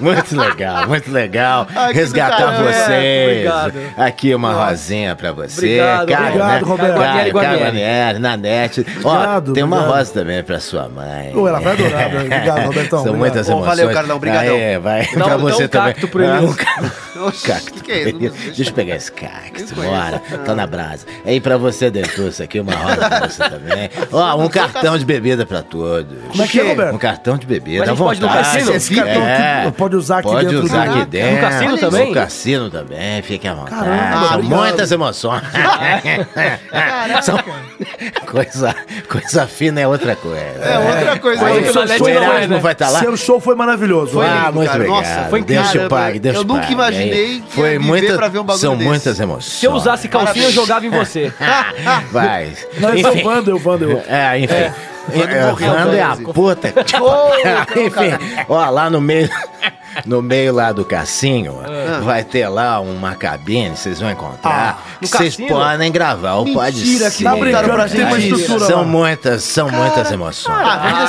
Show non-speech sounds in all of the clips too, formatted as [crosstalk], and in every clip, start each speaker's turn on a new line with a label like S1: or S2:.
S1: Muito legal, muito legal.
S2: Ai, que
S1: Resgatar
S2: detalhe,
S1: vocês.
S2: é, obrigado.
S1: Aqui uma rosinha pra você.
S2: Obrigado,
S1: Caio,
S3: obrigado,
S1: né?
S3: Roberto.
S1: Caio,
S3: Guarnieri,
S1: Caio
S3: Guarnieri.
S1: Guarnieri, Nanete. Ó,
S3: Obrigado,
S1: tem uma
S3: obrigado.
S1: rosa também pra sua mãe.
S3: Ô, ela vai adorar, né?
S1: [laughs]
S3: Obrigado, Robertão,
S1: São
S3: obrigado.
S1: muitas
S3: Bom,
S1: emoções.
S2: valeu, Carlão, brigadão.
S1: Aê, vai
S2: Dá um-
S1: pra
S2: dá
S1: você
S2: um
S1: também.
S2: cacto pra ele.
S1: Ah, um ca-
S2: Oxi,
S1: cacto.
S2: que que é isso?
S1: Deixa eu pegar esse cacto,
S2: Isso aí.
S1: bora. Tá na brasa. E aí pra você, Dentuça, aqui uma rosa pra você também. Ó, um
S2: tá
S1: cartão de bebida pra todos.
S3: Como é que é, Roberto?
S1: Um cartão de bebê,
S2: Mas
S1: dá
S2: a gente pode ir no
S1: vontade. É.
S2: cassino?
S3: Esse cartão aqui pode usar aqui
S1: pode
S3: dentro
S1: usar
S3: do-
S1: aqui
S3: Caraca.
S1: dentro.
S2: No cassino
S1: Olha
S2: também?
S1: isso, No cassino também, fique à vontade.
S3: Caramba,
S1: São
S3: obrigado.
S1: muitas emoções. São... Coisa, coisa fina é outra coisa.
S2: É outra coisa.
S3: Aí,
S2: outra
S1: o
S3: Salete
S2: coisa.
S3: não é,
S1: Erasmo
S3: né?
S1: vai estar lá?
S3: Seu show foi maravilhoso.
S2: Foi
S3: né?
S1: ah,
S2: lindo,
S1: muito
S2: cara.
S1: obrigado.
S2: Nossa, foi
S1: Deus te
S2: incrível.
S1: pague, Deus
S2: Eu
S1: te
S2: nunca
S1: pague.
S2: imaginei que
S1: Foi
S2: ia viver
S1: muita,
S2: pra ver um bagulho
S1: São
S2: desse.
S1: muitas emoções.
S2: [laughs] Se eu usasse calcinha, eu jogava
S3: [laughs]
S2: em você.
S1: [laughs] Vai.
S3: Mas é
S1: Enfim.
S3: o Wander, o Wander.
S1: É, enfim. É,
S2: morreu,
S1: Fernando é a
S2: Fernandes. [laughs]
S1: puta. [laughs] enfim, ó, lá no meio. No meio lá do cassinho,
S2: Ah.
S1: vai ter lá uma cabine, vocês vão encontrar.
S2: no
S1: que vocês
S2: cassino?
S1: podem gravar, ou pode
S2: Mentira
S1: ser.
S2: que tá brincando
S3: que tem uma estrutura
S1: São
S3: lá.
S1: muitas, são muitas emoções.
S2: Ah,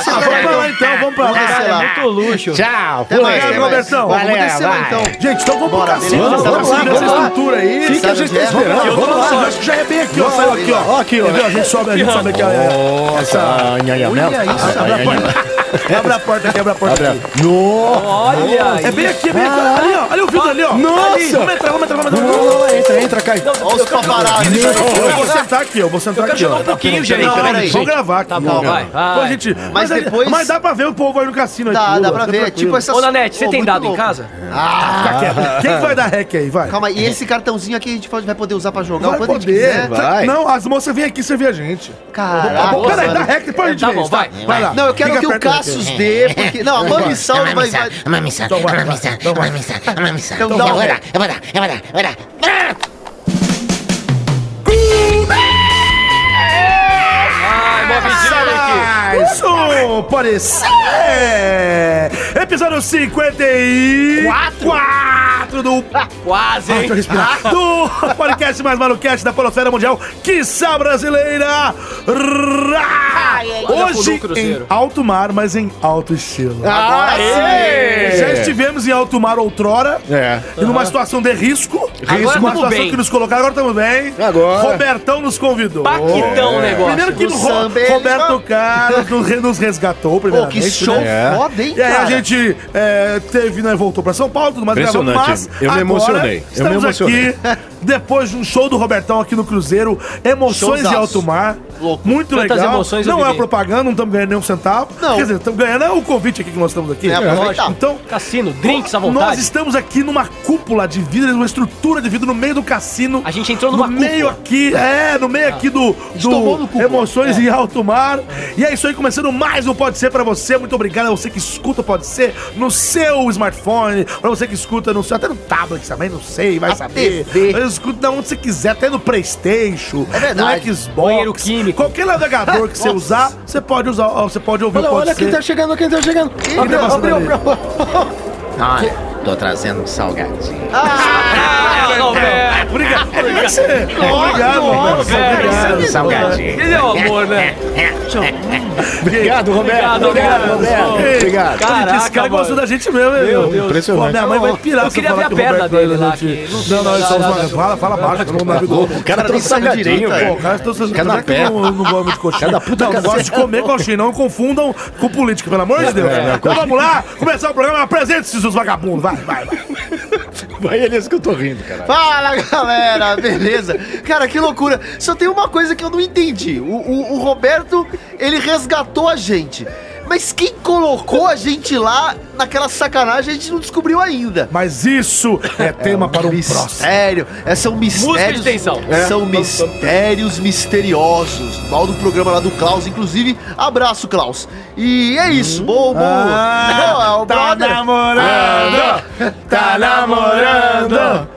S3: Ah, vamos pra lá então, vamos pra lá.
S2: Cara, é muito luxo.
S1: Tchau,
S2: Até mais, até mais.
S1: Robertão.
S2: Vamos
S1: Valeu,
S2: descer lá
S1: vai.
S2: então.
S3: Gente, então vamos pro
S2: Bora,
S3: cassino.
S2: beleza?
S3: Vamos,
S2: Vamos lá,
S3: lá, vamos
S2: vamos
S3: lá.
S2: lá.
S3: estrutura aí. O que a gente tá esperando? Vamos lá, eu acho que já é bem aqui, ó. Saiu aqui, ó. Ó aqui, ó. Entendeu? A gente sobe, a gente sobe aqui. ó. Essa...
S1: Olha
S3: isso, abre a porta. Abre a porta aqui, abre a porta aqui.
S2: Olha aí.
S3: É bem aqui, é bem aqui. Ali, ó. Ali o vidro ali, ó.
S1: Nossa!
S3: Ali, Vamos entrar, vamos entrar, vamos entrar. Vamos lá, Entra, entra, cai.
S2: Olha os paparazzi.
S3: Eu vou sentar aqui, eu vou sentar aqui, ó. Tá
S2: Um pouquinho, gente.
S3: Não,
S2: Peraí,
S3: Vamos
S2: gente.
S3: gravar aqui.
S2: Tá
S3: vamos
S2: bom,
S3: gravar.
S2: vai, vai.
S3: Pô, gente, mas, ali-
S2: depois-
S3: mas dá pra ver o povo aí no cassino.
S2: Dá,
S3: aqui,
S2: dá
S3: ó,
S2: pra
S3: tá
S2: ver.
S3: tranquilo.
S2: Tipo essas...
S3: Ô,
S2: Ô, Nanete, Ô, você tem muito dado em louco.
S3: casa?
S2: Ah,
S3: Fica quieto. Quem vai dar rec aí? Vai.
S2: calma aí. E esse cartãozinho aqui a gente pode- vai poder usar pra jogar o
S3: Vai
S2: quanto a gente
S3: poder.
S2: quiser.
S1: vai.
S3: Não, as moças vêm aqui servir a gente. Tá bom, peraí, dá
S2: Caraca.
S3: rec, depois a gente
S2: Tá
S3: vê
S2: bom,
S3: isso, tá?
S2: vai,
S3: Vai lá.
S2: Não, eu quero
S3: Fica
S2: que o
S3: perto daqui.
S2: Cassius dê, porque...
S3: [laughs]
S2: Não, a Mami Salve vai... vai-
S1: Mami Sal,
S3: Então vai,
S1: Mami
S3: vai.
S1: Sal,
S3: Então vai.
S1: Mami Sal, Mami Sal.
S2: Então
S1: Eu
S2: dá
S1: vou
S2: um
S1: dar,
S2: rec.
S1: eu vou dar, eu vou dar, eu vou dar. Ah!
S2: Ai, Mob Dick.
S3: Isso, pode ser! Episódio 54 Quatro do.
S2: Ah,
S3: Ah,
S2: Quase,
S3: Deixa eu
S2: hein? Ah.
S3: respirar. Do podcast mais maluquete da Polosfera Mundial, quiçá brasileira! Rá!
S2: Olha
S3: Hoje
S2: pro
S3: em
S2: Cruzeiro.
S3: alto mar, mas em alto estilo.
S2: Agora sim.
S3: Já estivemos em alto mar outrora,
S1: É.
S3: e numa situação de risco.
S2: Agora
S3: uma
S2: tamo
S3: situação
S2: bem.
S3: que nos colocaram, agora estamos bem.
S1: Agora.
S3: Robertão nos convidou.
S2: Paquitão o negócio.
S3: Primeiro que
S2: Do
S3: o Ro
S2: samba, ele-
S3: Roberto Carlos nos re- nos resgatou,
S2: Pô,
S3: primeiro.
S2: que show
S1: É.
S2: foda, hein,
S3: E aí
S2: cara?
S3: né? a gente é, teve, né, voltou pra São Paulo, tudo mais,
S1: Impressionante.
S3: gravamos, mas
S1: Eu me
S3: agora
S1: emocionei. Eu me
S3: Estamos
S1: emocionei.
S3: aqui, [laughs] depois de um show do Robertão aqui no Cruzeiro, emoções de
S2: Showzaço.
S3: alto mar.
S2: Louco.
S3: Muito
S2: Tantas
S3: legal.
S2: emoções eu
S3: não é
S2: vivi.
S3: propaganda, não estamos ganhando nenhum centavo.
S2: Não.
S3: Quer dizer, estamos ganhando é o convite aqui que nós estamos aqui.
S2: É, aproveitar.
S3: Então,
S2: Cassino, drinks à vontade.
S3: nós estamos aqui numa cúpula de vidro, numa estrutura de vidro no meio do cassino.
S2: A gente entrou
S3: no
S2: numa
S3: meio
S2: cúpula.
S3: aqui, é, no meio aqui do,
S2: tomou no
S3: do
S2: cúpula. é.
S3: Emoções em Alto Mar. E é isso aí, começando mais um Pode Ser pra você. Muito obrigado a você que escuta o Pode Ser no seu smartphone, pra você que escuta no seu, até no tablet também, não sei, vai
S2: A
S3: saber.
S2: TV.
S3: Mas escuta da onde você quiser, até no Playstation,
S2: É verdade.
S3: no Xbox.
S2: Banheiro químico.
S3: Qualquer navegador que
S2: [laughs]
S3: você usar, você pode usar, ó, você pode ouvir o Pode Ser.
S1: chegando, quem tá chegando.
S3: Quem tá passando ali?
S1: Olha, tô trazendo um salgadinho.
S2: Ah, Roberto.
S3: Obrigado, obrigado. Obrigado,
S2: nossa, velho, isso é
S1: Um
S3: Roberto.
S1: salgadinho.
S2: Ele é o amor, né?
S1: Obrigado, Roberto.
S2: Obrigado, Roberto.
S1: Obrigado.
S2: Caraca,
S3: Esse cara
S2: mano.
S3: gostou da gente mesmo, hein,
S2: Meu
S3: meu?
S2: Deus.
S1: Impressionante.
S3: Pô, minha mãe vai pirar
S2: Eu
S3: se
S2: queria
S3: falar
S2: ver
S3: que
S2: a
S3: o
S2: perna
S3: Roberto vai
S2: dele lá,
S3: gente.
S2: que não sei
S3: Não, não,
S2: lá,
S3: eles são os
S2: lá,
S3: mais-
S2: lá.
S3: Fala, fala baixo, que eu não dá vida.
S1: O cara trouxe Tá
S4: Tá
S1: salgadinho,
S3: Pô,
S1: velho.
S3: o cara, vocês-
S1: Fica na
S3: como é que eu não, eu não gosto muito de coxinha.
S1: Cada puta
S3: não, eu
S1: cacete.
S3: gosto de comer coxinha. Não confundam com política, pelo amor de Deus. Então vamos lá, começar o programa. Apresente-se, seus vagabundos. Vai, vai, vai.
S1: Vai, é isso que eu tô rindo, cara.
S2: Fala galera, beleza? Cara, que loucura! Só tem uma coisa que eu não entendi: o, o- o Roberto ele resgatou a gente, mas quem colocou a gente lá naquela sacanagem a gente não descobriu ainda.
S3: Mas isso é tema para um próximo.
S2: Sério, é, são
S5: Música de
S2: mistérios. É.
S5: tensão.
S2: São mistérios misteriosos. Mal do programa lá do Klaus, inclusive. Abraço, Klaus. E é isso. Bom, bom.
S3: Ah,
S2: Bom, é o brother.
S3: namorando, tá namorando. Xandão.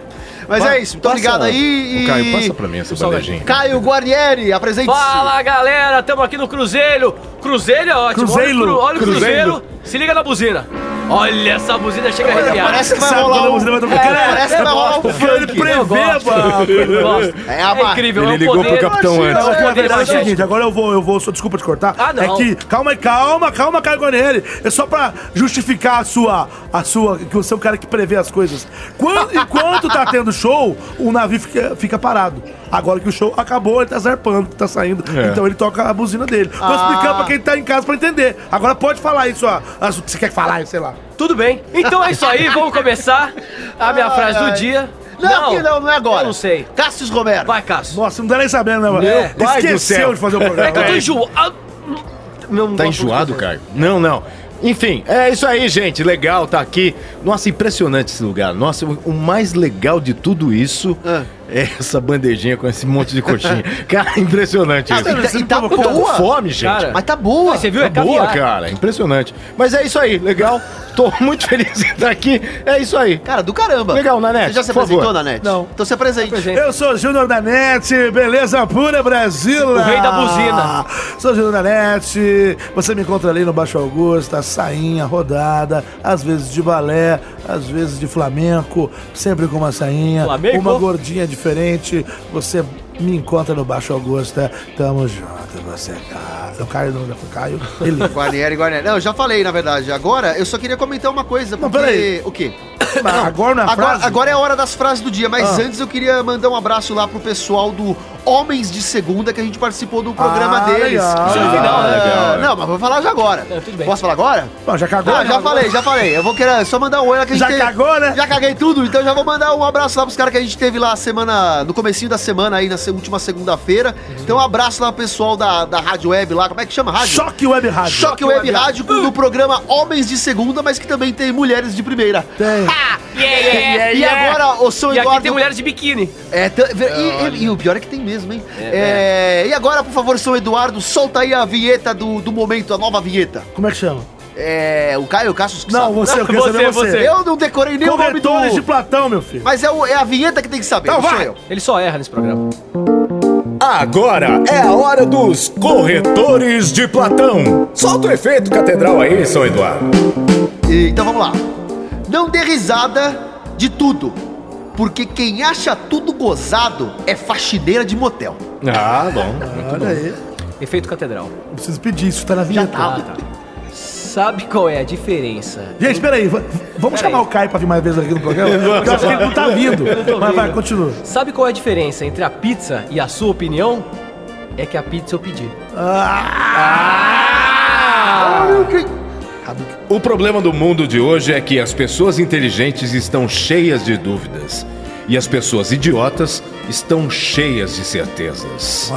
S2: Mas é isso, muito
S1: Passa-
S2: obrigado aí.
S1: Ô,
S2: E...
S1: Caio, passa pra mim essa bandejinha.
S2: Caio Guarnieri, apresente
S5: Fala galera, estamos aqui no Cruzeiro. Cruzeiro é ótimo.
S3: Cruzeiro.
S5: Olha o, cru- olha o
S3: Cruzeiro.
S5: Cruzeiro. Se liga na buzina. Olha essa buzina, chega a arrepiar.
S2: Parece que vai
S3: Sabe
S2: rolar
S3: quando
S2: um...
S3: você levanta pra
S2: É,
S3: caralho?
S2: parece que vai rolar um funk.
S5: Eu gosto, eu gosto.
S2: [laughs] É a
S5: É incrível,
S1: Ele
S5: é um
S1: ligou
S5: poder.
S1: pro capitão
S3: Não,
S1: antes.
S3: porque na verdade é o
S5: Imagético.
S3: seguinte, agora eu vou, eu vou, só desculpa te cortar.
S5: Ah, não.
S3: É que, calma aí, calma, calma, Caio Guarnieri. É só pra justificar a sua, a sua, que você é o cara que prevê as coisas. Quando, enquanto tá tendo show, o navio fica, fica parado. Agora que o show acabou, ele tá zarpando, tá saindo.
S1: É.
S3: Então ele toca a buzina dele. Vou explicar pra quem tá em casa pra entender. Agora pode falar isso, ó. Ah, Você quer falar, sei lá.
S5: Tudo bem. Então é isso
S2: [laughs]
S5: aí, vamos começar a minha
S2: Ai,
S5: frase
S2: ai.
S5: do dia.
S2: Não, aqui não, não é agora.
S5: Eu não sei.
S2: Cássio Romero.
S5: Vai, Cássio.
S3: Nossa, não dá nem sabendo, né, mano?
S5: Meu
S3: Ele
S1: pai do
S3: Esqueceu
S1: céu.
S3: de fazer o programa.
S5: É que eu tô enjoado. Meu, não
S1: Tá
S5: gosto
S1: enjoado,
S5: muito.
S1: Caio? Não, não. Enfim, é isso aí, gente. Legal, tá aqui. Nossa, impressionante esse lugar. Nossa, o o mais legal de tudo isso
S2: Ah.
S1: é essa bandejinha com esse monte de [laughs] coxinha. Cara, impressionante isso.
S2: Ah, e tá- e tá
S1: Eu tô com
S2: boa.
S1: fome, gente.
S5: Cara,
S2: Mas tá boa.
S5: Mas você viu?
S1: Tá
S5: É
S1: boa,
S5: caviar.
S1: cara. Impressionante. Mas é isso aí, legal.
S4: [laughs]
S1: Tô muito feliz de estar aqui. É isso aí.
S2: Cara, do caramba.
S1: Legal, Nanete,
S2: Você já se
S1: por
S2: apresentou,
S1: favor.
S2: Nanete?
S5: Não.
S2: Então se apresente.
S5: Apresente.
S3: Eu sou o Júnior da NET, beleza pura Brasil.
S5: O rei da buzina.
S3: Sou o Júnior da NET, você me encontra ali no Baixo Augusta, sainha, rodada, às vezes de balé, às vezes de flamenco, sempre com uma sainha,
S5: Flamenco?
S3: uma gordinha diferente, você me encontra no Baixo Augusta, tamo junto, você é cara. Eu caio no Caio, beleza.
S2: [laughs] Guarnieri, Guarnieri. Não, eu já falei, na verdade. Agora, eu só queria comentar uma coisa.
S3: Não,
S2: porque-
S3: peraí.
S2: O quê?
S3: Mas agora na
S2: Agora,
S3: frase?
S2: agora é a hora das frases do dia, mas antes eu queria mandar um abraço lá pro pessoal do Homens de Segunda, que a gente participou do programa
S3: Ah,
S2: deles.
S3: legal. Isso
S5: é no final, né?
S2: Ah, Não, mas vou falar já agora.
S5: É, tudo bem.
S2: Posso falar agora?
S3: Bom, já cagou?
S2: Ah, já falei, já falei. Eu vou querer só mandar um oi lá que a gente
S3: Já
S2: teve-
S3: cagou, né?
S2: Já caguei tudo, então já vou mandar um abraço lá pros caras que a gente teve lá semana, no comecinho da semana aí, na se- última segunda-feira. Então um abraço lá pro pessoal da, da Rádio Web lá, como é que chama? a Rádio?
S3: Choque Web Rádio.
S2: Choque Web Rádio Uh! com- do programa Homens de Segunda, mas que também tem Mulheres de Primeira.
S3: Tem.
S2: Ha!
S5: Yeah, yeah, yeah,
S2: É, e
S5: yeah.
S2: agora, o seu
S5: E aqui
S2: Eduardo...
S5: tem mulheres de biquíni.
S2: É, tá- e- e, e o pior é que tem mesmo, hein? É, E agora, por favor, seu Eduardo, solta aí a vinheta do, do momento, a nova vinheta.
S3: Como é que chama?
S2: É, o Caio, o Cassius que
S3: Não,
S2: sabe.
S3: você, eu quero
S5: Você,
S3: saber
S5: você.
S3: você.
S2: Eu não decorei nem o nome do...
S3: Corretores um de Platão, meu filho.
S2: Mas é, o- é a vinheta que tem que saber,
S3: Então
S2: não sou
S3: vai.
S2: eu.
S5: Ele só erra nesse programa.
S4: Agora é a hora dos corretores de Platão. Solta o efeito catedral aí, São Eduardo.
S2: E, então vamos lá. Não dê risada de tudo, porque quem acha tudo gozado é faxineira de motel.
S1: Ah, bom.
S3: Olha aí.
S5: Efeito catedral.
S3: Não preciso pedir, isso tá na vinheta.
S5: Ah, tá. Sabe qual é a diferença?
S3: Gente, peraí, va- vamos chamar
S5: aí.
S3: o Caio pra vir mais vezes aqui no [laughs] programa? Porque eu acho que ele não tá vindo. Mas vai, continua.
S5: Sabe qual é a diferença entre a pizza e a sua opinião? É que a pizza eu pedi.
S4: O problema do mundo de hoje é que as pessoas inteligentes estão cheias de dúvidas e as pessoas idiotas estão cheias de certezas.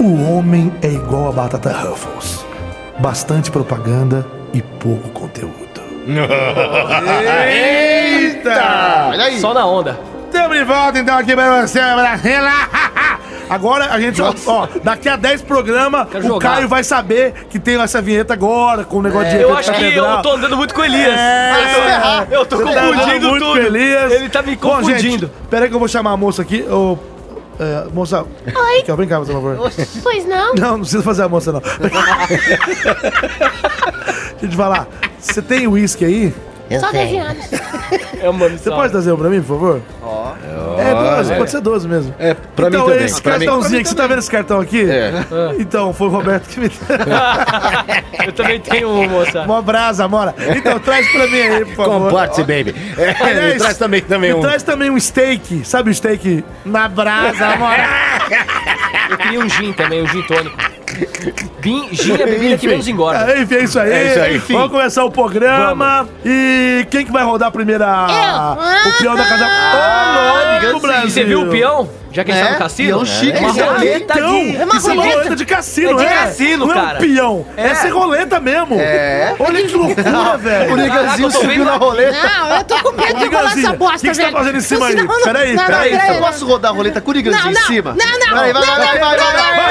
S3: O homem é igual a batata Ruffles. Bastante propaganda e pouco conteúdo.
S2: Olha aí.
S5: Só na onda.
S3: Estamos de volta então aqui pra você, Brasília. Agora a gente, ó, ó, daqui a 10 programas,
S5: Quero
S3: o
S5: jogar. É,
S3: Caio vai saber que tem essa vinheta agora, com o negócio de
S5: Eu
S3: efeito
S5: acho que
S3: catedral.
S5: eu tô andando muito com o Elias.
S3: tá É.
S5: Ah, se eu errar, Eu tô
S3: Você tá andando
S5: confundindo
S3: muito
S5: tudo.
S3: com Elias.
S5: Ele tá me
S3: Bom, gente,
S5: confundindo.
S3: Pera aí que eu vou chamar a moça aqui. Ô, é, moça. Oi. Quer brincar, por favor?
S6: Pois não?
S3: Não, não precisa fazer a moça, não. [laughs] Deixa eu te falar. Você tem uísque aí?
S6: Só 12 anos.
S5: É uma
S3: Você
S5: missão.
S3: pode trazer um pra mim, por favor? Ó. É, 12, pode ser 12 mesmo.
S1: É, pra
S3: então,
S1: mim também.
S3: esse
S1: pra mim-
S3: cartãozinho aqui, você tá vendo esse cartão aqui? É. Então, foi o Roberto que me deu.
S5: Eu também tenho uma, moça.
S3: Mó brasa, mora. Então, traz pra mim aí, por favor.
S1: Comparte, baby. É,
S3: Aliás,
S1: me traz também, também
S3: Me
S1: um.
S3: traz também um steak, sabe o steak na brasa, mora.
S5: Eu queria um gin também, um gin tônico. Gin, gin é a bebida que
S1: Enfim.
S5: menos engorda.
S3: É, enfim, é isso aí.
S1: É isso aí.
S3: Enfim. Vamos começar o programa. E quem que vai rodar a primeira?
S6: Eu.
S3: O peão da casa.
S2: Ah,
S3: Ô, louco,
S2: diga
S3: Brasil.
S5: E você viu o peão? Já que ele
S2: É,
S5: tá no cassino?
S2: peão chique,
S5: Uma
S2: isso é
S5: roleta
S3: Então,
S5: tá de...
S6: É uma
S3: isso é uma
S6: roleta.
S3: roleta de cassino,
S5: É de
S3: né?
S5: cassino,
S3: Não
S5: cara.
S3: É um peão. Essa é roleta mesmo.
S2: É.
S3: Olha que loucura,
S2: O
S3: velho.
S5: Caraca, eu
S2: Niganzinho
S5: tô
S2: subiu
S5: vendo
S2: na
S5: aqui.
S2: roleta.
S6: Não, eu tô com medo de
S3: Liga,
S6: rolar
S3: Zinha,
S6: essa bosta,
S3: o que que você tá
S6: velho.
S3: fazendo em cima aí?
S6: Senão eu não-
S3: Peraí,
S6: não,
S3: peraí,
S6: não,
S2: Peraí, eu
S6: não.
S2: posso rodar a roleta com o
S6: Não,
S2: Niganzinho
S6: não,
S2: em cima?
S6: não, não.
S2: Peraí, vai,
S6: Não,
S2: vai, vai, vai, vai, vai, vai.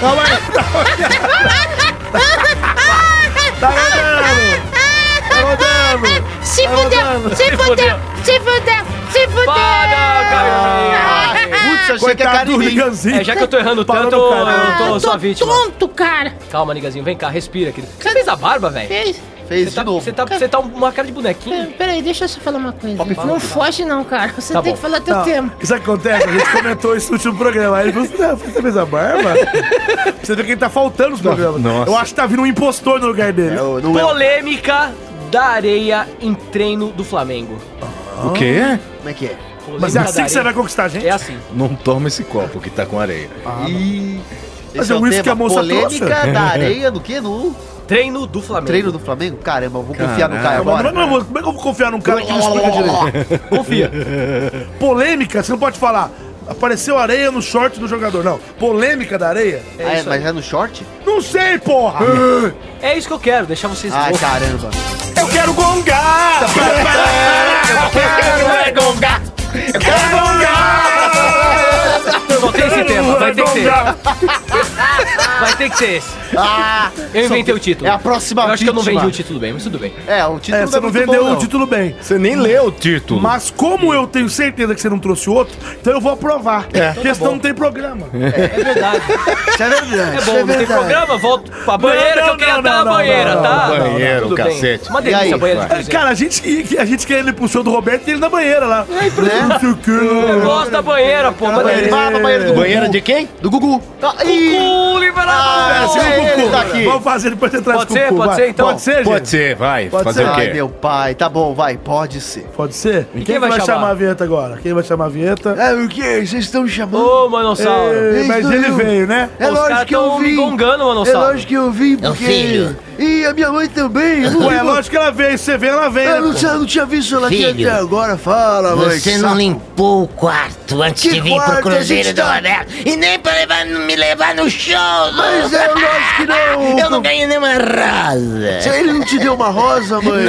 S3: Calma aí. Tá rodando! Tá rodando!
S6: Se fudeu, se fudeu, se fudeu, se fudeu.
S2: É.
S5: Para, Carlinhos!
S2: Putz, achei que é a
S3: Coitado
S2: cara
S3: do
S2: em mim.
S3: Riganzinho!
S5: É, já que eu tô errando
S3: Parou
S5: tanto,
S3: no
S5: eu
S3: cara.
S5: eu tô
S6: Ah,
S5: só
S6: tô
S5: vítima.
S6: tonto, cara.
S5: Calma, Nigazinho, vem cá, respira, querido. Você fez a barba, velho?
S6: Fez.
S2: Fez
S5: Você
S2: de
S5: tá,
S2: novo. É.
S5: você tá, você tá uma cara de bonequinho?
S6: Pera- Peraí, deixa eu só falar uma coisa.
S5: Pop
S6: não
S5: fala.
S6: foge não, cara. Você
S5: Tá
S6: tem
S5: bom.
S6: que falar teu
S3: Não,
S6: tema.
S3: Isso acontece, a gente comentou isso no último programa. Aí ele falou assim: "Ah, você fez a barba? Você vê que ele tá faltando nos programas.
S4: nossa.
S3: Eu acho que tá vindo um impostor no lugar dele.
S2: Eu- não é-
S5: Polêmica da areia em treino do Flamengo.
S4: O quê?
S2: Como é que é?
S3: Mas é assim que você vai conquistar a gente?
S5: É assim.
S4: Não toma esse copo que tá com areia.
S2: Ih,
S3: Mas
S2: esse
S3: é
S2: é
S3: o
S2: o
S3: uísque que a
S2: tema.
S3: moça
S2: Polêmica
S3: trouxe.
S2: da areia do quê? No
S5: Treino do Flamengo.
S2: treino do Flamengo? Caramba, eu vou confiar no Caio
S3: Mas como, é
S2: agora.
S3: que eu vou- como é que eu vou confiar num cara que não explica direito?
S5: Confia.
S3: Polêmica, você não pode falar. Apareceu areia no short do jogador, não. Polêmica da areia?
S2: Ah, é,
S5: isso
S2: mas é no short?
S3: Não sei, porra!
S5: É isso que eu quero, deixar vocês
S2: Ah,
S5: loucos.
S2: caramba.
S3: [laughs] Eu quero gongar! Eu quero é gongar! Eu quero gongar!
S5: Só tem esse tema, vai ter que ser.
S3: Gongar!
S5: Vai ter que ser esse.
S2: Ah,
S5: Eu inventei o título.
S2: é a próxima
S5: Eu acho que eu não
S2: vítima.
S5: vendi o título bem, mas tudo bem.
S2: é, o título
S3: É, você
S2: é
S3: não
S2: muito
S3: vendeu
S2: bom,
S3: o título bem.
S4: Você nem leu o título.
S3: Mas como eu tenho certeza que você não trouxe outro, então eu vou aprovar. Porque senão não tem programa.
S5: É verdade.
S2: Isso é
S5: É
S2: verdade. isso
S5: bom, não tem
S2: verdade.
S5: programa, volto pra banheira
S3: não,
S5: que eu queria
S3: não,
S5: até a
S3: não, não,
S5: banheira,
S3: não,
S5: tá?
S3: não,
S5: Não, não,
S4: banheiro,
S5: tudo bem.
S4: cacete.
S5: Uma delícia
S2: E aí?
S5: a banheira de
S3: É,
S5: cruzeiro.
S3: cara, a gente, a gente quer ele pro show do Roberto e ele na banheira lá. Não sei o
S5: Eu
S3: quê.
S5: gosto da banheira, pô. Uma
S2: Banheiro,
S5: delícia.
S2: vai pra banheiro do Gugu.
S4: Banheira de quem?
S2: Do Gugu. Ah, ih,
S5: Cu liberado.
S2: Ah,
S3: Assim,
S2: é
S3: o
S2: ele
S3: Cucu.
S2: tá aqui.
S3: Vamos fazer depois você traz
S5: Pode
S3: o
S5: ser,
S3: Cucu,
S5: pode
S3: vai.
S5: ser, então?
S3: Pode ser,
S4: Pode
S3: gente?
S4: ser, vai.
S3: Pode
S4: Fazer
S3: ser.
S4: o
S2: Ai,
S4: quê?
S2: meu pai. Tá bom, vai, pode ser.
S3: Pode ser? quem, vai, chamar? a vinheta agora? Quem vai chamar a vinheta?
S2: É, o que? Vocês estão me chamando?
S5: Ô, manossauro.
S3: Ei,
S2: Isso
S3: mas ele
S2: eu.
S3: veio, né?
S2: É
S5: Os
S2: lógico
S5: caras
S2: que eu
S5: tão me
S2: vim.
S5: gongando,
S2: É
S5: manossauro.
S2: lócio que eu vim,
S1: É o
S2: porque...
S1: filho.
S2: E a minha mãe também. eu não
S3: Ué, é
S2: vou-
S3: lógico que ela veio. Você vem, ela vem,
S2: Eu
S3: né?
S2: É, não,
S3: pô?
S2: tinha- não tinha visto ela aqui
S1: Filho,
S2: até agora. Fala, mãe.
S1: Você
S2: que
S1: não
S2: saco.
S1: limpou o quarto antes
S2: Que
S1: de vir
S2: quarto?
S1: pro
S2: A
S1: Cruzeiro
S2: gente
S1: do
S2: tá-
S1: Roberto. E nem pra levar- me levar no show.
S2: Mas é lógico que não.
S1: Eu não ganhei nenhuma
S2: Se
S1: rosa.
S2: ele não te deu uma rosa, mãe,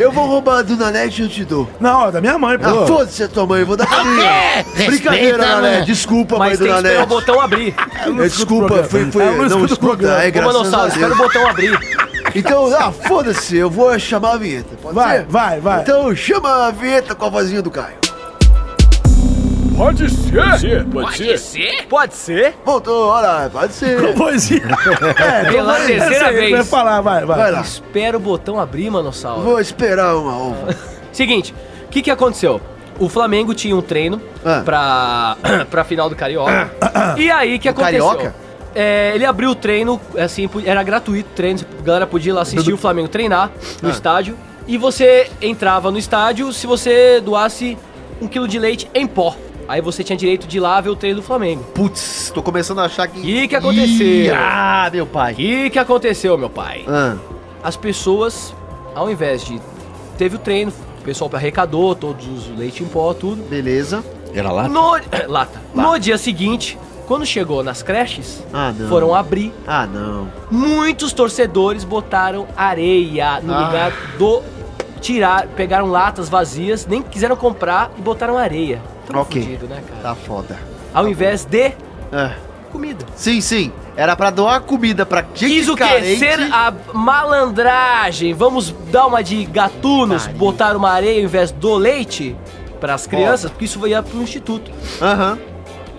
S2: eu vou roubar do Nanete e eu te dou.
S3: Não, é da minha mãe,
S2: Ah,
S3: pô.
S2: foda-se a tua mãe, eu vou dar pra
S1: quê?
S2: mim. Brincadeira,
S1: Respeita,
S2: Nanete.
S1: mãe.
S2: Desculpa, mãe
S5: Mas
S2: do
S5: tem que esperar o
S2: Nanete.
S5: botão abrir.
S3: não escuto o
S2: Desculpa,
S3: programa.
S2: foi, foi.
S3: Ela não
S2: Não
S3: escuta o programa.
S2: escuta, é
S5: Ô,
S2: graças a
S5: manossauro, espera um o
S2: Deus.
S5: botão abrir.
S2: Então, ah, foda-se, eu vou chamar a vinheta. Pode
S3: Vai,
S2: ser?
S3: vai, vai.
S2: Então chama a vinheta com a vozinha do Caio.
S4: Pode ser.
S5: Pode ser? Pode ser?
S2: Voltou, olha, pode ser.
S3: Poesia. É,
S5: Pela
S3: então,
S5: terceira
S3: é isso aí,
S5: vez.
S3: Vai falar, vai, vai.
S2: Vai lá.
S5: Espera o botão abrir, manossauro.
S2: Vou esperar uma ova.
S5: Seguinte, o que, que aconteceu? O Flamengo tinha um treino
S2: Ah.
S5: pra, pra [clears throat] final do Carioca. E aí, o que aconteceu?
S2: Carioca?
S5: É, ele abriu o treino, assim, pu- era gratuito o treino, a galera podia ir lá assistir o Flamengo treinar no estádio. E você entrava no estádio se você doasse um quilo de leite em pó. Aí você tinha direito de ir lá ver o treino do Flamengo.
S2: Putz, tô começando a achar que.
S5: Que que aconteceu?
S2: Ih, ah, meu
S5: O
S2: pai.
S5: que, que aconteceu, meu pai?
S2: Ah,
S5: as pessoas, ao invés de. Teve o treino, o pessoal arrecadou todos os leite em pó, tudo.
S2: beleza.
S4: Era lá?
S2: [coughs]
S5: No, [coughs] lata. No dia seguinte, quando chegou nas creches,
S2: Ah, não.
S5: foram abrir.
S2: Ah, não.
S5: Muitos torcedores botaram areia no
S2: Ah.
S5: lugar do. Tirar, pegaram latas vazias, nem quiseram comprar e botaram areia. Tamo
S2: Ok.
S5: fudido, né, cara?
S2: Tá foda.
S5: Ao invés de
S2: Ah,
S5: comida.
S2: Sim, sim. Era pra doar comida pra gente
S5: Quis o quê?
S2: carente.
S5: Ser a malandragem. Vamos dar uma de gatunos,
S2: Maria.
S5: botar uma areia ao invés do leite pras crianças, porque isso ia pro instituto.
S2: Aham,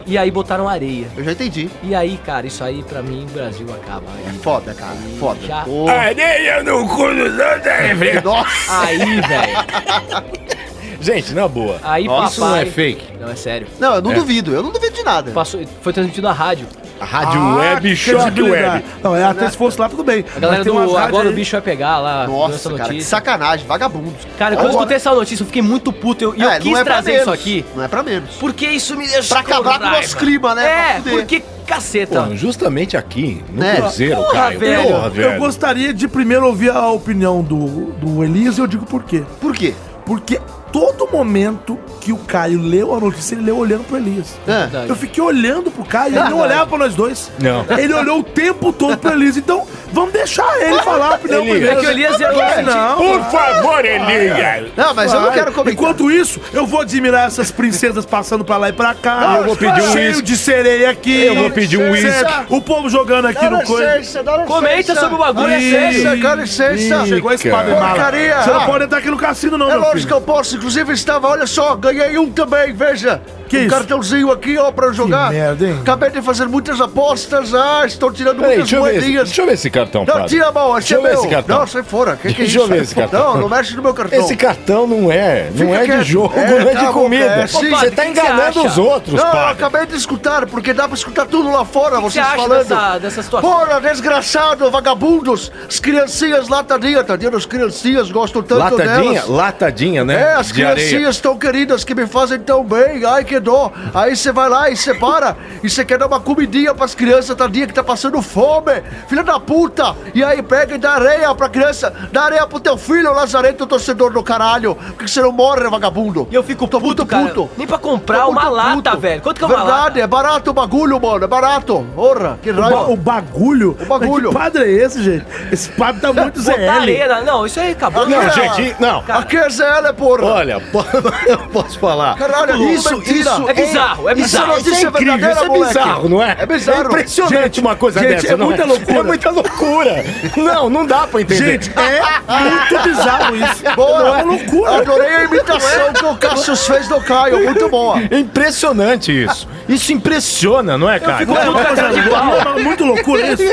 S5: E aí botaram areia.
S2: eu já entendi.
S5: E aí, cara, isso aí pra mim, Brasil acaba.
S2: É
S5: Aí,
S2: foda, cara. Foda.
S5: Já.
S2: Ô,
S4: Areia no cu do Santa
S2: Nossa.
S5: aí velho.
S4: Gente, na boa.
S5: Aí,
S4: Isso não
S5: papai.
S4: é fake.
S5: Não, é sério.
S2: Não, eu não
S4: É.
S2: duvido. Eu não duvido de nada.
S5: Passou, foi transmitido na rádio.
S4: A Rádio
S3: Ah,
S4: Web
S3: que
S4: Choque
S3: credibilidade.
S4: Web.
S3: Não, é até se fosse lá, tudo bem.
S5: A galera do Agora o Bicho vai pegar lá, deu
S2: Nossa, cara, que sacanagem, vagabundos.
S5: Cara, quando eu
S2: Agora-
S5: escutei essa notícia, eu fiquei muito puto. Eu, e eu
S2: É,
S5: quis
S2: não é pra
S5: trazer isso
S2: menos.
S5: aqui.
S2: Não é pra menos.
S5: Porque isso me deixou.
S2: Pra acabar com o nosso
S5: raiva.
S2: clima, né?
S5: É,
S2: Pra fuder.
S5: porque caceta.
S4: Pô, justamente aqui, no
S2: Né?
S4: Cruzeiro,
S5: Tá. Porra,
S4: Caio.
S5: tá velho.
S4: Porra,
S3: Eu
S4: velho.
S3: gostaria de primeiro ouvir a opinião do, do Elias e eu digo por quê.
S2: Por quê?
S3: Porque todo momento que o Caio leu a notícia, ele leu olhando pro Elias.
S6: É.
S3: Eu fiquei olhando pro Caio, ele não olhava pra nós dois.
S4: Não.
S3: Ele olhou o tempo todo pro Elias. Então, vamos deixar ele falar a opinião
S4: Elias. assim,
S5: É
S3: primeiro.
S5: que o Elias é não.
S4: Por favor, Elias!
S6: Não, mas eu não quero comentar.
S3: Enquanto isso, eu vou admirar essas princesas passando pra lá e pra cá.
S4: Ah, eu vou pedir um
S3: Cheio
S4: uísque.
S3: de sereia aqui.
S4: Eu vou pedir um
S3: Certo?
S4: uísque.
S3: O povo jogando aqui no coisa.
S5: Comenta sobre o bagulho, é sério.
S6: Licença, dá licença.
S3: Chegou a espada e
S6: cara.
S3: mala.
S6: Porcaria.
S3: Você não pode entrar aqui no cassino, não,
S6: É
S3: meu
S6: lógico que
S3: filho.
S6: eu posso, inclusive estava, olha só, ganhei um também, veja.
S3: Que
S6: um
S3: isso?
S6: cartãozinho aqui, ó, pra eu jogar.
S3: merda, hein?
S6: Acabei de fazer muitas apostas, ah, estou tirando
S4: Peraí,
S6: muitas
S4: deixa eu, ver esse,
S6: moedinhas.
S4: deixa eu ver esse cartão,
S6: Não,
S4: Prado.
S6: tira a mão, esse
S4: Deixa
S6: é
S4: eu ver
S6: meu.
S4: esse cartão.
S6: Não, sai fora, que que é
S4: Deixa eu
S6: isso?
S4: ver esse cartão.
S6: Não, não mexe no meu cartão.
S4: Esse cartão não é, não
S6: Fica
S4: é de
S6: quieto.
S4: jogo,
S6: É,
S4: não é
S6: cala
S4: de
S6: a boca,
S4: comida.
S6: é, sim.
S4: Você
S5: Padre,
S4: tá
S5: o que que você
S4: enganando
S5: acha?
S4: os outros,
S6: Não, eu
S4: Padre.
S6: acabei de escutar, porque dá pra escutar tudo lá fora,
S5: você
S6: vocês
S5: acha
S6: falando.
S5: dessa- dessa situação?
S6: Fora, desgraçado, vagabundos, as criancinhas lá, tadinha, tadinha das criancinhas, gosto tanto
S7: Latadinha,
S6: delas.
S7: latadinha, né?
S6: É, as
S4: De areia.
S6: criancinhas tão queridas que me fazem tão bem, ai que dó. Aí você vai lá e você para e você quer dar uma comidinha pras crianças, tadinha que tá passando fome, filha da puta. E aí pega e dá areia pra criança, dá areia pro teu filho, Lazarento, torcedor do caralho. Por que você não morre, vagabundo?
S5: E eu fico
S6: Tô
S5: puto,
S6: muito
S5: cara.
S6: puto.
S5: Nem pra comprar
S6: Tô
S5: uma
S6: muito
S5: lata,
S6: puto.
S5: velho. Quanto que é uma
S6: Verdade,
S5: lata?
S6: é barato o bagulho, mano, é barato. Porra, que
S3: O,
S6: raiva.
S3: ba- o bagulho.
S6: O
S5: [laughs]
S6: bagulho.
S3: Mas Que padre é esse, gente? Esse padre tá muito ZL.
S5: Botar areia na- Não, isso aí acabou.
S4: Não,
S6: Cara,
S4: gente, não.
S6: Aqui é ZL, porra.
S4: Olha, po- [laughs] eu posso falar.
S6: Caralho, é
S4: isso,
S6: mentira.
S4: isso
S5: É bizarro, é
S6: Isso é
S5: bizarro.
S6: notícia
S4: incrível,
S6: verdadeira,
S4: isso é
S6: moleque.
S4: bizarro, não é?
S6: É bizarro.
S4: É impressionante uma coisa
S3: gente,
S4: dessa,
S3: é
S4: não
S3: muita loucura.
S4: É muita loucura. Não, não dá pra entender.
S3: Gente, é muito bizarro isso.
S6: [laughs] Boa!
S3: Não é loucura.
S6: Adorei a imitação que o Cassius fez do Caio, muito boa!
S4: É impressionante isso. Isso impressiona, não é, cara?
S5: fico puto com a cara de pau.
S3: É muito loucura isso.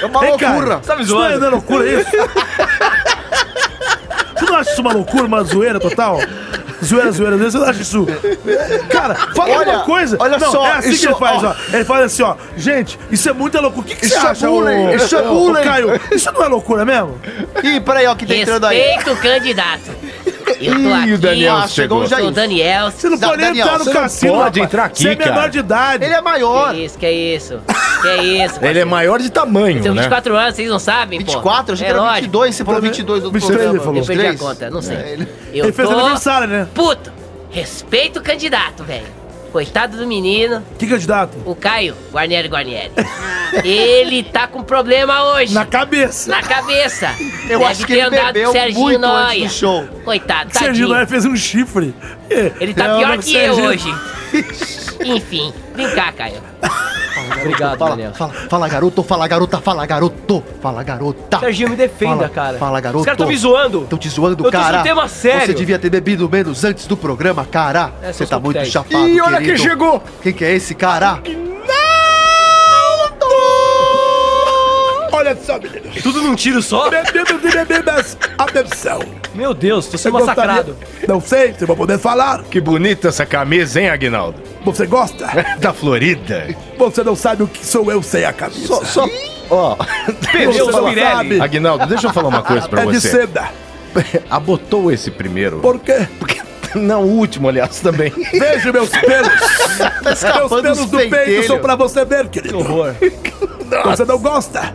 S6: É uma
S3: Vem cá.
S6: loucura!
S5: Tá me
S3: Isso não é
S5: zoando?
S3: não é loucura isso? Você não acha isso uma loucura, uma zoeira total? Zoeira, zoeira, zoeira, você não acha isso? Cara, fala
S6: Olha,
S3: uma coisa.
S6: olha
S3: não,
S6: só,
S3: é assim
S6: isso-
S3: que ele faz,
S6: ó.
S3: ó. Ele faz assim, ó. Gente, isso é muita loucura. O que, que
S6: Isso
S3: você
S6: é
S3: acha,
S6: bullying,
S3: ô-
S6: isso é
S3: ô-
S6: bullying.
S3: Caio, isso não é loucura mesmo?
S6: Ih, peraí, ó, que tá entrando aí!
S8: Respeita o candidato. Eu tô
S4: Ih, o
S8: aqui,
S4: Daniel
S8: ó,
S4: chegou.
S6: chegou já.
S8: sou o Daniel.
S3: Você não
S6: Da-
S3: pode nem
S6: Daniel,
S3: entrar no
S4: você não
S3: cassino,
S4: pode
S3: rapaz.
S4: entrar aqui,
S3: Você é menor
S4: cara.
S3: de idade.
S6: Ele é maior!
S8: Que isso, que isso? Que isso?
S4: Ele é maior de tamanho,
S8: Tenho
S4: né?
S8: 24 anos, vocês não sabem, pô.
S6: 24? A gente
S8: é
S6: era
S8: lógico.
S6: 22, você falou 22 do
S3: 23 ele
S6: programa.
S3: falou.
S8: Eu perdi a
S6: 23?
S8: conta, não sei.
S6: É, ele-
S8: Eu
S3: Ele fez
S8: tô
S3: aniversário, né?
S8: Puto. Respeita o candidato, velho. Coitado do menino,
S3: Que candidato?
S8: o Caio Guarnieri Guarnieri. Ele tá com problema hoje.
S3: Na cabeça.
S8: na cabeça.
S6: Eu
S8: Deve
S6: acho que
S8: ter
S6: ele
S8: andado com
S6: bebeu
S8: Serginho
S6: muito antes
S8: Noia.
S6: do show.
S8: Coitado, tadinho.
S3: Serginho Noé fez um chifre.
S8: Ele tá
S3: É,
S8: pior
S3: o
S8: que eu
S3: Serginho-
S8: hoje. [laughs] Enfim, vem cá, Caio.
S5: Obrigado,
S6: Fala,
S5: Daniel.
S6: fala, fala, garoto, fala, garota, fala, garoto, fala, garota!
S5: Serginho, me defenda,
S6: Fala-
S5: cara.
S6: fala, garoto.
S5: Os caras tão me zoando.
S6: Tô te zoando,
S5: Eu tô
S6: cara!
S5: sem tema
S6: Você
S5: sério.
S6: devia ter bebido menos antes do programa, cara!
S5: É,
S6: Você
S5: seus
S6: tá muito
S5: coquetéis.
S6: chapado,
S4: Ih, olha
S6: querido.
S4: quem chegou.
S6: Quem que é esse, cara?
S3: Olha só, menino.
S5: Tudo num tiro só?
S3: Bebemos e bebemos a bebção.
S5: Meu Deus, tô
S4: é
S3: Você
S5: sendo massacrado.
S3: gostaria- Não sei, você vai poder falar.
S4: Que bonita essa camisa, hein, Aguinaldo?
S3: Você gosta?
S4: Da Florida.
S3: Você não sabe o que sou eu sem a camisa.
S4: Só, só- Ó,
S5: Perdeu
S3: Você
S5: o
S3: não
S5: Pirelli.
S3: sabe.
S4: Aguinaldo, deixa eu falar uma coisa pra
S3: É de
S4: você.
S3: seda.
S4: Abotou esse primeiro.
S3: Por quê?
S4: Porque- [laughs] Não, o último, aliás, também.
S3: Vejo meus
S4: [laughs]
S3: pelos.
S4: Tá
S3: meus
S6: escapando
S3: pelos
S6: os
S3: do peito
S6: pentelhos.
S3: são pra você ver, querido. Então
S5: Horror.
S3: Você não gosta?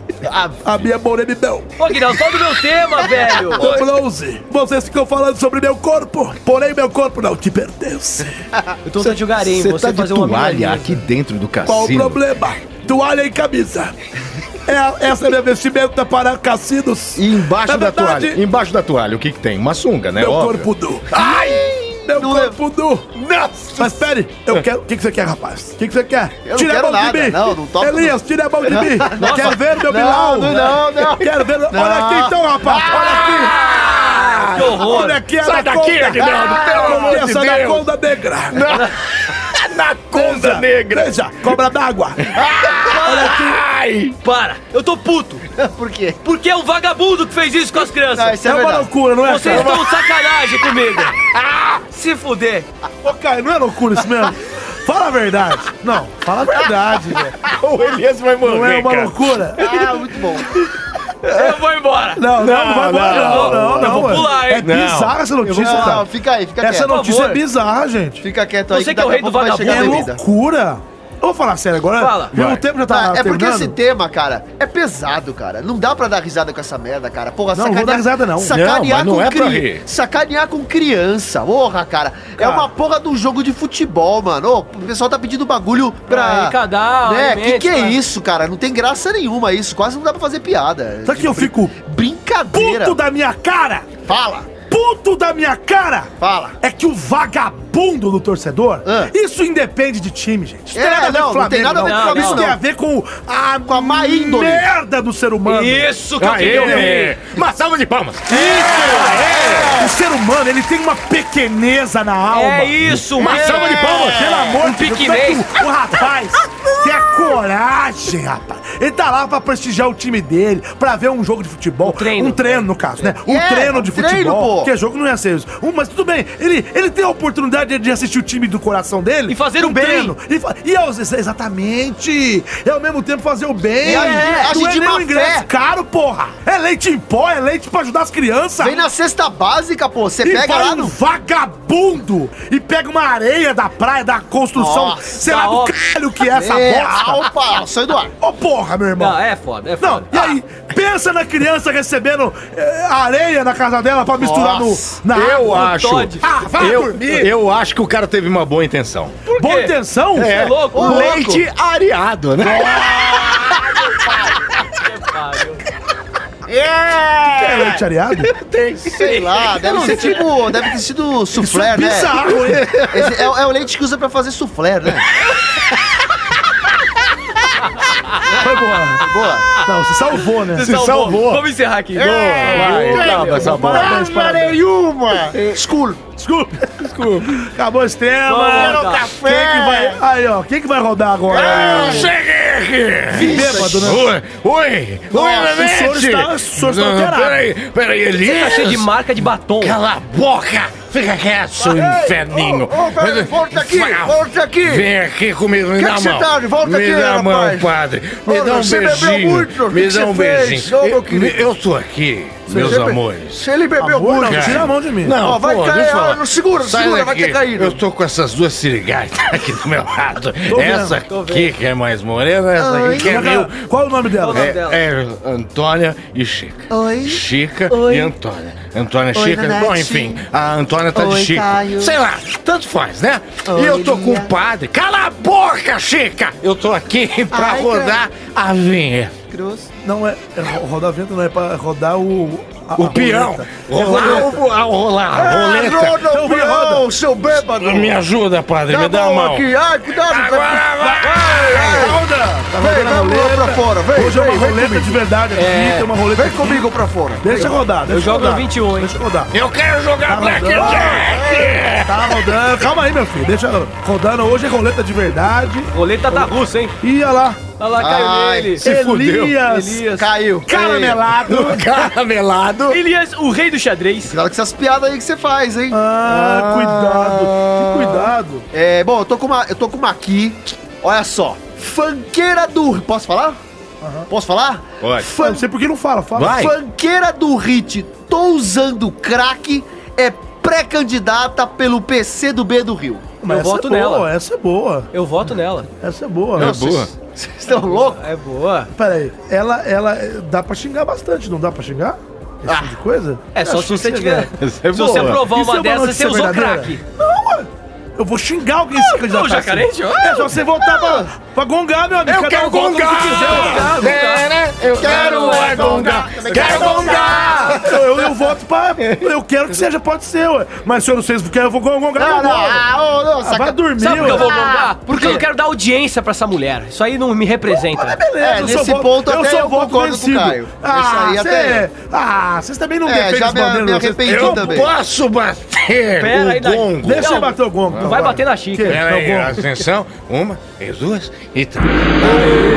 S3: A minha morenidão.
S5: Ô, Guilherme, fala do meu tema, velho.
S3: O bronze. Vocês ficam falando sobre meu corpo, porém meu corpo não te pertence.
S5: Eu tô tentando jogar em
S4: Você
S5: você
S4: tá de
S5: fazer uma
S4: toalha
S5: milha.
S4: aqui dentro do
S3: Qual o
S4: cassino.
S3: problema? Toalha e camisa. É, essa é minha vestimenta para cassinos.
S4: E embaixo
S3: Na
S4: da
S3: verdade,
S4: toalha. Embaixo da toalha, o que que tem? Uma sunga, né?
S3: Meu
S4: Óbvio.
S3: corpo nu. Ai! Meu corpo nu.
S4: Nossa!
S3: Mas pere,
S4: É.
S3: eu quero. O que, que você quer, rapaz? O que, que você quer?
S6: Eu não quero nada, não, não toco,
S3: Elias, tira a mão de
S6: [laughs]
S3: mim. Quer ver meu
S6: Não,
S3: Bilal?
S6: não, não, não. Ah!
S3: Quero ver. Olha aqui então, rapaz.
S5: Que horror.
S3: Olha aqui. é Olha
S4: Sai
S3: aqui,
S4: daqui, Aguinaldo, pelo amor de
S3: Ah! Essa
S4: Deus.
S3: anaconda
S4: [laughs]
S3: negra.
S4: Anaconda negra!
S3: Veja,
S4: [laughs]
S3: cobra d'água.
S4: Ai!
S5: Para, eu tô puto.
S6: Por quê?
S5: Porque é um vagabundo que fez isso com as
S6: Não,
S5: crianças.
S6: isso é,
S3: É uma
S6: verdade.
S3: loucura, não é?
S5: Vocês
S3: cara?
S5: estão de sacanagem comigo. Se fuder.
S3: Ô, Caio, não é loucura isso
S6: [laughs]
S3: mesmo? Fala a verdade. Não, fala a verdade, velho.
S4: [laughs] O Elias vai morrer,
S3: Não é uma
S4: cara.
S3: loucura?
S6: Ah, muito bom.
S5: Eu vou embora.
S3: Não, não, não, vai embora, não,
S5: não,
S3: não, não,
S5: eu vou
S3: velho.
S5: pular, hein?
S3: É bizarra essa notícia,
S6: Não,
S3: cara.
S6: fica aí, fica
S3: Essa
S6: quieto.
S3: notícia
S5: favor.
S3: é bizarra, gente.
S6: Fica quieto
S5: Você
S6: aí,
S5: que é o
S6: daqui a
S5: rei do
S6: pouco vai
S3: É
S6: chegar a
S5: vagabundo.
S6: bebida.
S3: loucura. Eu vou falar sério agora.
S5: Fala.
S3: Mesmo
S4: Vai.
S3: tempo já tá
S2: Tá, é porque
S3: terminando.
S2: esse tema, cara, é pesado, cara. Não dá pra dar risada com essa merda, cara. Porra,
S3: Não, não vou dar risada, não.
S2: Sacanear
S4: Não, mas não
S2: com
S4: é pra
S2: cri-
S4: rir.
S2: Sacanear com criança. Porra, cara. É
S3: Cara.
S2: uma porra de um jogo de futebol, mano. Ô, o pessoal tá pedindo bagulho
S5: Pra
S2: pra.
S5: arrecadar
S2: né?
S5: alimentos,
S2: Que que é
S5: pra-
S2: isso, cara? Não tem graça nenhuma isso. Quase não dá pra fazer piada. Tipo,
S3: Sabe que eu fico
S2: Brincadeira.
S3: puto da minha cara?
S2: Fala,
S3: Puto da minha cara?
S2: fala.
S3: É que o vagabundo do torcedor,
S2: Ah.
S3: isso independe de time, gente. Isso
S2: É, não, não tem nada a ver com
S5: o Flamengo,
S3: Isso tem
S2: não.
S3: a ver com a,
S2: Com a má índole.
S3: merda do ser humano. Ah, é,
S5: Isso que eu queria
S4: Aê! É. Uma salva de palmas!
S3: O ser humano, ele tem uma pequeneza na alma.
S5: É isso,
S4: Uma
S5: mano.
S4: salva de palmas!
S3: Pelo amor
S5: Um
S3: de Deus,
S5: piquenês.
S3: como é que o, o rapaz tem a coragem, rapaz. Ele tá lá pra prestigiar o time dele, pra ver um jogo de futebol.
S5: treino.
S3: Um treino, no caso, né? Um
S2: É,
S3: treino de
S2: um treino,
S3: futebol.
S2: pô.
S3: Porque jogo não ia ser isso. Um, mas tudo bem, ele, ele tem a oportunidade de assistir o time do coração dele.
S5: E fazer o
S3: um
S5: bem.
S3: treino. E, fa- e aos- exatamente. E ao mesmo tempo fazer o bem.
S2: E age-
S3: não
S2: age
S3: é
S2: de
S3: nem
S2: má
S3: um ingresso
S2: fé.
S3: caro, porra. É leite em pó, é leite pra ajudar as crianças.
S2: Vem na cesta básica, pô. Você
S3: Tá. E
S2: pega
S3: vai
S2: lá
S3: um
S2: no.
S3: vagabundo e pega uma areia da praia, da construção,
S2: Nossa,
S3: sei lá do
S5: ó.
S3: caralho que é essa
S2: É,
S3: bosta.
S2: opa, sou Eduardo.
S3: Ô porra, meu irmão.
S5: Não,
S3: Não,
S5: é foda, é foda.
S3: e aí? Pensa na criança recebendo eh, areia na casa dela pra misturar no,
S2: Nossa,
S3: na
S4: Eu
S3: água.
S4: acho.
S5: Todd.
S3: Tá, Ah, vai
S4: eu,
S3: dormir.
S4: eu acho que o cara teve uma boa intenção.
S3: Boa intenção?
S5: É louco?
S2: Ô,
S4: Leite areado, né?
S3: É leite areado?
S2: Sei lá, deve ser tipo. Deve ter sido suflé, né?
S3: é Bizarro, hein?
S2: [laughs] Esse é, é o leite que usa pra fazer suflé, né?
S3: Foi boa.
S2: Boa.
S3: Não, se salvou, né?
S5: Se salvou.
S4: salvou.
S5: Vamos encerrar aqui.
S3: Parabéns, parabéns.
S2: Desculpa.
S3: Desculpa. Desculpa. Acabou esse
S5: Vamos
S3: tema.
S5: voltar.
S3: Quem que vai... Aí, ó. Quem que vai rodar agora?
S4: Cheguei aqui!
S3: Bêbado, né?
S4: Oi, oi, oi,
S3: o senhor está- o senhor está
S4: Não,
S3: alterado.
S4: Peraí, peraí,
S5: Você tá cheio de
S4: Elias!
S5: marca de batom.
S4: Cala a boca! Fica quieto, seu inferninho!
S2: ô, ô, peraí, volta aqui,
S4: Vai,
S2: volta aqui.
S4: Vem aqui comigo, me
S2: Que
S4: dá
S2: que
S4: a
S2: você
S4: mão!
S2: tá? Volta
S4: me
S2: aqui,
S4: dá a mão,
S2: rapaz.
S4: padre! Me
S2: Ô,
S4: dá um
S2: você bebeu
S4: beijinho!
S2: muito,
S4: me
S2: que
S4: dá
S2: que
S4: um
S2: você fez?
S4: beijinho!
S2: Ô, meu
S4: eu,
S2: querido.
S4: eu tô aqui, meus
S2: Você be-
S4: amores!
S2: Se ele bebeu
S3: Amor,
S2: muito.
S3: não, tira a mão de mim.
S4: Não,
S2: Ó, vai
S4: pô,
S2: cair,
S4: deixa eu
S2: ó,
S4: falar.
S2: não segura, não
S4: Sai
S2: segura, vai
S4: daqui.
S2: ter caído.
S4: Eu tô com essas duas sirigatas [laughs] aqui do meu lado. essa aqui que é mais morena, essa
S2: Ah,
S4: aqui que é
S2: tá-
S4: meio...
S3: Qual é o nome dela?
S5: nome
S4: É,
S5: dela?
S4: é Antônia e Chica.
S2: Oi.
S4: Chica e Antônia. Antônia
S2: Oi,
S4: Chica. Bom,
S2: Nanete.
S4: enfim, a Antônia tá
S2: Oi,
S4: de Chica.
S2: Caio.
S4: Sei lá, tanto faz, né? e eu tô com o padre. Cala a boca, Chica! Eu tô aqui [laughs] pra
S2: Ai,
S4: rodar a vinha.
S3: Não, é, é ro- rodar vento, não é pra rodar o. a-
S4: O
S3: a
S4: peão.
S3: roleta.
S4: Rolar, o- a- rolar, a roleta.
S2: Roda,
S3: Então vai, roda.
S2: seu bêbado.
S4: Me ajuda, padre, me dá a mão.
S2: aqui. Ai, cuidado.
S4: Agora vai!
S3: Tá
S2: Vem,
S3: rodando a
S2: vamos lá pra
S3: roleta.
S2: fora. Vem,
S3: Hoje é
S2: vem,
S3: uma
S2: vem
S3: roleta de verdade aqui, tem uma roleta.
S2: Vem comigo pra fora.
S3: Deixa rodar, deixa
S5: Eu jogo
S3: rodar.
S5: no 21, hein?
S3: Deixa rodar.
S4: Eu quero jogar Blackjack!
S3: Tá
S2: [laughs]
S3: rodando, calma aí, meu filho. Deixa rodando. Hoje é roleta de verdade.
S5: Roleta tá da russa, hein?
S3: Ih, olha lá.
S5: Olha lá, caiu
S2: Ai,
S5: nele.
S4: se fudeu.
S3: Elias.
S5: Elias.
S2: Caiu. [laughs]
S3: Caramelado.
S4: Caramelado!
S5: Elias, o rei do xadrez.
S2: Cuidado com essas piadas aí que você faz, hein?
S3: Ah, cuidado. Que cuidado.
S2: É, bom, eu tô com uma, eu tô com uma aqui. Olha só. Fanqueira do. Posso falar? Posso falar?
S4: Pode.
S3: Eu
S2: Fan-
S3: não sei por que não fala. Fala.
S4: Vai.
S2: Fanqueira do Hit, tô usando crack, é pré-candidata pelo PC do B do Rio.
S5: Eu voto
S3: é boa,
S5: nela.
S3: Essa é boa.
S5: Eu voto nela.
S3: Essa é boa.
S4: É boa.
S2: Vocês estão loucos?
S5: É boa.
S3: Pera aí, ela, ela eh, dá pra xingar bastante, não dá pra xingar? Esse tipo
S4: Ah,
S3: de coisa?
S5: É só se
S3: Acho que
S5: você
S3: isso
S5: tiver.
S4: Essa é
S5: Se você
S4: boa.
S5: aprovar
S3: Isso
S5: uma
S3: é uma
S5: dessas, você
S3: notícia
S5: usou
S3: verdadeira.
S5: crack.
S3: Eu vou xingar alguém
S4: Ah,
S3: se candidatar.
S5: não, jacaré,
S3: assim.
S5: tio.
S3: É só você voltar pra, pra gongar, meu amigo. um
S4: Eu quero
S3: volta onde
S4: gongar!
S3: quiser. né?
S4: Eu quero é gongar! Quero gongar!
S3: Eu, eu, eu voto pra. Eu quero que seja, pode ser, ué. Mas se eu não sei se quer, eu vou gongar. eu
S2: Não, não,
S3: gongo.
S2: ah, ô, não,
S3: Ah, vai
S2: saca-
S3: dormir,
S5: Sabe por que eu
S3: ué.
S5: vou bombar?
S2: por
S5: Porque
S2: quê?
S5: eu quero dar audiência pra essa mulher. Isso aí não me representa.
S3: Ah, Beleza,
S2: É,
S3: eu sou
S2: nesse
S3: voto-
S2: ponto até
S3: sou
S2: eu
S3: voto
S2: concordo com o Caio.
S3: Ah,
S2: Isso aí até
S3: cê, ah, vocês também não
S2: É,
S3: defendem
S2: já
S3: os
S2: me-
S3: bandeiros.
S2: me
S3: vocês-
S2: arrependi.
S3: Eu-
S4: Eu
S2: também.
S4: posso bater
S5: Pera aí,
S4: o
S5: Dai.
S4: gongo!
S3: Deixa
S5: Não,
S3: eu bater o então, gongo.
S5: Não vai bater na xícara.
S3: Que?
S4: Pera aí,
S3: Tá bom.
S4: atenção. Uma, e duas e três.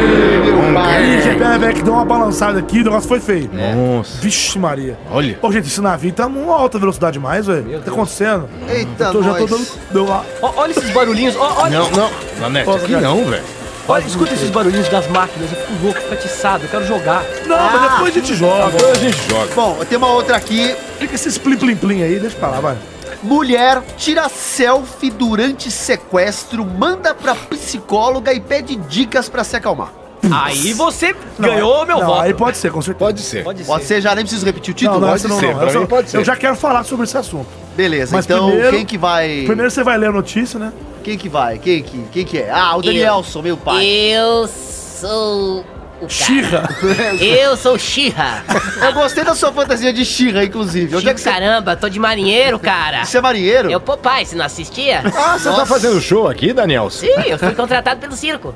S3: Ih, Pera, pera, que deu uma balançada aqui, o negócio foi feio.
S5: É.
S4: Nossa.
S3: Vixe, Maria.
S4: Olha.
S3: Ô, gente, esse navio tá numa alta velocidade mais, velho. O que tá acontecendo?
S2: Eita,
S3: Eu tô, já tô
S2: nós.
S3: dando. Deu uma...
S5: Ó, olha esses barulhinhos. ó, olha,
S4: Não, não. Nanete, aqui não, velho.
S5: olha, escuta esses barulhinhos das máquinas. Eu fico louco, fico atiçado. Eu quero jogar.
S3: Não,
S8: Ah.
S3: mas depois a gente joga.
S4: gente joga.
S2: Bom, tem uma outra aqui.
S3: Fica esses plim-plim-plim aí, deixa pra lá, vai.
S2: Mulher tira selfie durante sequestro, manda pra psicóloga e pede dicas pra se acalmar.
S5: Aí você
S3: Não, é-
S5: ganhou meu
S3: não,
S5: voto.
S3: Aí pode ser, com certeza.
S4: Pode ser.
S5: Pode
S2: Pode ser, já nem preciso repetir o título.
S3: não, não,
S2: né?
S3: essa não,
S4: ser,
S3: não.
S4: pra
S3: essa-
S4: mim pode ser.
S3: Eu já quero falar sobre esse assunto.
S2: Beleza,
S3: Mas
S2: então
S3: primeiro-
S2: quem que vai.
S3: Primeiro você vai ler a notícia, né?
S8: Tá.
S2: Quem que vai? Quem que, quem que é? Ah, o Danielson, meu pai.
S8: Eu sou o cara.
S3: Xirra.
S8: Eu sou Xirra.
S2: Eu gostei da sua fantasia de Shira, inclusive. Onde é que você.
S8: Caramba, tô de marinheiro, cara.
S2: Você é marinheiro?
S8: É o Popeye, você não assistia?
S1: Ah, você tá fazendo show aqui, Daniel?
S8: Sim, eu fui contratado pelo circo.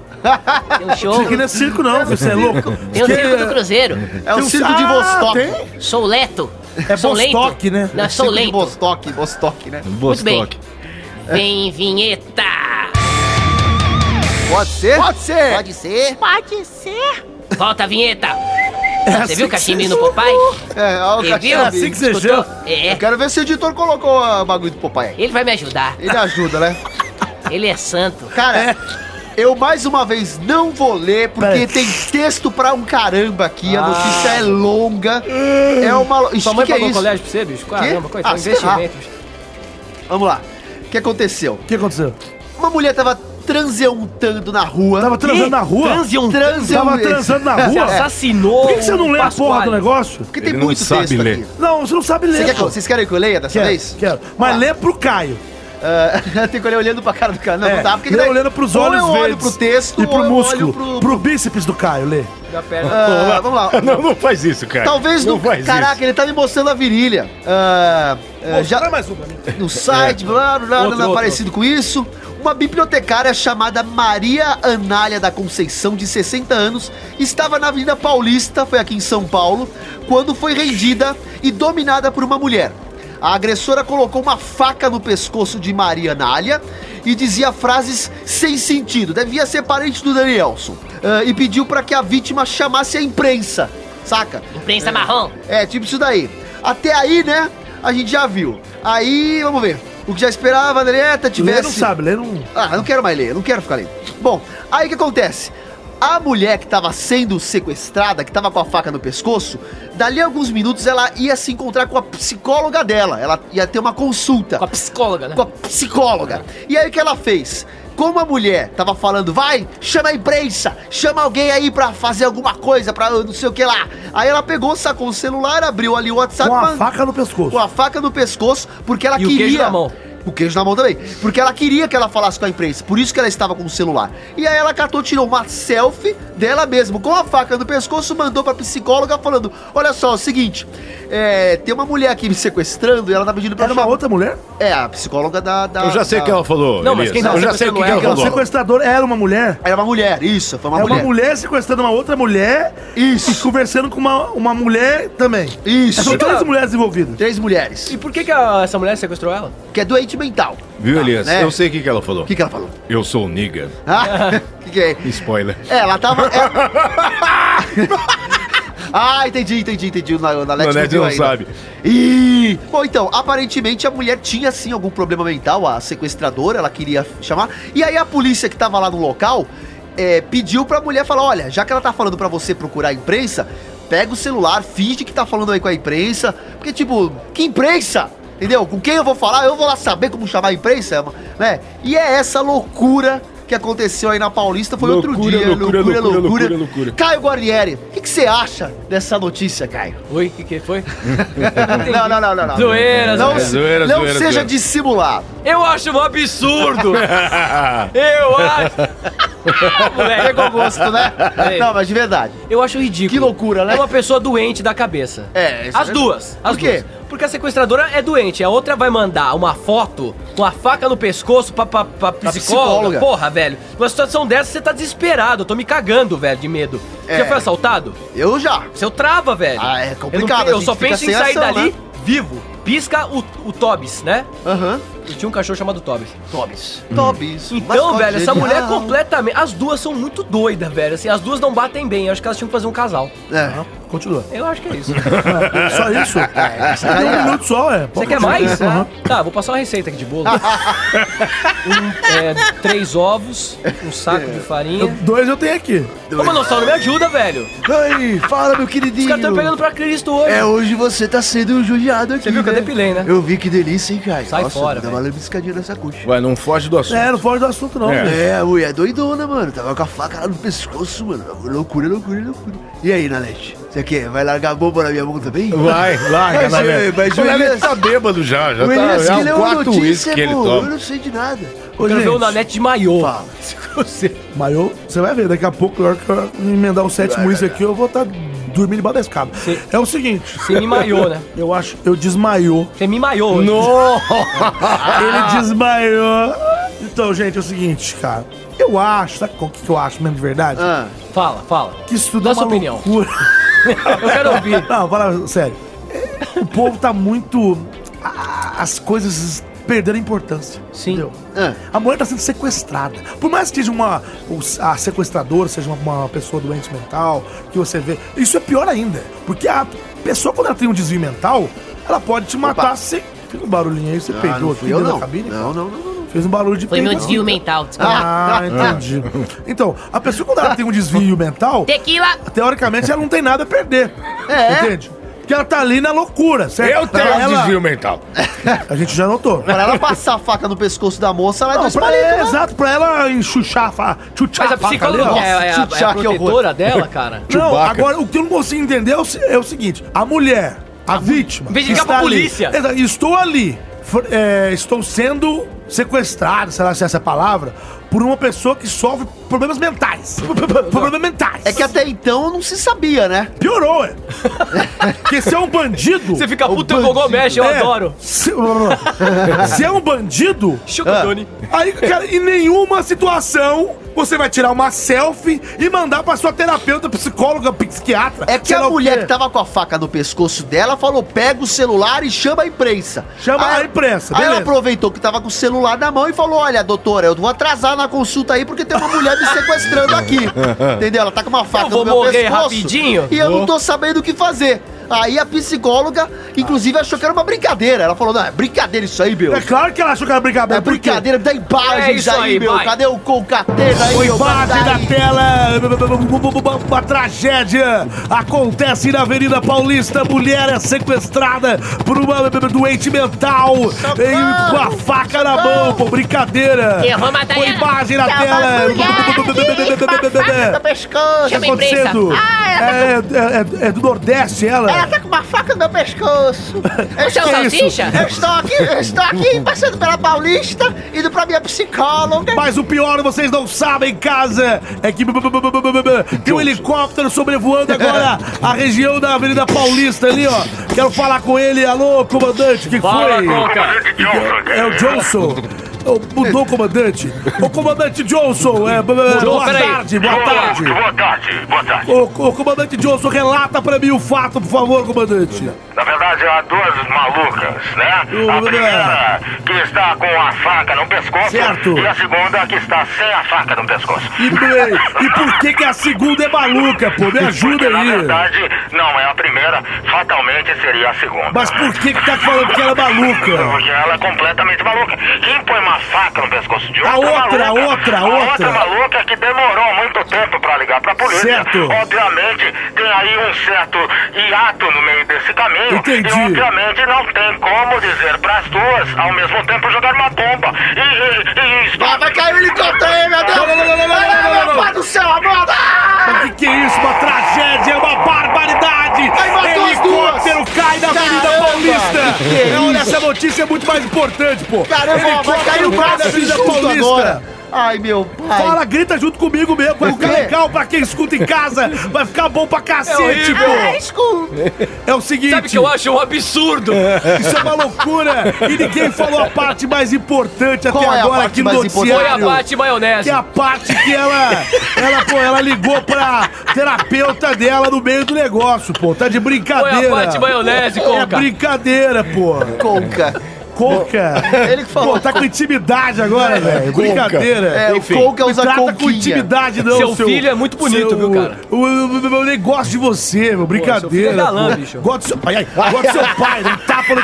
S8: Tem um show.
S3: Isso aqui não é circo, não, filho, você é louco.
S8: Tem o
S3: Que-
S8: circo do Cruzeiro.
S2: É o
S3: Tem um-
S2: circo de
S3: Ah,
S2: Vostok. um
S3: tem?
S8: Sou leto.
S3: É
S8: sou
S3: Bostock,
S8: lento.
S3: né?
S8: Não, sou
S2: Circo de
S8: lento.
S2: Vostok, Vostok, né?
S8: Muito bem. Vem vinheta.
S2: Pode ser? Pode ser.
S8: Pode ser.
S6: Pode ser?
S8: Volta a vinheta. Você
S3: assim
S8: viu o
S3: que
S8: cachimbo
S3: se
S8: no Popeye?
S2: É, ó, o
S8: Ele viu?
S2: cachorro.
S3: assim que você
S8: Escutou? É.
S2: Eu quero ver se o editor colocou o bagulho do Popeye aí.
S8: Ele vai me ajudar.
S2: Ele ajuda, né?
S8: Ele é santo.
S2: Cara, eu mais uma vez não vou ler, porque
S3: Peraí.
S2: tem texto pra um caramba aqui. A notícia é longa. É uma. lo- Ixi,
S5: Sua mãe
S2: que que é
S5: pagou o
S2: isso?
S5: colégio pra você, bicho? Caramba, coitado,
S2: Ah, se ferrar.
S5: investimento. bicho.
S2: Vamos lá. O que aconteceu?
S3: O que aconteceu?
S2: Uma mulher tava transeuntando na rua.
S3: Tava transando na rua? É.
S5: Transium.
S2: Transeun-
S3: Tava transando na
S2: é.
S5: Você
S3: rua?
S5: assassinou.
S3: Por que, que você não
S5: o
S3: lê a porra
S5: Pasquale?
S3: do negócio?
S2: Porque tem
S4: Ele não
S2: muito
S4: sabe
S2: texto
S4: ler.
S2: aqui.
S3: Não, você não sabe
S2: Você
S3: ler.
S2: quer que eu-
S3: pô.
S2: vocês querem que eu leia dessa
S3: Quero,
S2: vez?
S3: quero. Mas
S2: Ah.
S3: lê pro Caio.
S2: Ah, [laughs] tem que olhar olhando pra cara do cara. Não,
S3: É,
S2: não dá, porque
S3: lê olhando pros olhos
S2: ou eu olho
S3: verdes
S2: pro texto
S3: e pro
S2: ou eu
S3: músculo.
S2: olho pro...
S3: Pro... bíceps do Caio, lê.
S5: Da perna.
S2: Ah, vamos lá.
S4: Não, não faz isso, cara.
S2: Talvez
S4: não
S2: no... Caraca, ele tá me mostrando a virilha. Ah, ah, já...
S3: Dá mais um pra mim.
S2: no site, blá blá blá,
S5: É. Outro,
S2: blá,
S5: outro,
S2: parecido com isso. Uma bibliotecária chamada Maria Anália da Conceição, de 60 anos, estava na Avenida Paulista, foi aqui em São Paulo, quando foi rendida e dominada por uma mulher. A agressora colocou uma faca no pescoço de Maria Anália e dizia frases sem sentido. Devia ser parente do Danielson. Ah, e pediu para que a vítima chamasse a imprensa, saca?
S8: Imprensa marrom.
S2: É, tipo isso daí. Até aí, né? A gente já viu. Aí, vamos ver. O que já esperava, a Andretta
S3: Lê
S2: tivesse.
S3: não sabe, lê não.
S2: Ah, não quero mais ler, não quero ficar lendo. Bom, aí o que acontece? A mulher que estava sendo sequestrada, que estava com a faca no pescoço, dali a alguns minutos ela ia se encontrar com a psicóloga dela. Ela ia ter uma consulta
S5: Com a psicóloga, né?
S2: É. com a psicóloga. E aí o que ela fez? Como a mulher tava falando, vai, chama a imprensa, chama alguém aí pra fazer alguma coisa, pra eu não sei o que lá. Aí ela pegou, sacou o celular, abriu ali o WhatsApp,
S3: Com a
S2: mand-
S3: faca no pescoço.
S2: Tá com a faca no pescoço, porque ela
S5: E o
S2: queria.
S5: queijo na mão.
S2: O queijo na mão também. Porque ela queria que ela falasse com a imprensa, por isso que ela estava com o celular. E aí ela catou, tirou uma selfie dela mesmo, com a faca no pescoço, mandou pra psicóloga falando: Olha só, é o seguinte, é, tem uma mulher aqui me sequestrando e ela tá pedindo pra
S3: Era uma outra mulher?
S2: é, a psicóloga da. da-
S4: Eu já sei é o
S2: da-
S4: que ela falou.
S5: Não, mas
S4: Elias.
S5: quem tá
S4: Eu já sei
S5: sequestrando
S4: o que, que
S5: ela
S4: ela
S5: é
S3: A
S5: aquela
S4: falou.
S3: sequestradora era uma mulher?
S2: Era é uma mulher, isso, foi uma
S3: é
S2: mulher.
S3: uma mulher sequestrando uma outra mulher e
S2: Isso,
S3: conversando com uma, uma mulher também. São
S2: isso.
S3: três mulheres envolvidas.
S2: Três mulheres.
S5: E por que, que a- essa mulher sequestrou ela?
S2: Que é doente mental.
S4: Viu, Elias?
S2: né?
S4: Eu sei o que, que ela falou.
S2: O que, que ela falou?
S4: Eu sou o Niga.
S2: Ah, [laughs] que que é?
S4: Spoiler. [laughs]
S2: É, Ela tava. é- [laughs] Ah, entendi, entendi, entendi. O Na- o Nalete
S4: O Nalete
S2: viu
S4: não
S2: ainda.
S4: sabe.
S2: Ih! Bom, então, aparentemente a mulher tinha sim algum problema mental, a sequestradora, ela queria chamar. E aí a polícia que tava lá no local é, pediu pra mulher falar: olha, já que ela tá falando pra você procurar a imprensa, pega o celular, finge que tá falando aí com a imprensa. Porque, tipo, que imprensa? Entendeu? Com quem eu vou falar? Eu vou lá saber como chamar a imprensa, é uma- né? E é essa loucura que aconteceu aí na Paulista. Foi outro
S4: Loucura,
S2: dia.
S4: loucura, loucura, loucura, loucura.
S2: Caio Guarnieri, o que que você acha dessa notícia, Caio?
S5: [laughs] Oi, o que, que foi?
S2: Não, não, não, não. não.
S5: Zoeira,
S2: Não,
S5: zoeira.
S2: se-
S4: zoeira,
S2: não
S4: zoeira,
S2: seja
S4: zoeira.
S2: dissimulado.
S5: Eu acho um absurdo! Eu
S2: [laughs]
S5: acho. Ah, moleque.
S2: Pegou gosto, né?
S5: [laughs] É.
S2: Não, mas de verdade.
S5: Eu acho ridículo.
S2: Que loucura, né?
S5: É uma pessoa doente da cabeça.
S2: É, isso
S5: As
S2: é-
S5: duas. As
S2: Por quê?
S5: duas. Porque a sequestradora é doente. A outra vai mandar uma foto com a faca no pescoço pra, pra, pra psicóloga.
S2: psicóloga.
S5: Porra, velho. Numa situação dessa, você tá desesperado. Eu tô me cagando, velho, de medo.
S2: É.
S5: Já foi assaltado?
S2: Eu já.
S5: Seu trava, velho.
S2: Ah, é
S5: Eu, não-
S2: complicado, a
S5: eu
S2: gente
S5: só
S2: fica
S5: penso em
S2: sem
S5: sair
S2: ação,
S5: dali
S2: né?
S5: vivo. Pisca o, o Tobis, né?
S2: Aham. Hum.
S5: Eu tinha um cachorro chamado Tobis.
S2: Tobis. Tobis.
S5: Então, velho, essa mulher
S2: completa.
S5: completamente. As duas são muito doidas, velho. Assim, as duas não batem bem. Eu acho que elas tinham que fazer um casal.
S2: É.
S3: Continua.
S5: Eu acho que é
S2: [laughs]
S5: isso.
S3: Só isso? Tem um minuto só, é.
S5: Você
S3: Pode
S5: quer
S3: continuar.
S5: mais?
S3: Aham.
S2: Uhum.
S5: Tá, vou passar uma receita aqui de
S2: [laughs]
S5: bolo. Um, é, três ovos, um saco de farinha.
S3: Dois eu tenho aqui.
S5: Ô, Manossauro, me ajuda, velho. Os
S2: Ai, É. fala, meu queridinho.
S5: caras estão pegando pra Cristo hoje.
S2: É, hoje você tá sendo judiado aqui.
S5: Você viu que eu
S2: né?
S5: depilei, né?
S2: Eu vi que delícia, hein, cara.
S5: Sai fora,
S2: Dá
S5: velho.
S2: uma lambiscadinha nessa coxa.
S4: Vai, não foge do assunto.
S3: É, não foge do assunto, não.
S4: É.
S3: velho.
S2: É, a mulher é doidona, mano. Tava com a faca lá no pescoço, mano. Loucura, loucura, loucura. E aí, Nalete? Você quer? Vai largar a bomba na minha mão também?
S4: Vai, larga,
S2: Mas,
S4: na
S2: é, mas o Elias-
S4: tá bêbado já, já
S2: O
S4: tá.
S2: Elias,
S4: já é
S2: que ele é
S4: o
S2: uma
S4: quarto uísque
S2: notícia,
S4: que ele
S2: pô. Eu
S4: toma.
S2: não sei de nada.
S3: Ô,
S5: Quero ver o
S3: gente,
S5: Nanete de maiô.
S2: Fala.
S3: Maiô, você vai ver, daqui a pouco, na hora que eu emendar o sétimo isso aqui, eu vou estar dormindo embaixo da escada. É o seguinte,
S5: Você me maiô, né?
S3: eu acho, eu desmaiou.
S5: Você me maiô. hoje. Ah!
S3: Ele desmaiou. Então, gente, é o seguinte, cara. Eu acho, sabe o que que eu acho mesmo de verdade?
S2: Ah,
S5: Fala, fala.
S3: Que isso tudo
S5: Dá
S3: é uma
S5: sua opinião.
S3: loucura.
S5: Eu [laughs] quero
S3: [laughs]
S5: ouvir.
S3: Não, fala sério. O povo tá muito. a- As coisas perderam importância.
S5: Sim.
S2: ah.
S3: A mulher tá sendo sequestrada. Por mais que seja uma. os- A sequestradora seja uma, uma pessoa doente mental, que você vê. Isso é pior ainda. Porque a pessoa, quando ela tem um desvio mental, ela pode te matar se. Fica um barulhinho aí, você
S2: Ah,
S3: peidou
S2: não
S3: aqui
S2: fui eu,
S3: dentro
S2: não.
S3: da cabine?
S2: Não, não, não, não. não.
S3: Fez um barulho de
S8: Foi meu
S3: peido.
S8: desvio mental, desculpa.
S3: Ah, entendi.
S2: [laughs]
S3: Então, a pessoa, quando ela tem um desvio mental,
S8: Tequila!
S3: teoricamente ela não tem nada a perder. É. Entende? Porque ela tá ali na loucura, certo?
S4: Eu tenho
S3: Pra
S4: um
S3: Tá ela-
S4: desvio mental.
S3: A gente já notou.
S2: Pra ela passar a faca no pescoço da moça, ela é
S3: Não,
S2: dois
S3: pra é,
S2: palitos, né?
S3: exato, pra ela enxuchar, a fa- chuchar
S5: Mas a
S3: a faca ali,
S5: psicóloga
S3: ó.
S5: é, é, a- é a
S2: Tchutchá, que horror.
S5: protetora
S3: [laughs]
S5: dela, cara.
S3: Não,
S4: Chewbacca.
S3: agora o que eu não consigo entender é o, se- é o seguinte: a mulher, a vítima.
S5: em vez de
S3: que
S5: ligar pra
S3: está ali,
S5: polícia.
S3: Exato, estou ali. for- é, estou sendo sequestrado, sei lá se é essa a palavra, por uma pessoa que sofre problemas
S2: [laughs]
S3: mentais. Problemas mentais.
S2: É que até então não se sabia, né?
S3: Piorou,
S2: [laughs]
S3: é. Porque se é um bandido.
S5: Você fica puto e o gogol mexe, eu
S3: É,
S5: adoro.
S3: Se, [laughs] se é um bandido,
S5: Chucadone.
S3: aí, cara, em nenhuma situação você vai tirar uma selfie e mandar pra sua terapeuta, psicóloga, psiquiatra.
S2: É que
S3: sei lá
S2: a
S3: o
S2: mulher
S3: quê.
S2: que tava com a faca no pescoço dela falou: pega o celular e chama a imprensa.
S3: Chama
S2: Aí-
S3: a imprensa,
S2: Aí ela
S3: beleza.
S2: aproveitou que tava com o celular na mão e falou: Olha, doutora, eu vou atrasar na consulta aí porque tem uma mulher me
S3: [laughs]
S2: sequestrando aqui. Entendeu? Ela tá com uma faca
S5: Eu vou
S2: no meu
S5: morrer
S2: pescoço.
S5: rapidinho.
S2: E eu não tô sabendo o que fazer. Aí a psicóloga, inclusive, achou que era uma brincadeira. Ela falou: Não, é brincadeira isso aí, meu.
S3: É claro que ela achou que era brincadeira.
S2: É
S3: por quê?
S2: brincadeira, me dá
S5: É
S2: imagens
S5: isso
S2: aí,
S5: aí,
S2: meu.
S5: vai.
S2: Cadê o concatena aí,
S3: O
S2: meu?
S3: embate
S2: Manda
S3: da
S2: aí.
S3: tela, uma tragédia acontece na Avenida Paulista. Mulher é sequestrada por uma doente mental e com a faca na mão, pô, brincadeira.
S8: Eu vou matar
S3: Foi
S8: ela.
S3: imagem na
S6: Tá
S2: É
S3: tela. [laughs]
S6: maluco,
S2: Tá pescoço.
S3: Tá
S6: é
S8: Chama a imprensa.
S3: acontecendo?
S6: Ah,
S3: É, é- é- é do Nordeste ela?
S6: tá Ela tá com uma faca no meu pescoço.
S8: O seu
S3: que é isso?
S8: salsicha?
S6: Eu estou aqui, eu estou aqui passando pela Paulista, indo pra minha psicóloga.
S3: Mas o pior, vocês não sabem, em casa, é que tem um helicóptero sobrevoando agora a região da Avenida Paulista ali, ó. Quero falar com ele. Alô, comandante, que
S5: Fala,
S3: foi?
S5: Conca.
S3: É o Johnson. Ô, Mudou, comandante. Ô, comandante Johnson, é, b- b- boa
S5: peraí.
S3: tarde, boa tarde.
S9: Boa tarde, boa tarde.
S3: Ô, co- ô, comandante Johnson, relata pra mim o fato, por favor, comandante.
S9: Na verdade, há duas malucas, né?
S3: Ô,
S9: A primeira que está com a faca no pescoço
S3: Certo.
S9: e a segunda que está sem a faca no pescoço.
S3: E, e por que que a segunda é maluca, pô? Me ajuda
S9: Porque, na
S3: aí.
S9: verdade, não é a primeira, fatalmente seria a segunda.
S3: Mas por que que tá falando que ela é maluca?
S9: Porque ela é completamente maluca. Quem põe uma faca no pescoço de
S3: A
S9: outra é
S3: outra, a
S9: maluca,
S3: outra, a
S9: a
S3: outra.
S9: outra maluca que demorou muito tempo pra ligar pra polícia.
S3: Certo.
S9: Obviamente, tem aí um certo hiato no meio desse caminho.
S3: Entendi.
S9: E, obviamente, não tem como dizer pras duas, ao mesmo tempo, jogar uma bomba. E, e, e isso.
S2: Ah, vai cair o helicóptero aí, meu Deus!
S3: Não, não, não, não, não, não, não,
S2: Ai,
S3: não, não.
S2: Meu pai do céu, amado!
S3: O que, que é isso? Uma tragédia, uma barbaridade!
S2: Ai, matou as
S3: Helicóptero
S2: duas.
S3: cai na Avenida
S2: Caramba,
S3: Paulista!
S2: que que é
S3: É, Olha,
S2: isso?
S3: essa notícia é muito mais importante, pô!
S2: Caramba, ó, vai cair o
S3: da
S2: braço da
S3: Avenida
S2: Paulista
S3: Paulista!
S2: agora! Ai, meu pai!
S3: Fala, grita junto comigo mesmo, vai
S2: O
S3: ficar
S2: quê? É
S3: legal pra quem escuta em casa, vai ficar bom pra cacete,
S6: Ah,
S3: pô!
S6: escuta.
S3: É o seguinte,
S5: Sabe o que eu acho um absurdo?
S3: isso é uma loucura! E ninguém falou a parte mais importante
S2: Qual
S3: até
S2: é a
S3: agora
S2: parte
S3: aqui no
S2: mais
S5: Foi a
S3: noticiário!
S5: parte maionese.
S3: Que é a parte que ela. Ela, pô, ela ligou pra terapeuta dela no meio do negócio, pô. Tá de
S5: Foi
S3: brincadeira.
S5: a parte maionese,
S3: É
S5: Conca.
S3: brincadeira, pô.
S2: Conca!
S3: Coca.
S2: Ele que falou.
S3: Pô, tá com intimidade agora, velho.
S1: Coca.
S3: Brincadeira.
S2: É,
S4: Enfim.
S2: o Coca
S3: Me
S2: usa
S3: trata com
S2: coquinha.
S3: intimidade, não,
S5: Seu filho é muito bonito, viu, cara?
S3: O, o- o- o meu negócio de você, meu, brincadeira.
S5: seu filho é galã,
S3: pô.
S5: bicho.
S3: Gosto do seu pai, ai, gosto do seu pai, dá um tapa no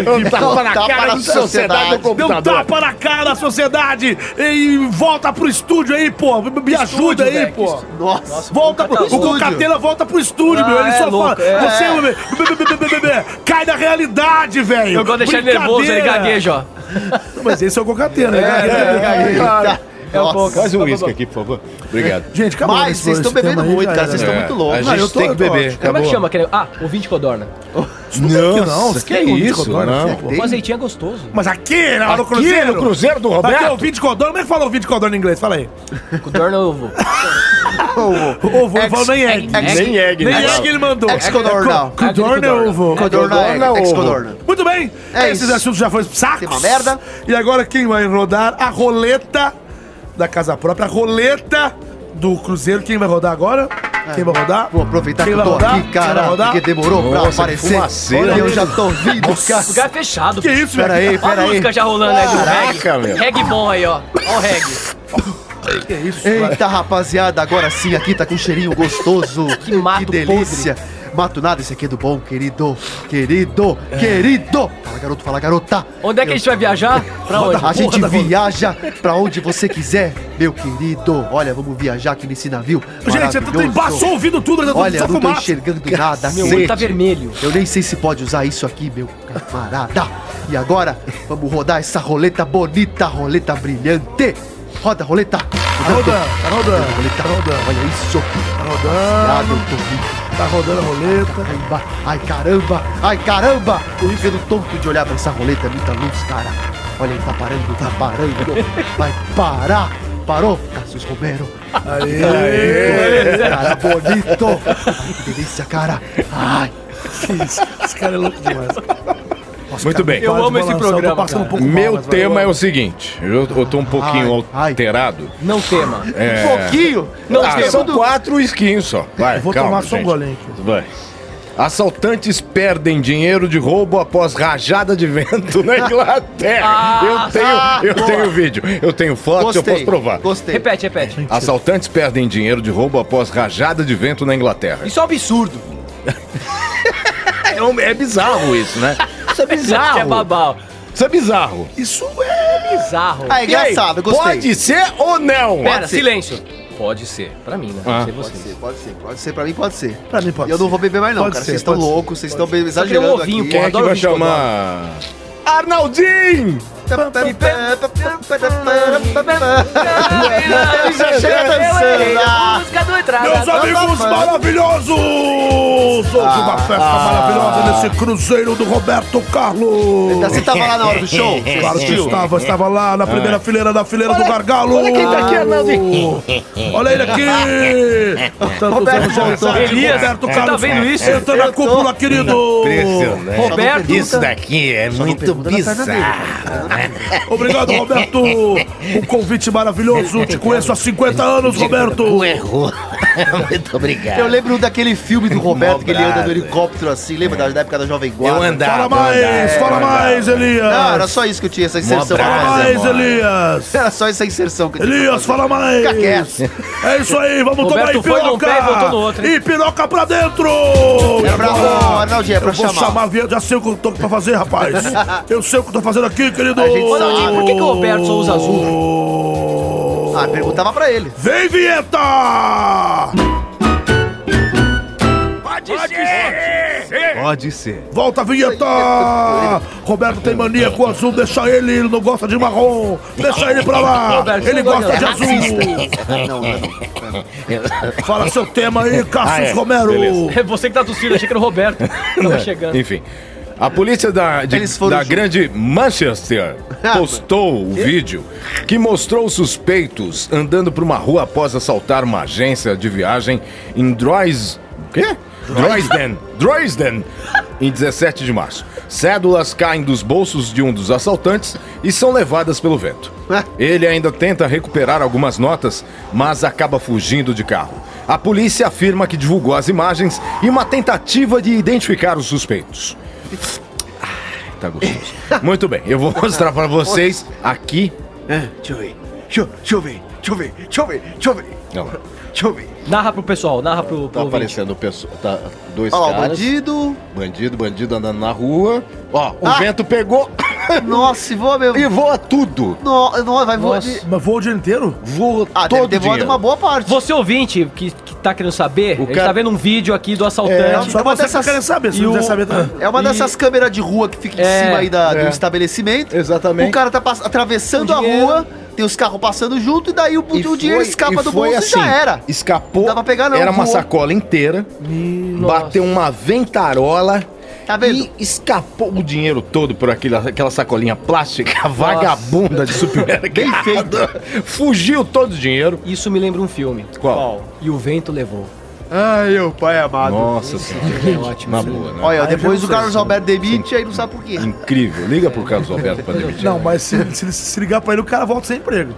S1: [laughs]
S3: aqui.
S1: Eu
S3: pô.
S1: um tapa na
S2: Tapa
S1: cara
S2: na
S1: da sociedade
S2: sociedade.
S1: do
S3: Deu um
S1: computador.
S3: tapa na cara da sociedade e volta pro estúdio aí, pô. Me me ajuda aí,
S5: velho,
S3: pô.
S2: Nossa.
S3: Volta pro,
S5: Boca tá
S3: o
S5: louco.
S3: Concatena volta pro estúdio,
S5: Ah,
S3: meu. Ele
S5: é
S3: só
S5: louco,
S3: fala.
S5: é.
S3: Você, meu, meu, meu, meu, meu, meu, meu, cai da realidade, velho.
S5: Eu gosto de deixar ele nervoso, ele
S3: Brincadeira.
S5: gagueja, ó.
S3: Mas esse é o Concatena, né?
S1: É,
S2: Eita. Nossa.
S4: Faz um uísque aqui, por favor. Obrigado.
S3: Gente, acabou. né,
S2: Mas
S3: esse-
S2: vocês estão
S3: esse tema
S2: bebendo
S3: aí,
S2: muito,
S3: já
S2: cara.
S3: era.
S2: Vocês estão
S4: É,
S2: muito
S4: A
S2: loucos.
S4: gente
S3: eu tô-
S4: tem
S3: eu
S4: que
S3: tô
S4: beber.
S3: ótimo.
S5: Como é
S4: acabou.
S5: que chama aquele... Ah, o vinte codorna.
S3: Não, não,
S4: Nossa,
S3: você
S4: que
S3: tem um
S4: isso?
S3: disco agora,
S4: Não,
S3: você
S4: pô.
S5: Um azeitinho é gostoso.
S3: Mas aqui, na hora do
S1: Aqui
S3: Cruzeiro.
S1: no Cruzeiro do
S3: Aqui é o
S1: Roberto?
S3: vídeo codorna. Como é que fala o vídeo codorna em inglês? Fala aí.
S5: Codorna eu vou.
S3: Ovo, eu
S2: Ex-
S3: falo nem egg.
S2: ex-
S1: Nem egg,
S3: Nem
S1: né?
S3: egg ele mandou. Co-
S2: Ex-codorna.
S3: Codorna é ovo.
S2: Codorna
S1: Codorna
S2: é
S1: ovo.
S2: ex-codorna.
S3: Muito bem,
S2: É
S3: esses
S2: isso.
S3: assuntos já foram pro saco.
S2: Tem uma merda.
S3: E agora quem vai rodar? A roleta da casa própria, a roleta do Cruzeiro. Quem vai rodar agora? Quem vai rodar?
S2: É. Vou aproveitar que
S3: Quem
S2: eu
S3: vai
S2: tô
S3: rodar?
S2: aqui,
S3: Quem vai
S2: cara,
S3: rodar?
S2: porque demorou pra
S4: Nossa,
S2: aparecer.
S4: fumaceira.
S2: Olha, eu já tô vindo, cara.
S5: Lugar é fechado.
S3: Que isso,
S2: Pera
S3: velho?
S2: aí,
S5: Olha
S2: pera
S5: a
S2: aí.
S5: música já rolando aí do
S1: Caraca,
S5: reggae.
S1: meu.
S5: Reggae bom aí, ó. Ó o reggae.
S3: Que isso, velho?
S2: Eita, rapaziada, agora sim, aqui tá com um cheirinho gostoso.
S5: [laughs] Que mato
S2: delícia. Mato nada, esse aqui é do bom, querido. Querido, querido. Fala, garoto, fala, garota.
S5: Onde é que a gente vai viajar? Pra onde?
S2: A gente
S3: da roda.
S2: viaja pra onde você quiser, meu querido. Olha, vamos viajar aqui nesse navio
S3: Gente, é eu tô
S2: maravilhoso.
S3: embaçou ouvindo tudo, eu já tô
S2: Olha, eu
S3: só
S2: não tô
S3: fumaça.
S2: enxergando nada.
S5: Meu
S2: cara.
S5: olho tá vermelho.
S2: Eu nem sei se pode usar isso aqui, meu camarada. E agora, vamos rodar essa roleta bonita, roleta brilhante. Roda, roleta.
S3: Tá rodando, tá rodando,
S2: Roleta,
S3: tá rodando,
S2: Olha isso.
S3: tá
S2: Ah,
S3: rodando,
S2: eu tô vindo.
S3: tá rodando a roleta.
S2: Caramba. Ai, caramba. Ai, caramba. Tô ficando tonto de olhar pra essa roleta. É muita luz, cara. Olha, ele tá parando, tá parando. Vai parar. Parou, Cassius Romero. Aê, cara bonito. Que delícia, cara. Ai.
S3: Esse cara é louco demais.
S4: Muito bem.
S5: Eu amo esse programa,
S3: um
S5: cara.
S4: Meu tema é o seguinte, eu, eu tô um pouquinho
S2: Ai, ai.
S4: alterado.
S5: Não tema.
S4: É,
S2: Um pouquinho?
S5: Não
S4: ah,
S5: tema.
S4: são quatro skins só. Vai,
S3: Vou
S4: calma,
S3: tomar só um
S4: gente.
S3: golinho aqui.
S4: Vai. Assaltantes perdem dinheiro de roubo após rajada de vento [laughs] na Inglaterra. eu tenho, eu tenho vídeo, eu tenho foto, eu posso provar.
S2: Gostei.
S5: Repete, repete.
S4: Assaltantes perdem dinheiro de roubo após rajada de vento na Inglaterra.
S5: Isso é um absurdo.
S4: É, um- é bizarro isso, né? Isso é
S5: Isso é
S4: bizarro.
S5: babau.
S4: Isso é bizarro.
S3: Isso é...
S5: Bizarro.
S2: Ah, é
S4: E aí,
S2: engraçado, gostei.
S4: Pode ser ou não? é
S5: Pera, silêncio. Pode ser. Pra mim, né?
S4: Ah.
S5: Não sei vocês.
S2: ser, pode ser, pode ser, pra mim pode ser.
S3: Pra mim pode
S2: E eu não
S3: ser.
S2: vou beber mais não,
S3: Pode
S2: cara.
S3: ser,
S2: Vocês estão
S3: pode
S2: loucos, vocês estão bem
S5: Só queria um
S2: exagerando aqui.
S5: ovinho,
S4: Quem é que
S5: Adoro
S4: vai
S5: vídeo codorna.
S4: chamar? Arnaldinho!
S2: Ele já chega dançando. Ah,
S5: Música do
S3: Meus
S5: entrada.
S3: amigos maravilhosos! Hoje uma festa maravilhosa nesse Cruzeiro do Roberto Carlos!
S2: Você tava lá na hora do show? Você
S3: Claro que
S2: assistiu?
S3: estava, estava lá na primeira fileira da fileira do Gargalo! Olha quem tá aqui, Arnaldo! [laughs] Olha ele aqui! Tantos
S2: Roberto
S3: anos de
S2: voltou.
S3: amizade,
S5: Elias,
S3: Roberto
S5: você
S3: Carlos!
S5: tá vendo isso?
S3: Senta na cúpula, querido!
S4: Impressionante.
S5: Roberto.
S1: Isso daqui é muito bizarro.
S3: Obrigado, Roberto! Um convite maravilhoso! Te conheço há 50 anos, Roberto!
S4: é
S1: Tu errou. [laughs] Muito obrigado.
S2: Eu lembro daquele filme do Roberto que ele anda no
S1: Mó brado,
S2: helicóptero assim, lembra da- da época da Jovem Guarda?
S1: Eu andava.
S3: Fala mais, fala mais,
S2: Não, era
S3: Elias!
S2: só isso que eu tinha, essa inserção pra
S3: Fala
S1: brasa.
S2: fazer.
S3: mais, Elias!
S2: Era só essa inserção que eu tinha.
S3: Elias, fala mais!
S2: Fica quieto.
S3: É isso aí, vamos
S5: Roberto
S3: tomar
S5: foi num
S3: Ipiroca!
S5: pé e voltou no outro, hein?
S3: Ipiroca pra dentro!
S2: É pra
S3: Bora!
S2: Arnaldinho, é pra
S3: eu vou
S2: chamar.
S3: chamar, já sei o que eu tô pra fazer, rapaz. Eu sei o que eu tô fazendo aqui, querido.
S2: A gente sabe.
S5: Arnaldinho, por que que o Roberto só usa azul?
S2: Ah, perguntava pra ele.
S3: Vem, vinheta!
S4: Pode ser.
S3: Volta a vinheta! Roberto tem mania com azul, deixa ele, ele não gosta de marrom. Deixa ele pra lá,
S5: Roberto, você
S3: ele gosta
S5: gosta
S3: de
S5: de
S3: azul.
S2: Não, não.
S3: Fala seu tema aí, Cassius
S4: Ah, é.
S3: Romero.
S4: Beleza.
S5: É você que tá tossindo, achei que era o Roberto. [laughs] Tava chegando.
S4: Enfim. A polícia da, de-
S2: Eles foram Ah,
S4: da
S2: juntos.
S4: grande Manchester postou o vídeo que mostrou os suspeitos andando por uma rua após assaltar uma agência de viagem em Droys. Quê? Droysden. Droysden. Em 17 de março. Cédulas caem dos bolsos de um dos assaltantes e são levadas pelo vento. Ele ainda tenta recuperar algumas notas, mas acaba fugindo de carro. A polícia afirma que divulgou as imagens e uma tentativa de identificar os suspeitos. tá [laughs] gostoso. Muito bem, eu vou mostrar pra vocês aqui.
S2: Ah, deixa eu ver. Deixa, eu- deixa eu ver. Deixa eu ver. Deixa eu ver. Deixa eu ver.
S4: Olha lá,
S2: Deixa eu ver.
S5: Narra pro pessoal, narra pro, pro
S4: tá
S5: ouvinte.
S4: aparecendo o pessoal. Tá, dois
S2: Olha lá, o
S4: caras.
S2: bandido.
S4: Bandido, bandido andando na rua. Ó, o
S2: Ah!
S4: vento [laughs] pegou
S2: Nossa, e voa mesmo.
S4: e voa tudo.
S2: No, no, vai voar.
S5: Nossa.
S2: de-
S3: Mas voa o dia inteiro?
S4: Voa
S2: Ah, deve
S4: todo
S2: ter voado
S4: dia.
S2: uma boa parte.
S5: Você ouvinte que, que tá querendo saber, a gente
S4: cara-
S5: tá vendo um vídeo aqui do
S3: É,
S5: assaltante.
S4: né?
S3: só
S2: uma
S3: você
S2: dessas-
S3: que tá querendo saber, se
S5: e
S3: não
S5: o-
S3: quiser saber também.
S2: É uma dessas câmeras de rua que fica em
S5: É,
S2: cima aí da-
S4: é.
S2: do estabelecimento.
S4: Exatamente.
S2: O cara tá pass- atravessando
S5: O
S2: a
S5: dinheiro.
S2: rua, tem os carros passando junto, e daí o, o
S4: foi-
S2: dinheiro escapa
S4: e
S2: do
S4: foi
S2: bolso e já
S4: assim,
S2: era.
S4: Escapou.
S2: Não dá pra pegar, não,
S4: Era uma
S2: voou.
S4: sacola inteira. Bateu uma ventarola.
S2: Tá vendo?
S4: E escapou o dinheiro todo por aquela, aquela sacolinha plástica vagabunda de supermercado. Bem feito. Fugiu todo o dinheiro.
S5: Isso me lembra um filme.
S4: Qual?
S5: E o vento levou.
S2: Ai, meu pai amado.
S4: Nossa senhora.
S5: É ótimo.
S4: Na
S5: esse
S4: boa, né?
S2: Olha,
S3: Aí eu
S2: depois
S3: já
S2: o
S3: não
S2: Carlos Alberto demite, aí não sabe por quê.
S4: Incrível. Liga pro Carlos Alberto pra demitir.
S3: Não, mas se, se, se ligar pra ele, o cara volta sem emprego.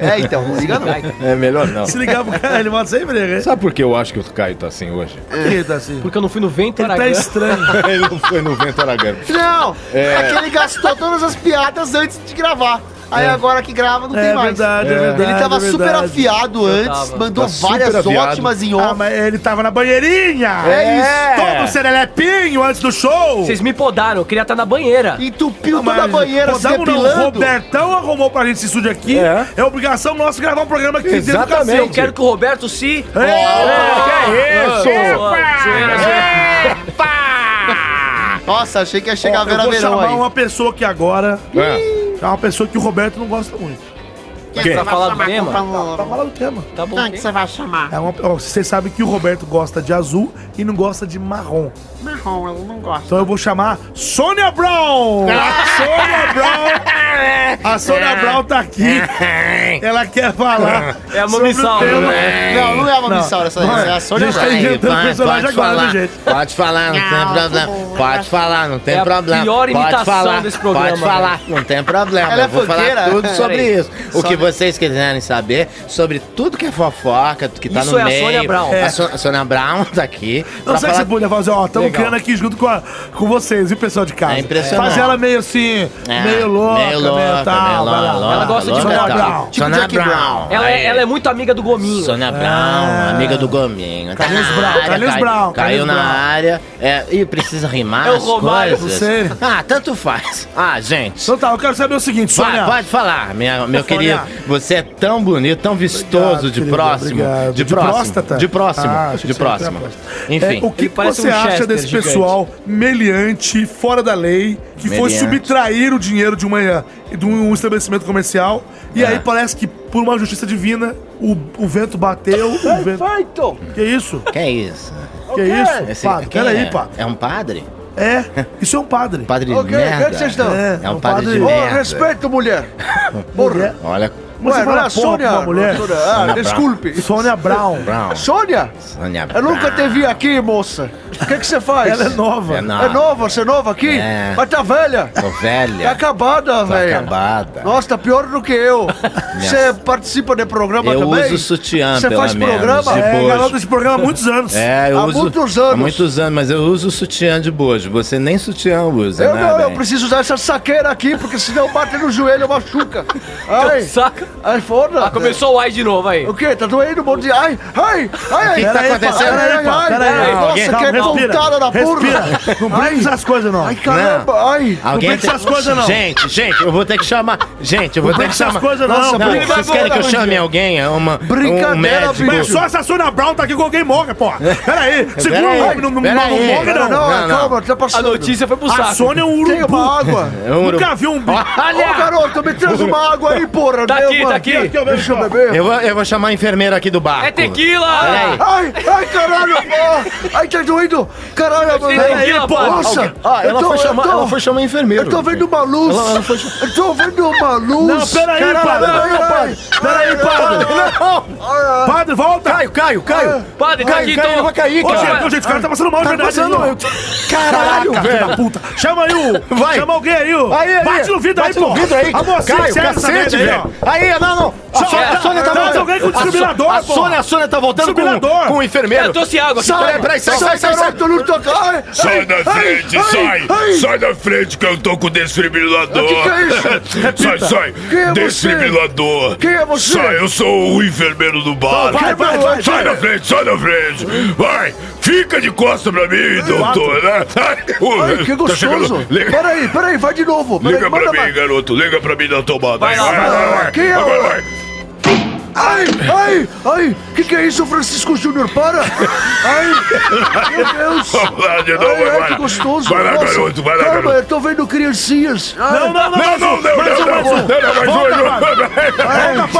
S2: É, então, não liga não.
S4: É melhor não.
S3: Se ligar pro cara, ele volta sem emprego. hein?
S4: Sabe por que eu acho que o Caio tá assim hoje? [laughs]
S3: Por que tá assim?
S5: Porque eu não fui no vento,
S3: Ele tá
S5: Aragão.
S3: estranho.
S4: Ele não foi no vento aragão.
S2: Não, é que ele gastou todas as piadas antes de gravar. Aí agora que grava não
S3: É
S2: tem mais.
S3: verdade, é verdade.
S2: Ele tava
S3: é
S2: super
S3: verdade.
S2: afiado antes,
S5: tava.
S2: mandou
S4: Tá super
S2: várias
S4: afiado.
S2: ótimas em
S3: Ah,
S2: off.
S3: mas ele tava na banheirinha!
S4: É isso.
S3: Todo serelepinho antes do show!
S5: Vocês me podaram, eu queria estar na banheira.
S2: Entupiu
S3: Mas
S2: toda a banheira se
S3: podamos não, O
S2: depilando.
S3: um Robertão arrumou pra gente esse estúdio aqui.
S4: É.
S3: É, obrigação nossa gravar um programa aqui
S4: Exatamente.
S3: dentro
S5: Eu quero que o Roberto se.
S3: do cacete.
S4: que é isso?
S2: Nossa, achei que ia
S3: É.
S2: chegar a
S3: Ó, eu
S2: Vera
S3: vou
S2: Verão
S3: chamar
S2: aí.
S3: uma pessoa aqui agora.
S4: É.
S3: É uma pessoa que o Roberto não gosta muito.
S5: Quem? Pra falar do tema?
S3: Pra falar do tema.
S5: Tá bom.
S6: Quem que você vai chamar?
S3: É uma- ó, vocês sabem que o Roberto gosta de azul e não gosta de marrom.
S6: Marrom, ela não gosta.
S3: Então eu vou chamar Sônia Brown! A Sônia Brown! A Sônia Brown tá aqui. Ela quer falar.
S5: É a
S3: sobre o
S5: Mamisauro,
S3: tema.
S4: né?
S2: Não, não é uma
S3: Não.
S2: missão essa essa é a Sônia
S3: Deixa
S2: Braga.
S3: aí. inventando personagem agora,
S1: falar,
S3: viu, gente?
S1: Pode falar, não
S5: Ah,
S1: tem
S6: Não,
S1: problema.
S6: não.
S1: Pode falar, não tem
S5: né? É a
S1: problema.
S5: pior
S1: Pode
S5: imitação
S1: falar,
S5: desse programa,
S1: Pode falar, não tem problema.
S2: Ela é
S1: Eu vou
S2: fogueira?
S1: falar tudo
S2: Peraí.
S1: sobre isso. O
S2: Só
S1: que
S2: me-
S1: vocês quiserem saber sobre tudo que é fofoca, que tá
S5: Isso
S1: no
S5: é a
S1: meio.
S5: Sônia Brown.
S1: A, So- a Sônia Brown tá aqui.
S3: Não
S1: pra
S3: sei se é
S1: falar
S3: você podia fazer, ó, estamos
S5: Legal.
S3: criando aqui junto com, a- com vocês, e o pessoal de casa.
S1: É impressionante.
S3: Faz ela meio assim,
S1: É,
S3: meio louca, meio, tal,
S1: meio
S3: vai lá.
S1: louca,
S5: Ela gosta de
S1: louca,
S5: Brown.
S1: tal.
S2: Tipo
S1: Sônia
S2: Jack Brown.
S1: Brown.
S5: Ela, é,
S1: aí.
S5: ela é muito amiga do Gominho.
S1: Sônia Brown, amiga do Gominho. Tá
S3: Carlinhos
S1: na
S3: Ah. Brown,
S1: área,
S3: Carlinhos
S1: cai-
S3: Brown,
S1: Caiu
S3: Carlinhos
S1: na
S3: Brown.
S1: área. É, e precisa rimar
S5: É o
S1: as
S5: Romário,
S1: coisas.
S3: não sei.
S1: Ah, tanto faz. Ah, gente.
S3: Então tá, eu quero saber o seguinte,
S1: Vai,
S3: Sônia.
S1: pode falar, minha- meu querido. Você é tão bonito, tão vistoso
S3: Obrigado,
S1: de
S3: querido,
S1: próximo.
S3: obrigado.
S1: De
S3: De
S1: próximo.
S3: próstata?
S1: De próximo.
S3: Ah, achei
S1: de
S3: que você era
S1: próximo.
S3: próstata.
S1: Enfim.
S3: É, o que
S5: Ele
S3: que
S5: parece
S3: você
S5: um
S3: acha
S5: Chester
S3: desse
S5: gigante.
S3: pessoal meliante, fora da lei, que foi
S1: Meliante.
S3: subtrair o dinheiro de, uma, de um estabelecimento comercial?
S1: É.
S3: E aí parece que, por uma justiça divina, o, o vento bateu. o vento...
S5: Perfeito!
S3: Que isso?
S1: Que é isso?
S3: Que isso?
S1: Esse-
S3: padre,
S1: quem
S3: peraí,
S1: é?
S3: padre.
S1: É um padre?
S3: É, isso é um padre.
S1: Padre de merda.
S2: que vocês estão?
S3: É,
S1: É um padre de
S2: Ô,
S1: merda.
S2: respeito, mulher.
S3: Porra.
S1: Olha,
S3: é- Mas
S2: Ué,
S3: você
S2: não
S3: fala porra
S2: é Sônia?
S3: pra uma mulher?
S2: Sônia, ah,
S1: é Sônia
S2: desculpe.
S3: Sônia Brown.
S1: Brown.
S2: Sônia,
S1: Sônia
S2: eu
S1: Brown.
S2: nunca te vi aqui, moça. O que que você faz?
S3: Ela é nova.
S1: É
S2: É
S1: nova.
S2: nova? Você é nova aqui?
S1: É.
S2: Mas tá velha.
S1: Tô
S2: Tá
S1: velha.
S2: acabada,
S1: Tá
S2: velho.
S1: acabada.
S2: Nossa, tá pior do
S1: [laughs]
S2: que eu. Você participa de programa
S1: Eu
S2: também?
S1: uso sutiã,
S2: Você
S1: pelo
S2: faz
S1: menos,
S2: programa?
S1: de
S2: É.
S3: É,
S1: bojo.
S3: garota desse programa há muitos anos.
S1: É, eu
S2: Há
S1: uso.
S2: muitos anos.
S1: Há muitos anos, mas eu uso sutiã de bojo. Você nem sutiã usa,
S2: Eu
S1: né?
S2: não, eu
S1: bem?
S2: preciso usar essa saqueira aqui, porque senão bate no joelho,
S5: [laughs]
S2: machuca. Ai,
S5: Saca?
S2: ai, foda.
S5: Ah, começou o ai de novo aí.
S2: O quê? Tá doendo um monte de... Ai, ai, ai, ai.
S1: que tá
S2: Peraí,
S1: acontecendo?
S2: Ai, ai, ai,
S3: Peraí,
S2: ai.
S3: peraí.
S2: Nossa, que pontada da porra.
S3: Respira. Não brinca com essas coisas, não.
S2: Ai, caramba, ai.
S1: Alguém
S3: brinca com essas coisas, não.
S1: Gente, gente, eu vou ter que chamar. Gente, eu vou ter
S3: brinca
S1: que
S3: com essas
S1: chamar.
S3: coisas, não.
S1: Nossa,
S3: Brinca
S1: vocês
S2: com
S1: querem que eu
S2: essas
S1: chame alguém? É Uma, um
S2: Brincadeira,
S1: médico.
S3: Mas só essa Sônia Brown tá aqui com alguém morre, porra. Peraí, segura
S1: aí,
S3: o homem, não, não,
S1: pera
S3: não
S1: aí.
S3: morre, não.
S2: Não, não,
S1: não, não.
S2: calma, tá
S5: A
S2: passando.
S5: notícia foi pro
S3: A
S5: saco.
S3: Sônia é um
S2: Tem
S3: urubu.
S2: uma água.
S1: É um
S3: Nunca
S1: urubu.
S3: vi um bicho.
S2: Ô, garoto, me traz uma água aí, porra.
S5: Tá
S2: meu,
S5: aqui,
S2: mano.
S5: tá aqui.
S3: Aqui, ó, meu
S2: Deixa eu
S3: irmão.
S2: beber.
S1: Eu vou, eu vou chamar a enfermeira aqui do barco.
S5: É tequila!
S1: Peraí.
S2: Ai, ai, caralho, ó. Ai, tá doendo. Caralho, mano.
S5: Peraí, pô.
S2: Nossa.
S1: Ah, ela,
S2: eu tô-
S1: foi chamar,
S2: eu tô-
S1: ela foi chamar a enfermeira.
S2: Eu tô vendo uma luz.
S1: Ela- ela foi-
S2: Eu tô vendo uma luz.
S3: Não, peraí, padre. Peraí, padre.
S1: Não!
S3: Padre, volta.
S1: Caio, Caio, Caio!
S5: Padre, tá
S1: Caio,
S5: aqui
S1: Caio, ele
S5: então.
S1: vai cair,
S3: Ô,
S1: cara!
S3: gente, ô, gente, o cara tá passando mal de
S1: Tá
S3: verdade.
S1: passando,
S3: aí, ó.
S1: eu- Caralho,
S3: Caraca, filho da
S1: velho!
S3: puta. Chama aí o...
S1: Vai.
S3: Chama alguém aí, ó.
S1: Aí, aí,
S3: Bate no vidro aí,
S1: bate
S3: pô.
S1: no vidro aí,
S3: A mocinha,
S1: Caio,
S3: sério, essa
S1: cacete,
S3: merda aí, ó.
S1: velho. Aí, é, não, não. A
S3: Só-
S1: Sônia, a Sônia tá
S3: Tá
S1: voltando.
S3: alguém com
S1: A Sô-
S3: desfibrilador,
S1: A
S3: pô.
S1: Sônia, a Sônia tá voltando com,
S3: Desfibrilador.
S1: com o enfermeiro.
S5: Eu trouxe água aqui.
S1: Sai, peraí, peraí, sai, sai, sai, sai.
S2: Garoto, não toca. Ai,
S4: Sai da frente, sai! Sai da frente que eu tô com o desfibrilador!
S6: Que que é isso?
S4: Sai, sai!
S6: Quem é você?
S4: desfibrilador!
S6: Quem é você?
S4: Sai, eu sou o enfermeiro do bar!
S6: vai, vai, vai,
S4: sai
S6: vai.
S4: da frente, sai da frente! Vai! Fica de costa pra mim, doutor! né? Ai,
S6: Ai, que
S9: Tá
S6: gostoso!
S4: Liga,
S6: Peraí, peraí, vai de novo! Peraí,
S4: liga pra
S6: manda
S4: mim,
S6: mais.
S4: garoto! Liga pra mim na tomada!
S5: Vai lá,
S6: vai lá, vai lá. Quem é
S4: Agora
S6: o-
S4: vai!
S6: Ai, ai, ai! Que que é isso, Francisco Júnior? Para! Ai! Meu Deus!
S4: Vamos lá de novo,
S6: Ai,
S4: vai
S6: ai,
S4: lá.
S6: que gostoso!
S4: Vai lá,
S6: Nossa,
S4: garoto, vai lá,
S6: Calma,
S4: garoto.
S6: eu tô vendo criancinhas! Ai,
S3: Não, não, não.
S4: Não, não, não, não,
S3: mais um,
S4: não,
S3: mais um.
S4: não, não, mais um,
S3: Volta,
S4: não.
S3: Volta,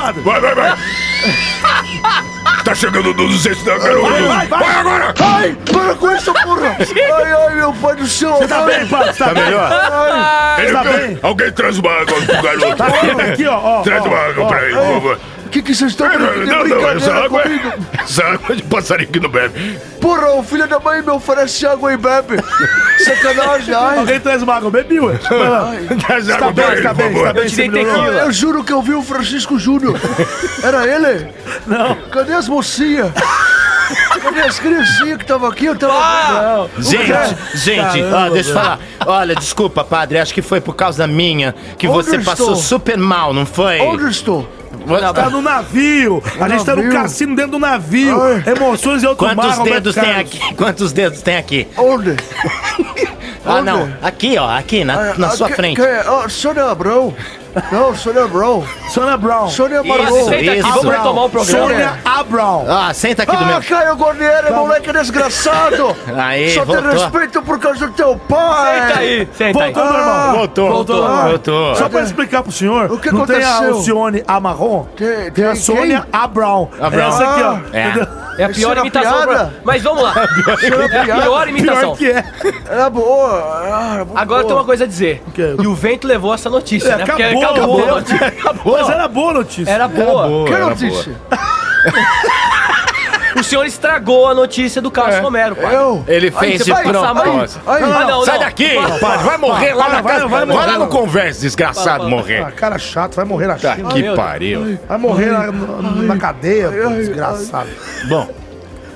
S3: padre.
S4: Vai, vai, vai. Tá chegando no sexto da garoto.
S3: Vai, vai, vai.
S4: Vai agora.
S6: Ai, para com essa porra! Ai, ai, meu pai do céu!
S3: Você tá bem, padre? Você tá bem?
S6: Ai,
S4: Ele
S3: tá
S4: quer-
S3: bem.
S4: Alguém traz uma água pro garoto.
S3: Tá bom, aqui, ó, ó,
S4: Traz
S3: ó,
S4: uma água
S3: ó,
S4: pra ele, por favor.
S6: o que que vocês estão
S4: Não, não,
S6: brincando?
S4: não, essa
S6: brincadeira
S4: água,
S6: comigo?
S4: é, essa água é de passarinho que não bebe.
S6: Porra, o filho da mãe me oferece água e bebe! Sacanagem, ai!
S3: Alguém traz uma água, bebi,
S6: [laughs]
S3: ué. Vai lá.
S4: Traz
S3: Tá
S4: água pra
S3: bem,
S4: ele,
S3: tá
S4: por
S3: bem, tá
S4: favor.
S3: bem.
S5: tirei
S3: você melhorou?
S5: tequila.
S6: Eu juro que eu vi o Francisco Júnior. Era ele?
S3: Não.
S6: Cadê as mocinhas? Cadê as criancinhas que estavam aqui? Eu tava vendo.
S1: Gente, gente, ó, deixa eu falar. Olha, desculpa, padre, acho que foi por causa minha que
S6: Onde
S1: você
S6: eu
S1: passou
S6: estou?
S1: super mal, não foi?
S6: Onde eu estou?
S1: Você-
S3: Tá no navio. A gente tá no
S6: navio.
S3: cassino dentro do navio.
S6: Ai.
S3: Emoções e outro mar,
S1: Quantos
S3: Roberto
S1: dedos tem
S3: Carlos.
S1: aqui? [laughs] Quantos dedos tem aqui?
S6: Onde?
S1: Ah,
S6: Onde?
S1: não. Aqui, ó, aqui, na, na
S6: Ah,
S1: sua
S6: que-
S1: frente.
S6: quem é? Ah, Sônia Abrão. Não, Sônia Abrão.
S3: Sônia Brown.
S6: Sônia
S5: Isso,
S6: Abrão.
S5: senta aqui,
S1: isso.
S5: vamos retomar o programa. É.
S3: Sônia Abrão.
S1: Ah, senta aqui do
S6: Ah,
S1: meu.
S6: Caio Guarnieri, moleque desgraçado!
S1: Aí,
S6: Só
S1: voltou.
S6: te respeito por causa do teu pai!
S5: Senta aí, senta Tá aí. Ah,
S3: Voltou ao normal.
S1: Voltou,
S5: voltou.
S1: voltou.
S3: Ah, Só pra explicar pro senhor,
S6: O que
S3: não tem a
S6: aconteceu?
S3: Alcione Amarron,
S6: Tem-
S3: tem,
S6: tem
S3: a
S6: quem?
S3: Sônia Abrão.
S1: Abrão.
S3: Essa aqui,
S6: Ah,
S3: ó.
S1: é.
S3: entendeu?
S5: É a pior
S6: Isso era
S5: imitação.
S6: piada?
S5: Pra... Mas vamos lá. É a pior imitação.
S3: Pior que é.
S6: Era boa!
S10: Ah,
S6: Era muito
S5: Agora tem
S6: boa.
S5: uma coisa a dizer.
S3: quê? É,
S5: E o vento levou essa notícia, né? Porque
S3: acabou,
S5: acabou.
S3: acabou.
S5: a notícia. acabou.
S3: Mas era boa a notícia.
S5: Era boa.
S6: Que
S4: Era
S6: notícia?
S5: O senhor estragou a notícia do Carlos Romero, pai.
S6: Eu?
S1: Ele fez
S5: você
S1: de
S5: vai passar mais?
S1: propósito.
S5: Ai,
S6: não,
S5: não,
S1: Sai
S5: não.
S1: daqui,
S5: Vai,
S1: padre. Vai morrer lá
S3: vai,
S1: na
S3: vai,
S1: casa.
S3: vai
S1: Vai,
S3: morrer
S1: lá no
S3: lá.
S1: conversa, desgraçado,
S5: Vai, vai,
S1: morrer.
S3: Ah, cara chato, vai morrer na
S4: Tá
S3: China.
S4: que
S5: Deus.
S4: pariu.
S3: Vai morrer Tá na, na- na cadeia, pô, desgraçado.
S1: Bom,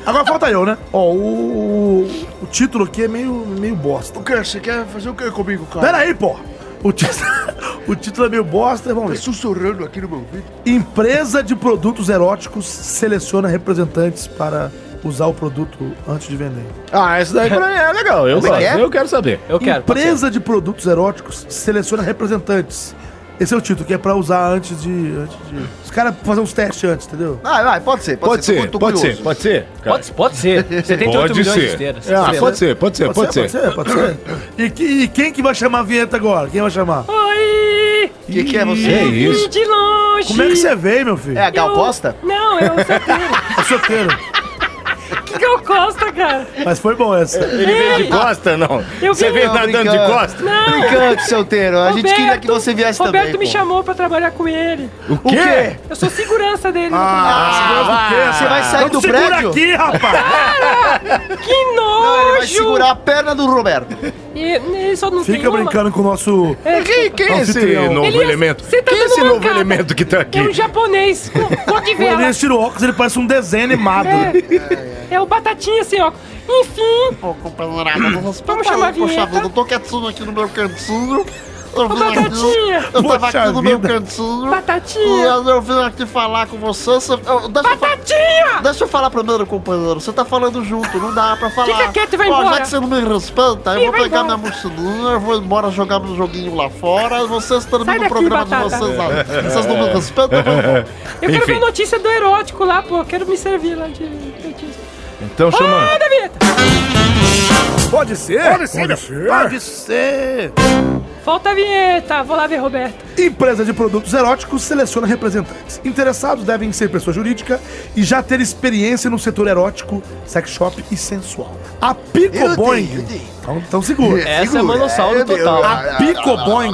S3: Agora falta eu, né? Ó, o, o- o título aqui é meio, meio bosta.
S6: O que? Você quer fazer o que comigo, cara?
S3: Pera aí, pô. O, ti- [laughs] o título é meio bosta, vamos
S10: Tá
S3: ver.
S6: Sussurrando aqui no meu ouvido.
S3: Empresa de produtos eróticos seleciona representantes para usar o produto antes de vender.
S1: ah, isso daí pra mim é legal. Eu gosto.
S10: quer?
S1: Eu quero saber.
S5: Eu quero.
S3: Empresa de produtos eróticos seleciona representantes. Esse é o título, que é pra usar antes de. Antes de... Os caras fazem uns testes antes, entendeu?
S10: Vai, vai, pode ser,
S4: Pode ser,
S10: tô- tô
S4: pode
S10: curioso.
S4: ser, pode ser. cara.
S5: Pode, pode ser. 78 milhões
S4: Pode
S5: de
S4: ser.
S5: esteiras.
S4: Ah, pode ser, pode ser, pode ser.
S3: Pode ser, pode ser. E, que- e quem que vai chamar a vinheta agora? Quem vai chamar?
S11: Oi!
S10: O que, que é você?
S4: É isso.
S11: De longe!
S3: Como é que você veio, meu filho?
S10: É a Gal Costa?
S11: Não, eu sou
S3: [laughs] É solteiro.
S11: que Gal Costa, cara!
S3: Mas foi bom essa.
S1: Ele veio de costa, não? Você veio
S10: Não,
S4: tá
S1: nadando de
S10: brincando.
S1: costa?
S11: Não!
S10: Brincante, solteiro. A gente queria que você viesse
S11: Roberto
S10: também.
S11: Roberto me
S10: pô.
S11: chamou pra trabalhar com ele.
S1: O quê?
S11: Eu sou segurança dele.
S2: Ah.
S10: Você vai sair do
S3: Então Segura
S10: prédio?
S3: aqui, [laughs] rapaz!
S11: Que
S10: Ele vai
S11: nojo!
S10: segurar a perna do Roberto.
S11: E- Ele só não tem
S3: Fica
S11: uma.
S3: brincando com o nosso.
S11: É,
S4: Quem, quem é esse
S3: Anfitrião.
S4: novo
S11: Elias,
S4: elemento?
S11: você tá
S4: quem é
S11: dando
S4: esse novo
S11: mancada.
S4: elemento que tá aqui?
S11: é um japonês com cor de
S3: O
S11: vela.
S3: Elias tirou o óculos, ele parece um desenho animado.
S11: É, é o batatinha assim, ó. Enfim,
S10: Pô, companheirada, vamos
S11: Vamos chamar a
S10: Poxa
S11: vinheta.
S10: vida, eu tô quietinho aqui no meu cantinho. Eu vim
S11: Batatinha.
S10: aqui, eu tava
S3: Poxa
S10: aqui no meu
S3: vida.
S10: cantinho. E
S11: batatinha.
S10: eu vim aqui falar com você. você- eu- deixa, eu, fa-
S11: Batatinha!
S10: deixa eu falar primeiro, companheiro. Você tá falando junto, não dá pra falar.
S11: Fica quieto e vai
S10: Ó,
S11: embora.
S10: Já que você não me respeita,
S11: Sim,
S10: eu vou
S11: vai
S10: pegar
S11: embora.
S10: minha mochilinha, eu vou embora jogar meu joguinho lá fora. E vocês terminam o
S11: daqui,
S10: programa de
S11: batata.
S10: vocês lá.
S3: [laughs]
S10: Vocês não me respeitam, eu vou embora.
S11: Eu quero
S4: Enfim.
S11: ver notícia do erótico lá, pô. Eu Quero me servir lá de notícia. Ah,
S4: Então chama.
S11: Roda, a vinheta!
S3: Pode ser? Pode ser. Pode ser.
S11: Volta a vinheta. Vou lá ver Roberto.
S3: Empresa de produtos eróticos seleciona representantes. Interessados devem ser pessoa jurídica e já ter experiência no setor erótico, sex shop e sensual. A
S10: Eu
S3: Picoboing.
S10: tenho, eu tenho.
S3: Então, então segura.
S5: Essa é manossauro total.
S2: Ah,
S3: A Picoboing,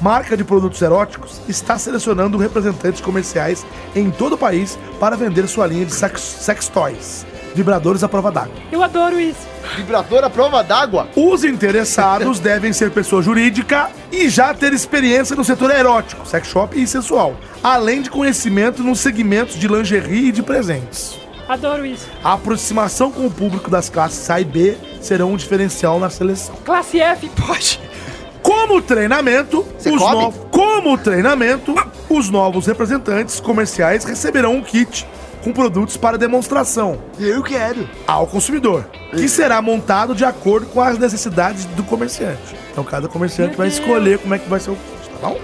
S3: marca de produtos eróticos, está selecionando representantes comerciais em todo o país para vender sua linha de sex, sex toys, vibradores à prova d'água.
S11: Eu adoro isso.
S10: Vibrador à prova d'água?
S3: Os interessados devem ser pessoa jurídica e já ter experiência no setor erótico, sex shop e sensual, além de conhecimento nos segmentos de lingerie e de presentes.
S11: Adoro isso.
S3: A aproximação com o público das classes A e B serão um diferencial na seleção.
S11: Classe F, pode.
S3: Como treinamento, os
S2: come?
S3: novos, como treinamento, os novos representantes comerciais receberão um kit com produtos para demonstração
S2: Eu quero.
S3: ao consumidor, que será montado de acordo com as necessidades do comerciante. Então cada comerciante vai escolher como é que vai ser o kit, tá bom?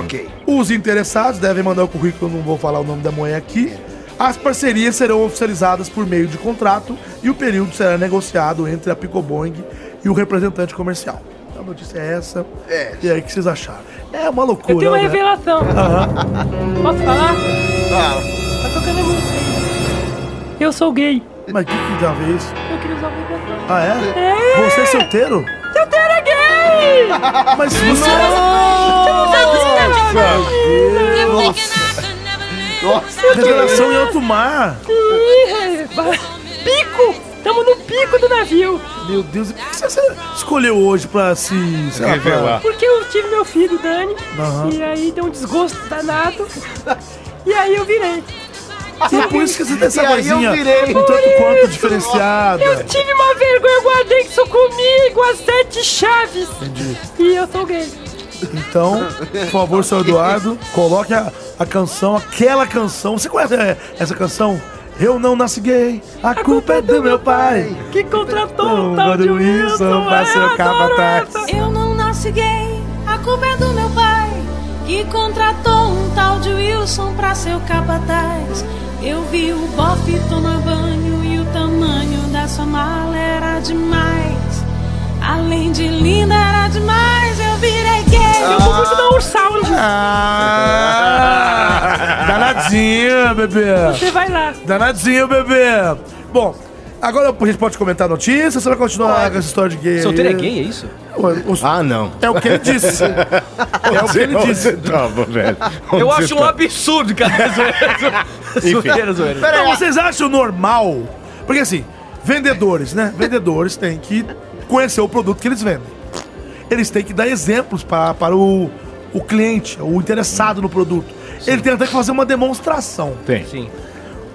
S2: Ok.
S3: Os interessados devem mandar o currículo, eu não vou falar o nome da moeda aqui. As parcerias serão oficializadas por meio de contrato e o período será negociado entre a Picoboing e o representante comercial. Então, A notícia é essa.
S2: É.
S3: E aí, o que vocês acharam? É uma loucura,
S11: Eu tenho uma
S3: né? [laughs]
S11: revelação. Posso falar?
S2: Ah,
S11: Tá tocando a música aí. Eu sou gay.
S3: Mas o que que já vê isso?
S11: Eu queria usar o microfone.
S3: Ah, é?
S11: É!
S3: Você é solteiro?
S11: Solteiro é gay!
S3: Mas você...
S2: nossa.
S3: é Revelação em alto mar.
S11: pico! Tamo no pico do navio!
S3: Meu Deus, e por que você escolheu hoje pra se... sei lá, pra-
S4: Revelar.
S11: Porque eu tive meu filho, Dani,
S3: Aham.
S11: e aí deu um desgosto danado. E aí eu virei.
S3: E é por isso que você tem essa
S2: Ah, E aí eu
S3: vozinha
S2: virei.
S3: um tanto quanto diferenciada.
S11: Eu tive uma vergonha, eu guardei isso comigo, as sete chaves. E eu sou gay.
S3: Então, por favor, seu Eduardo, coloque a, a canção, aquela canção. Você conhece é, essa canção? Eu não nasci gay, a, culpa, é do meu pai.
S11: Que contratou
S3: Não,
S11: o tal de
S3: do Wilson
S11: Wilson.
S3: pra
S11: eu
S3: ser
S11: adoro
S3: capataz.
S11: essa.
S12: Eu não nasci gay, a culpa é do meu pai, que contratou um tal de Wilson pra ser o capataz. Eu vi o bofe tomar banho e o tamanho da sua mala era demais. Além de linda, era demais, eu virei gay.
S11: Eu sou muito da Ursauro.
S3: Ah, danadinho, bebê.
S11: Você vai lá.
S3: Danadinho, bebê. Bom, agora a gente pode comentar a notícia ou você vai continuar com essa história de gay? aí?
S5: Solteiro é gay, é isso?
S3: O- o-
S4: Ah, não. então,
S3: É o que ele [laughs] disse. É o que ele
S4: Onde
S3: disse.
S4: você tava, velho?
S5: Eu
S4: Onde
S5: acho
S4: você
S5: um absurdo, cara. Zoeira, zoeira.
S3: Então, vocês acham normal? Porque assim, vendedores, né? Vendedores têm que conhecer o produto que eles vendem. Eles têm que dar exemplos para, para o, o cliente, o interessado no produto. Ele tem até que fazer uma demonstração.
S4: Tem.
S5: Sim.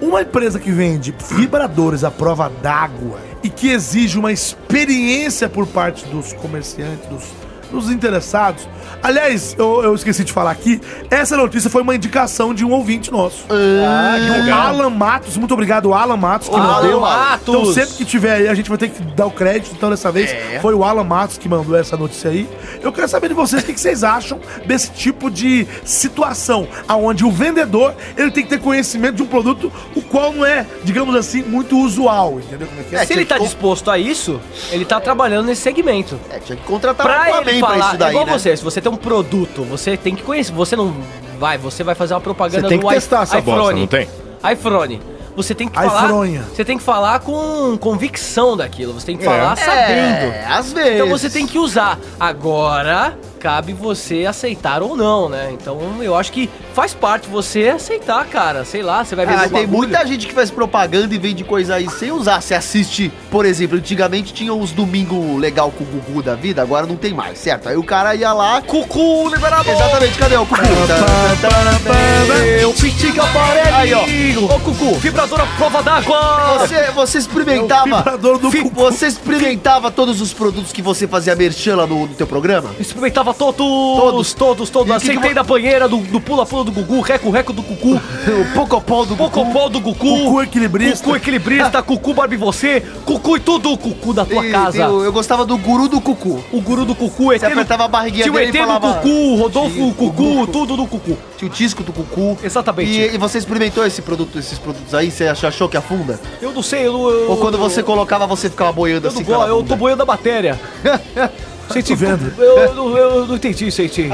S3: Uma empresa que vende vibradores à prova d'água e que exige uma experiência por parte dos comerciantes, dos, dos interessados. Aliás, eu, eu esqueci de falar aqui, essa notícia foi uma indicação de um ouvinte nosso. Ah, que legal. Alan Matos, muito obrigado, Alan Matos, que
S5: Alan
S3: mandou.
S5: Matos.
S3: Então, sempre que tiver aí, a gente vai ter que dar o crédito. Então, dessa vez, foi o Alan Matos que mandou essa notícia aí. Eu quero saber de vocês o que que vocês acham desse tipo de situação, aonde o vendedor ele tem que ter conhecimento de um produto o qual não é, digamos assim, muito usual, entendeu como é que é?
S5: Se ele tá disposto a isso, ele tá trabalhando nesse segmento.
S2: É, tinha que contratar um
S5: Pra ele
S2: Aquaman pra
S5: falar,
S2: isso
S5: é
S2: daí,
S5: igual
S2: né?
S5: você, se você tem um produto, você tem que conhecer, você não vai, você vai fazer uma propaganda
S4: Você tem que
S5: do i-
S4: testar essa
S5: iPhone.
S4: bosta, não tem?
S5: iPhone. Você tem que falar,
S3: iPhone.
S5: você tem que falar com convicção daquilo, você tem que
S4: É.
S5: falar tá sabendo.
S2: É, às vezes.
S5: Então você tem que usar. Agora, cabe você aceitar ou não, né? Então eu acho que faz parte você aceitar, cara. Sei lá, você vai
S2: Ah,
S5: vender um
S2: tem
S5: bagulho.
S2: muita gente que faz propaganda e vende coisa aí sem usar. Você assiste, por exemplo, antigamente tinha os domingo legal com o Gugu da vida, agora não tem mais, certo? Aí o cara ia lá. Cucu, liberado! Exatamente, cadê o Cucu? Eu pitica aparelho! Aí, ó.
S5: Ô, Cucu, vibradora prova d'água!
S2: Você, você
S3: É o
S2: experimentava.
S3: vibrador do
S2: Fi-
S3: Cucu.
S2: Você experimentava todos os produtos que você fazia merchan lá no, no teu programa?
S5: Experimentava todos, todos,
S2: Todos.
S5: todos,
S2: E o
S5: todos.
S2: que que
S5: Sentei
S2: vo-
S5: da banheira, do do pula-pula do Gugu, reco-reco do Cucu,
S2: [laughs] O Pocopol do Gugu.
S5: pocopó do Gugu,
S3: Cucu é equilibrista.
S5: Cucu
S3: [laughs]
S5: equilibrista, Cucu barbe você, Cucu e tudo, Cucu da tua
S2: E-
S5: casa.
S2: Eu, eu gostava do guru do Cucu.
S5: O guru do Cucu, ET
S2: Você
S5: do...
S2: apertava a barriguinha
S5: Tinha o
S2: dele
S5: ET
S2: e
S5: do
S2: falava...
S5: Cucu, Rodolfo,
S2: Tinha o
S5: Cucu, tudo do Cucu.
S2: Tinha o disco do Cucu.
S5: Exatamente.
S2: E, e você experimentou esse produto, esses produtos aí? Você ach- achou que afunda?
S5: Eu não sei, eu não... eu-
S2: Ou quando você colocava, você ficava boiando
S5: Eu
S2: assim?
S5: não
S2: com
S5: gosto,
S2: ela
S5: eu
S2: afunda?
S5: tô boiando a
S3: [laughs]
S5: matéria. Gente,
S3: vendo.
S5: Eu, eu não- eu não entendi, gente.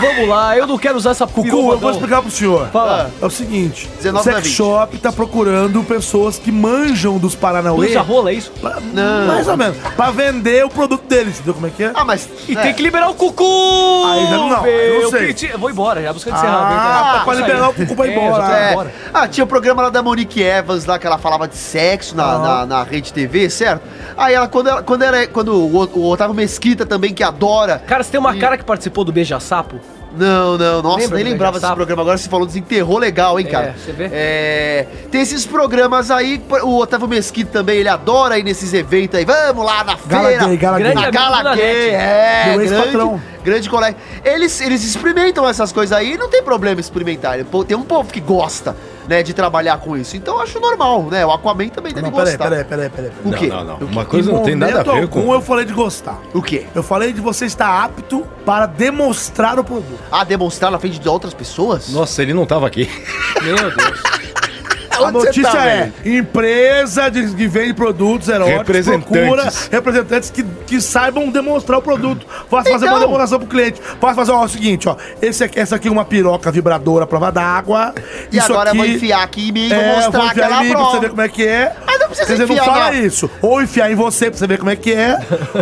S5: Vamos lá, eu não quero usar essa
S3: Cucu, eu vou explicar pro senhor.
S5: Fala.
S3: É o seguinte, o
S2: 19 da
S3: sex
S2: 20.
S3: shop tá procurando pessoas que manjam dos Paranauê.
S5: Usa rola, é isso?
S3: Ah. pra- Mais ou menos. Pra vender o produto deles, entendeu como é que é?
S2: Ah, mas...
S5: E tem que liberar o cucu!
S3: Aí já não,
S5: meu
S3: aí eu não sei.
S5: piti- Eu vou embora, já a busca de né? encerrar.
S3: Ah, pra liberar o Cucu pra ir
S5: tá É, já
S3: embora.
S5: tá-
S2: É.
S5: Bora.
S2: Ah, tinha o programa lá da Monique Evans, lá que ela falava de sexo na, na, na rede TV, certo? Aí ela, quando ela, quando, era, quando o, o Otávio Mesquita também, que adora
S5: Cara, você tem uma cara que participou do Beija Sapo?
S6: Não, não, nossa,
S5: Lembra
S6: nem
S5: do
S6: lembrava desse
S5: Mega Sapo?
S6: programa. Agora você falou, desenterrou legal, hein,
S5: É,
S6: cara?
S5: você vê?
S6: É, tem esses programas aí, o Otávio Mesquita também, ele adora ir nesses eventos aí. Vamos lá na
S3: Gala
S6: feira.
S3: Gay, Gala Gay.
S6: Na
S3: Grande amigo do
S6: Gala Gay,
S3: Nanete.
S6: é.
S3: Meu ex-patrão.
S6: Grande, grande colega. Eles, eles experimentam essas coisas aí e não tem problema experimentar. Tem um povo que gosta, né, de trabalhar com isso. Então eu acho normal, né? O Aquaman também deve
S3: Não, peraí,
S6: gostar.
S3: peraí, peraí, peraí. peraí.
S6: O quê?
S4: Não, não, não.
S6: O
S4: Uma
S6: quê?
S4: coisa não tem nada a
S3: Momento
S4: ver com.
S3: algum eu falei de gostar.
S6: O quê?
S3: Eu falei de você estar apto para demonstrar o produto.
S6: Ah, demonstrar na frente de outras pessoas?
S4: Nossa, ele não tava aqui. [laughs]
S2: Meu Deus.
S3: A
S6: Onde você
S3: notícia
S6: tá,
S3: é: empresa de, que vende produtos eróticos
S4: Representantes.
S3: procura representantes que, que saibam demonstrar o produto. Faça fazer uma
S6: Então.
S3: demonstração pro cliente. Faça fazer, ó, o seguinte, ó. Esse aqui, essa aqui é uma piroca vibradora à prova d'água.
S6: E agora eu vou enfiar aqui em mim e vou mostrar
S3: é, vou enfiar
S6: aquela
S3: em mim pra
S6: prova.
S3: você ver como é que é.
S6: Mas não precisa
S3: Quer dizer,
S6: enfiar,
S3: não fala
S6: não.
S3: isso. Ou enfiar em você pra você ver como é que
S6: [laughs]
S3: é,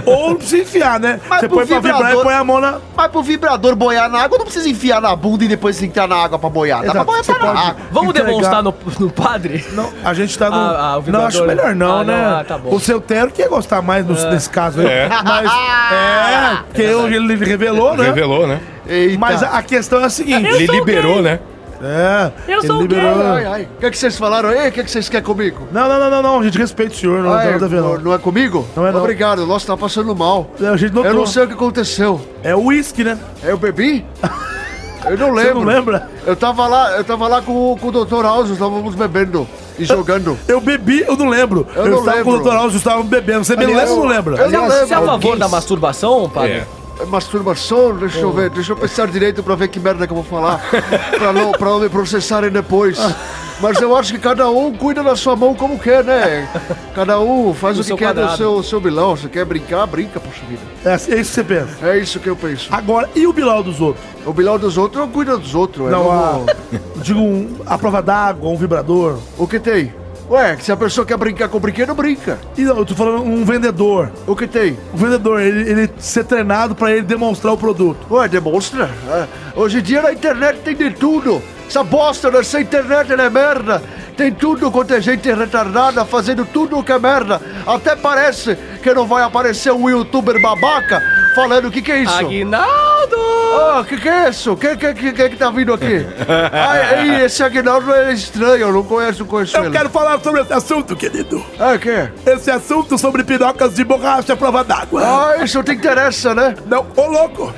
S3: ou não precisa enfiar, né? você
S6: pro
S3: põe pra vibrar e põe a mão na.
S6: Mas pro vibrador boiar na água, não precisa enfiar na bunda e depois entrar na água pra boiar. Dá pra
S3: Exato,
S6: boiar
S3: você
S6: tá na
S3: pode
S6: água.
S2: Vamos
S3: Entregar.
S2: demonstrar no, no padre?
S3: Não, a gente tá no.
S2: Ah, ah, o
S3: não,
S2: vibrador,
S3: acho melhor não,
S2: ah,
S3: né?
S2: não, ah, tá bom.
S3: O seu Tero que ia gostar mais nos-
S2: É.
S3: nesse caso aí.
S4: É.
S3: [laughs] Mas. É, porque ele ele revelou, né?
S4: Revelou, né?
S6: Eita.
S3: Mas a a questão é a seguinte.
S4: Ele liberou, né?
S3: É.
S13: Eu
S3: ele
S13: sou
S3: liberou.
S6: Ai, ai. O que, é que vocês falaram aí? O que, é que vocês querem comigo?
S3: Não, não, não, não, não. A gente respeita o senhor, não
S6: Ai,
S3: tem nada a ver,
S6: não.
S3: não.
S6: não é comigo?
S3: Não é, não.
S6: Obrigado, nossa, tá passando mal.
S3: A gente notou.
S6: Eu não sei o que aconteceu.
S3: É o uísque, né? [laughs]
S6: Eu bebi? Eu não
S3: Você
S6: lembro.
S3: não lembra?
S6: Eu tava lá, eu tava lá com, o- com o Dr. House, estávamos bebendo e jogando.
S3: Eu bebi, eu não lembro.
S6: Eu
S3: Eu,
S6: não
S3: estava com o
S6: lembro.
S3: doutor Alves, eu estava bebendo. Você me
S6: Aliás,
S3: lembra ou não
S6: eu-
S3: lembra?
S6: eu- não lembro,
S2: Você é a favor
S6: alguém-
S2: da masturbação, padre?
S4: É.
S6: É Masturbação, deixa eu
S2: Oh.
S6: ver, deixa eu pensar direito pra ver que merda que eu vou falar, pra não, pra não me processarem depois. Mas eu acho que cada um cuida da sua mão como quer, né? Cada um faz
S2: Do
S6: o que
S2: seu
S6: quer do
S2: quadrado.
S6: seu, seu bilão. Se quer brincar, brinca, poxa vida.
S3: É, é isso que você pensa.
S6: É isso que eu penso.
S3: Agora, e o Bilal dos outros?
S6: O bilão dos outros, eu cuido dos outros. é eu
S3: Não, a,
S6: vou-
S3: digo, um, a prova d'água, um vibrador.
S6: O que tem? Ué, se a pessoa quer brincar com brinquedo, brinca.
S3: E não, eu tô falando um vendedor.
S6: O que tem?
S3: O vendedor, ele, ele ser treinado pra ele demonstrar o produto.
S6: Ué, demonstra. Ah, Hoje em dia na internet tem de tudo. Essa bosta dessa internet ela é merda. Tem tudo quanto é gente retardada fazendo tudo que é merda. Até parece que não vai aparecer um youtuber babaca falando o que, que é isso.
S2: Aguinaldo!
S6: Ah, o que, que é isso? Quem que, que, que, que tá
S3: [laughs]
S6: vindo aqui? ah, e- e esse Aguinaldo é estranho, eu não conheço, não conheço
S3: Eu
S6: ele.
S3: quero falar sobre esse assunto, querido.
S6: Ah, quem é?
S3: Esse assunto sobre pirocas de borracha à prova d'água.
S6: Ah, isso te interessa, né?
S3: Não, ô louco!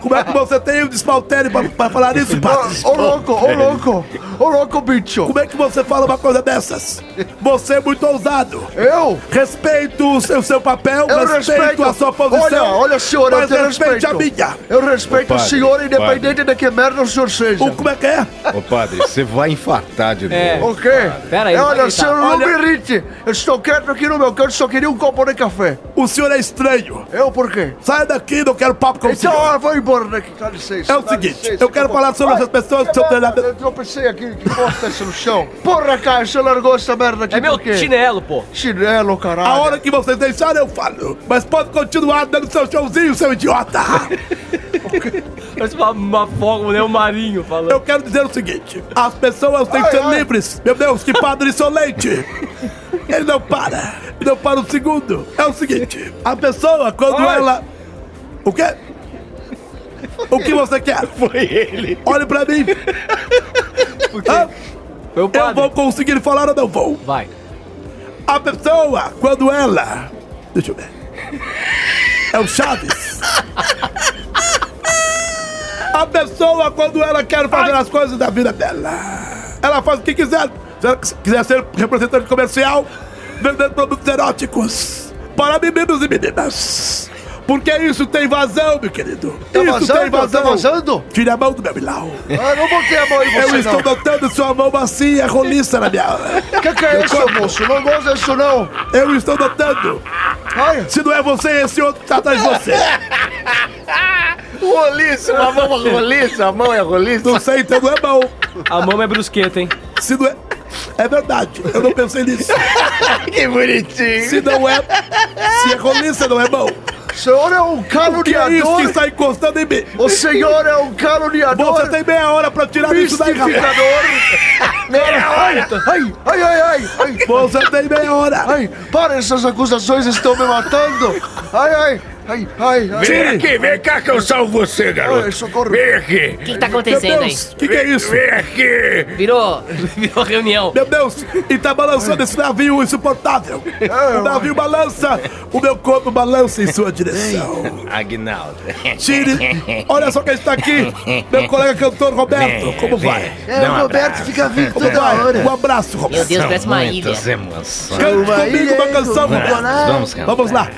S3: Como é que você tem o desmaltério pra, pra falar isso, padre?
S6: Ô, ô louco, ô louco, ô louco, bicho.
S3: Como é que você fala uma coisa dessas? Você é muito ousado.
S6: Eu?
S3: Respeito o seu, seu papel,
S6: Eu
S3: respeito,
S6: respeito
S3: a sua posição.
S6: Olha, olha, senhor, eu
S3: mas
S6: te
S3: respeite
S6: respeito.
S3: a minha.
S6: Eu respeito
S4: Ô, padre,
S6: o senhor, independente
S4: padre.
S6: de que merda o senhor seja.
S3: O, como é que é?
S4: Ô, padre, você vai infartar de novo.
S2: É.
S6: O quê?
S2: Pera aí,
S6: É,
S2: não vai
S6: olha,
S2: gritar.
S6: senhor, não
S3: Olha-
S6: me irrite. Eu estou quieto aqui no meu canto, só queria um copo de café.
S3: O senhor é estranho.
S6: Eu por quê?
S3: Sai daqui, não quero papo com É o
S6: Então,
S3: senhor.
S6: eu vou embora daqui, dá licença.
S3: É o
S6: dá
S3: seguinte,
S6: licença,
S3: eu quero
S6: acabou.
S3: falar sobre
S6: Ai,
S3: essas pessoas que
S6: que
S3: são
S6: merda,
S3: treinadas-
S6: Eu tropecei aqui, que bosta isso no chão. Porra, cara, você largou essa merda aqui
S2: É meu
S6: por quê?
S2: chinelo, pô.
S6: Chinelo, caralho.
S3: A hora que vocês deixarem, eu falo. Mas pode continuar dando seu showzinho, seu idiota.
S2: Parece uma, uma fogo, né? O Marinho falando.
S3: Eu quero dizer o seguinte. As pessoas têm que
S6: Ai,
S3: ser
S6: ai.
S3: livres. Meu Deus, que padre insolente. Ele não para. Não para um segundo. É o seguinte. A pessoa, quando
S6: Ai.
S3: ela... O quê? O que você quer?
S4: Foi ele.
S3: Olhe pra mim. Hã?
S2: Foi o
S3: Eu
S2: padre.
S3: vou conseguir falar ou não vou?
S2: Vai.
S3: A pessoa, quando ela. Deixa eu ver. É o Chaves. A pessoa, quando ela quer fazer as coisas da vida dela, ela faz o que quiser. Se ela quiser ser representante comercial, vender produtos eróticos para meninos e meninas. Porque isso tem vazão, meu querido.
S6: Tá
S3: isso
S6: vazando? Tá vazando?
S3: Tire a mão do meu Bilal.
S6: Eu não botei a mão em
S3: Eu
S6: você,
S3: estou
S6: não.
S3: notando sua mão macia, roliça na minha.
S6: O que, que é isso, moço? Não gosto disso, não.
S3: Eu estou notando
S6: Ai,
S3: Se não é você, esse outro tá atrás de
S6: [laughs]
S3: você.
S4: Roliço, uma mão roliço, a mão é roliço.
S3: Não sei, então não é bom.
S2: A mão é brusqueta, hein?
S3: Se não é. É verdade, eu não pensei nisso.
S4: Que bonitinho.
S3: Se não é. Se é roliça, não é bom.
S6: o senhor é um
S3: O que é isso
S6: caluniador.
S3: que está encostando em mim?
S6: O senhor é um caluniador.
S3: Você tem meia hora pra tirar isso daí, rapaz.
S6: mistificador. Ai, ai, ai, ai, ai.
S3: Você tem meia hora.
S6: Ai, para, essas acusações estão me matando. Ai, ai. Ai, ai, ai.
S4: Vem aqui, vem cá que eu salvo você, garoto.
S6: Ai, socorro.
S4: Vem aqui.
S8: O que, que tá acontecendo aí?
S3: O que, que é isso?
S4: Vem aqui.
S8: Virou, [laughs] virou reunião.
S3: Meu Deus, e tá balançando esse navio insuportável. O navio balança, o meu corpo balança em sua direção.
S4: [laughs]
S1: Agnaldo.
S3: Tire, olha só quem está aqui, meu colega cantor Roberto.
S4: Então,
S3: Como vai?
S6: É, o Roberto fica vindo
S3: Como
S6: toda
S3: vai?
S6: hora.
S3: Um abraço,
S8: Meu
S3: Roberto.
S8: Deus, parece uma ilha.
S1: Muitas emoções.
S3: Cante
S6: Uma
S3: comigo
S6: ilha
S3: uma canção,
S6: incontrolável.
S3: Roberto.
S1: Vamos cantar.
S3: Vamos lá.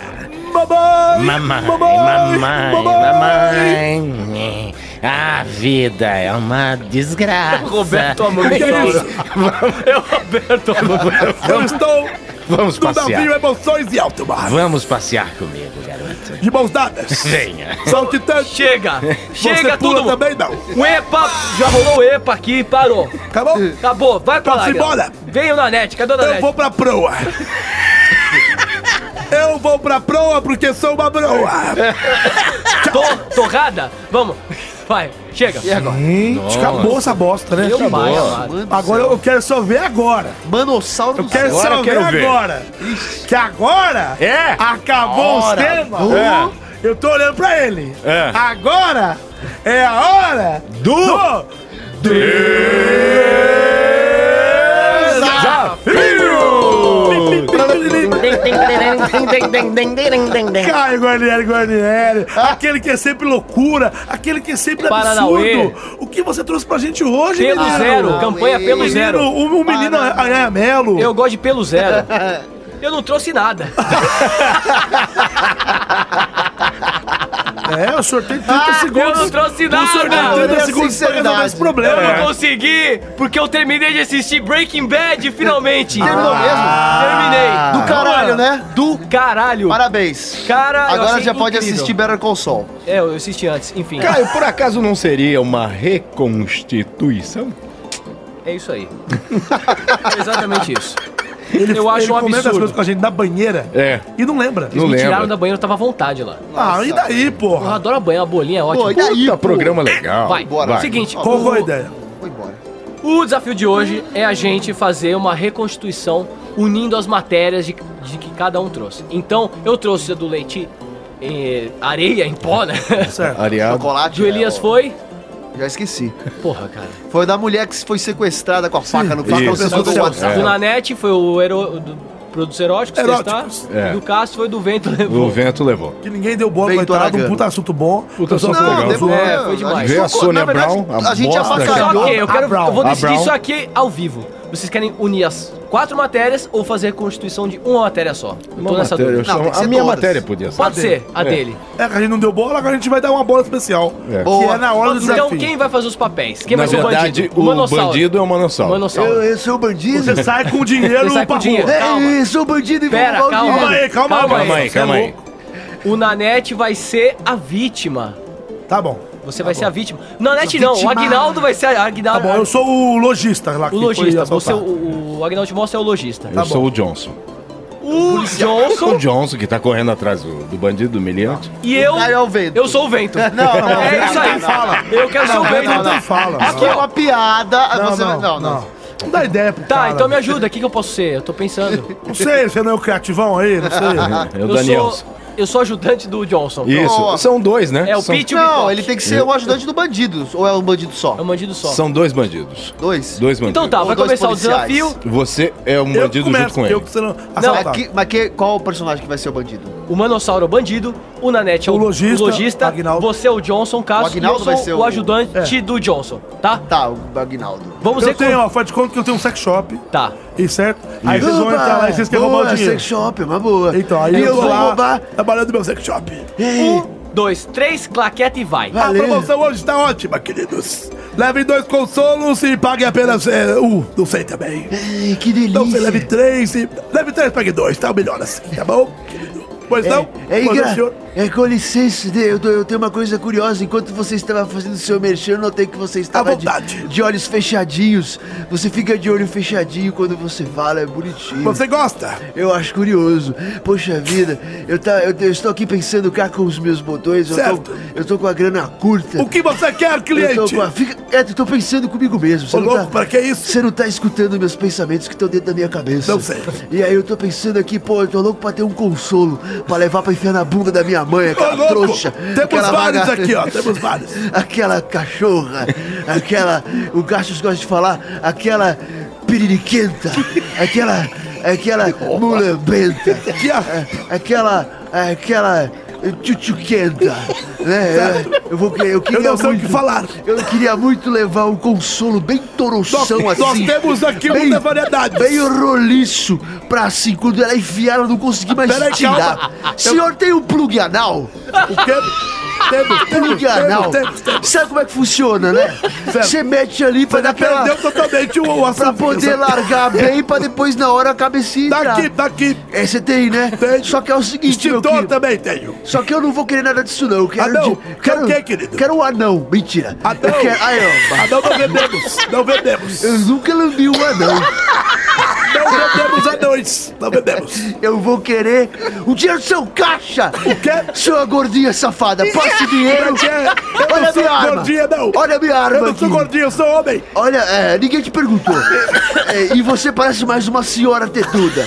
S3: Mamãe,
S1: Mamãe,
S3: mamãe,
S1: mamãe, mamãe, a vida é uma desgraça.
S5: Roberto Amor.
S3: que é
S5: [laughs]
S3: isso?
S5: Eu, É Roberto Amor.
S3: Eu estou
S1: Vamos
S3: no navio
S1: passear.
S3: Emoções e Alto
S4: é-
S3: Mar.
S1: Vamos passear comigo, garoto.
S3: De mãos dadas.
S1: Venha.
S3: Saltitante.
S5: Chega! Chega
S3: tá- Você pula
S5: tudo!
S3: também, não.
S5: O EPA! Já rolou o EPA aqui, parou!
S3: Acabou?
S5: Acabou, vai pra lá!
S3: Posso ir
S5: galera.
S3: embora?
S5: Venho na net, cadê a
S3: Eu
S5: net?
S3: vou pra proa. Eu vou pra proa porque sou uma broa.
S5: Tô, torrada? Vamos! Vai, chega!
S3: Gente, acabou essa bosta, né?
S5: Meu
S3: Acabou.
S5: pai amado.
S3: Agora eu quero só ver agora.
S2: Manossauro
S3: Eu quero
S4: Agora
S3: só
S4: eu quero
S3: ver,
S4: ver.
S3: agora. Que agora
S4: É.
S3: acabou os temas.
S4: É.
S3: Eu tô olhando pra ele.
S4: É.
S3: Agora é a hora do...
S5: É.
S3: Caio Guarnieri, Guarnieri.
S5: Ah.
S3: aquele que é sempre loucura, aquele que é sempre
S5: Paranauê.
S3: absurdo. O que você trouxe pra gente hoje,
S5: Pelo
S3: menino?
S5: zero, campanha pelo
S3: Menino,
S5: zero.
S3: O, o menino Aranha
S2: Tipo,
S3: Melo.
S5: Eu gosto de pelo
S2: [laughs]
S5: zero. Eu não trouxe nada.
S3: É, eu sorteio 30 segundos.
S5: Ah, Eu não trouxe É. nada.
S3: Eu sorteio 30
S2: Olha a
S3: segundos pra resolver
S2: sinceridade.
S3: esse problema.
S5: Eu consegui, porque eu terminei de assistir Breaking Bad, finalmente.
S2: Terminou
S5: Terminei.
S2: mesmo? Ah. Do caralho, né?
S5: Do caralho.
S2: Parabéns.
S5: Cara, eu
S2: Agora
S5: achei
S2: já pode
S5: incrível.
S2: assistir Better Call Saul.
S5: É, eu assisti antes, enfim.
S4: Caio, por acaso não seria uma reconstituição?
S5: É isso aí. É exatamente isso.
S3: Ele,
S5: Eu acho
S3: ele
S5: um
S3: comenta as
S5: absurdo.
S3: coisas com a gente na banheira
S4: É.
S3: e não lembra.
S4: Não
S5: Me tiraram
S4: lembro.
S5: da banheira, eu tava à vontade lá.
S3: Ah, e daí,
S5: Eu
S3: porra?
S5: adoro a banheira, a bolinha é
S2: Pô,
S5: ótima.
S2: e daí?
S4: Puta
S2: pô?
S4: Tá programa legal.
S5: Vai,
S2: bora.
S4: Vai.
S5: Seguinte,
S3: Qual foi a
S5: o,
S3: ideia?
S2: Vou embora.
S5: o desafio de hoje é a gente fazer uma reconstituição unindo as matérias de, de que cada um trouxe. Então, eu trouxe a do leite eh, areia em pó, né? [laughs]
S3: Certo.
S4: Ariado.
S2: Chocolate.
S5: Do Elias
S4: É,
S2: né,
S5: foi.
S2: ó. Já esqueci.
S5: Porra, cara.
S2: Foi da mulher que foi sequestrada com a faca no
S4: Isso. É.
S2: pescoço. pessoal do
S3: Isso.
S5: O
S2: WhatsApp.
S5: do Nanete foi o hero, do produtos eróticos,
S3: Eróticos,
S5: testar.
S4: é.
S5: Do Cássio foi do vento né?
S4: O
S5: levou.
S4: vento levou.
S3: Que ninguém deu bola,
S2: Feito
S3: coitado. Um
S2: Aragano.
S3: puta assunto bom. Puta
S4: assunto legal.
S2: demorou.
S5: É, foi demais.
S4: Vê a
S2: gente focou-
S4: Sônia
S2: na verdade,
S4: Brown, a é.
S2: A gente
S4: bosta
S5: Só
S2: abacalhou.
S5: que eu quero.
S3: Abraão.
S5: Eu vou decidir
S4: Abraão.
S5: isso aqui ao vivo. Vocês querem unir as quatro matérias ou fazer a constituição de uma matéria só? Eu
S4: Uma matéria, eu
S5: dúvida.
S4: chamo-
S2: tem que
S4: a
S2: ser
S4: minha
S2: todas.
S4: matéria podia ser.
S5: Pode ser, a
S4: É.
S5: dele.
S3: É que a gente não deu bola, agora a gente vai dar uma bola especial.
S4: É.
S3: Que
S2: Boa.
S3: é na hora do desafio.
S5: Então quem vai fazer os papéis? Quem
S4: Na
S5: vai ser
S4: verdade,
S5: o bandido?
S4: o bandido é o Manossauro.
S5: Manossauro.
S6: eu sou bandido.
S3: Você sai com o dinheiro
S5: Você sai com
S3: pra
S5: dinheiro.
S3: rua.
S5: Calma.
S6: Ei, sou bandido e vou
S5: Pera,
S6: roubar o
S5: calma.
S6: dinheiro.
S3: Calma aí, calma,
S5: Calma
S3: aí.
S4: Calma aí,
S3: Você é
S4: calma aí.
S3: louco.
S5: O Nanete vai ser a vítima.
S3: Tá bom.
S5: Você vai ser a vítima. Nanete não, o Agnaldo vai ser a
S3: Tá bom,
S5: Agnaldo.
S3: eu sou o lojista lá. que
S5: o
S3: foi tá
S5: lojista.
S3: assaltado.
S5: Você, é o, o Agnaldo Mostra é o lojista.
S4: Eu sou o Johnson.
S5: O
S4: O
S5: Johnson
S4: Johnson que tá correndo atrás do, do bandido, do humilhante.
S5: e eu.
S2: Caio é o vento.
S5: Eu sou o vento.
S2: Não, não,
S5: É isso aí. Eu quero ser o
S3: Não,
S5: vento.
S3: não, não fala.
S2: Aqui é uma piada.
S3: Não,
S2: você-
S3: não, não, não. Não dá ideia pro
S5: Tá,
S3: cara.
S5: então me ajuda, o que, que eu posso ser? Eu tô pensando.
S3: Não sei, você não é o criativão aí? Não sei.
S4: É o Daniel.
S5: Sou, eu sou ajudante do Johnson.
S4: Isso,
S2: Boa.
S4: são dois, né?
S5: É o
S4: são,
S5: Pete e o
S2: Não,
S5: Bicoque.
S2: ele tem que ser o ajudante do bandido. Ou é um bandido só?
S5: É um bandido só.
S4: são dois bandidos.
S2: Dois.
S4: Dois bandidos.
S5: Então tá,
S2: Ou
S5: vai
S2: dois
S5: começar
S2: policiais.
S5: o desafio.
S4: Você é um
S3: Eu que Ah,
S4: bandido junto
S3: começo,
S4: com
S3: porque
S4: ele.
S3: eu preciso
S2: Não,
S3: assaltar.
S2: mas que- mas que, qual o personagem que vai ser o bandido?
S5: O Manossauro é o bandido, o Nanete é o,
S3: O lojista,
S5: o lojista,
S3: Agnaldo.
S5: você é o Johnson,
S2: O
S5: caso, e eu
S2: Agnaldo vai ser
S5: sou o
S2: o-
S5: ajudante do Johnson, tá?
S2: Tá, o Agnaldo.
S5: Vamos ver
S3: É. Eu tenho,
S5: como...
S3: ó, faz de conta que eu tenho um sex shop.
S5: Tá.
S3: E certo? Aí vocês vão
S6: Opa,
S3: entrar lá e vocês querem
S6: boa,
S3: roubar o dinheiro.
S6: sex shop, é uma boa.
S3: Então, aí
S6: e eu
S3: tô
S6: vou
S3: lá,
S6: roubar. É,
S3: Trabalhando no meu sex shop.
S6: Ei,
S5: Um, dois, três, claquete e vai.
S3: A
S6: Valeu.
S3: promoção hoje tá ótima, queridos. Levem dois consolos e paguem apenas é, um, não sei também.
S6: ei, é, que delícia.
S3: Então você leve três e. Leve três, pague dois, tá? Melhor assim, tá bom, querido? Pois não?
S6: É, é,
S3: Pois não,
S6: engra... é com licença, né, eu, tô- eu tenho uma coisa curiosa. Enquanto você estava fazendo o seu merchan, eu notei que você estava
S3: vontade.
S6: de, de olhos fechadinhos. Você fica de olho fechadinho quando você fala, é bonitinho.
S3: Você gosta?
S6: Eu acho curioso. Poxa vida, eu, tá, eu, eu estou aqui pensando cá com os meus botões. Eu,
S3: Certo.
S6: tô, eu tô com a grana curta.
S3: O que você quer,
S6: Eu tô,
S3: cliente?
S6: com a- fica, é, eu tô pensando comigo mesmo. Você
S3: Ô
S6: não
S3: louco,
S6: tá-
S3: pra que isso?
S6: Você não tá escutando meus pensamentos que estão dentro da minha cabeça.
S3: Não sei.
S6: E aí eu tô pensando aqui, pô, eu tô louco pra ter um consolo pra levar pra enfiar na bunda da minha mãe, aquela
S3: Ô, louco,
S6: trouxa.
S3: temos
S6: aquela
S3: vários aqui, ó, temos vários.
S6: aquela cachorra, aquela. O Gastos gosta de falar, aquela piririquenta, aquela. aquela mulambenta, a- aquela. aquela. tchutchuquenta, né? Eu, eu vou, que- eu queria
S3: não sei o
S6: muito,
S3: que falar.
S6: Eu queria muito levar um consolo bem toroção
S3: Nós-
S6: assim.
S3: nós temos aqui
S6: bem-
S3: muita variedade.
S6: Bem roliço pra assim, quando ela enfiar, eu não consegui mais
S3: Peraí,
S6: tirar.
S3: calma.
S6: Senhor, tem um plug anal?
S3: O
S6: [laughs]
S3: quê? Temos, temos,
S6: Plug anal.
S3: temos, temos, temos.
S6: Sabe como é que funciona, né? Você mete ali pra dar aquela...
S3: Perdeu totalmente o, o
S6: Pra
S3: assunto.
S6: poder largar bem, pra depois na hora a cabecinha entrar.
S3: Daqui, daqui.
S6: É, você tem, né? Só que é o seguinte, meu
S3: Extintor
S6: querido.
S3: também tenho.
S6: Só que eu não vou querer nada disso, não. Eu quero...
S3: Anão?
S6: de-
S3: Quer
S6: quero
S3: o quê, querido?
S6: Quero um anão. Mentira.
S3: Adão,
S6: Eu quero... Ai,
S3: [laughs]
S6: ó.
S3: Adão não vendemos, não vendemos.
S6: Eu nunca lambi um anão.
S3: Não vendemos anões, não vendemos.
S6: Eu vou querer o dinheiro do seu caixa! O
S3: quê?
S6: Sua gordinha safada, passe o dinheiro!
S3: Não quer, é? eu
S6: Olha
S3: não
S6: a
S3: sou
S6: minha arma!
S3: gordinha, não.
S6: Olha a minha arma!
S3: Eu não sou
S6: aqui.
S3: gordinho, eu sou homem.
S6: Olha, é, ninguém te perguntou. É, e você parece mais uma senhora tetuda.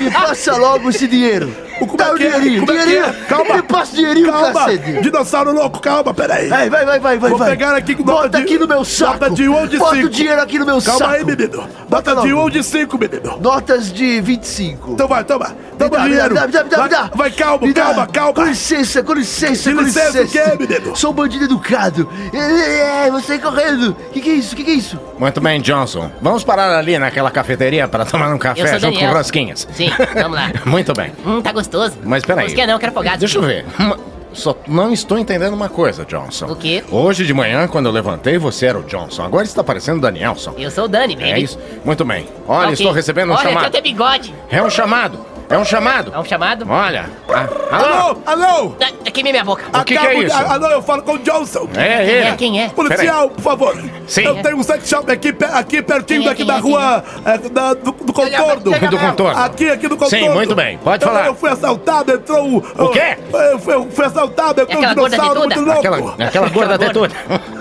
S6: Me passa logo esse dinheiro. Dá o
S3: que é?
S6: dinheirinho,
S3: Como é que é?
S6: dinheirinho.
S3: Calma.
S6: Me passa o dinheirinho,
S3: Calma,
S6: cacete.
S3: dinossauro louco, calma, peraí.
S6: Vai, vai, vai, vai, vai.
S3: Vou
S6: vai.
S3: pegar aqui com nota
S6: Bota
S3: de-
S6: aqui no meu
S3: nota
S6: saco.
S3: de um de
S6: Bota
S3: cinco.
S6: o dinheiro aqui no meu
S3: Calma
S6: saco.
S3: aí, menino. Bota
S6: Bota
S3: de
S6: logo.
S3: 1 de 5, menino.
S6: Notas de 25.
S3: Então vai, toma. Toma
S6: Me dá, me dá,
S3: dinheiro.
S6: me dá, me dá, me dá.
S3: Vai, vai, calma,
S6: Me dá.
S3: calma,
S6: Com
S3: calma.
S6: licença, com licença,
S3: Que
S6: com
S3: licença,
S6: licença.
S3: o quê, menino?
S6: Sou um bandido educado. É, é, você correndo. Que que é isso? Que que é isso?
S4: Muito bem, Johnson. Vamos parar ali naquela cafeteria para tomar um
S8: Eu
S4: café
S8: sou
S4: junto
S8: Daniel.
S4: com rosquinhas.
S8: Sim, vamos lá.
S4: [laughs] Muito bem.
S8: Hum, tá gostoso.
S4: Mas peraí.
S8: Rosquinha não, quero folgado.
S4: Deixa eu ver. Uma- Só não estou entendendo uma coisa, Johnson.
S8: O quê?
S4: Hoje de manhã, quando eu levantei, você era o Johnson. Agora está parecendo o Danielson.
S8: Eu sou o Dani, baby.
S4: É isso? Muito bem. Olha,
S8: Ok.
S4: estou recebendo um
S8: Olha,
S4: chamado.
S8: aqui eu tenho bigode.
S4: É um chamado. É um chamado.
S8: É um chamado?
S4: Olha. Ah, alô?
S3: Alô, alô.
S8: Ah, Queimei minha boca.
S4: O que, que é
S3: Acabo de-
S4: isso?
S3: Alô, eu falo com o Johnson.
S4: É
S8: Quem
S4: ele.
S8: é? Quem é?
S3: Policial, por favor.
S4: Sim.
S3: Eu tenho um sex shop aqui, pe- aqui pertinho
S8: Quem é,
S3: daqui
S8: quem
S3: da
S8: é,
S3: rua é, da- do, do contorno.
S4: Do contorno.
S3: Aqui, aqui do contorno.
S4: Sim, muito bem. Pode
S3: Eu-
S4: falar.
S3: Eu fui assaltado, entrou o... eh,
S4: O quê?
S3: Eu fui, eu fui assaltado, entrou um
S8: Aquela gorda
S3: dinossauro muito
S8: tetuda?
S3: louco.
S4: Aquela, né? aquela gorda até tudo.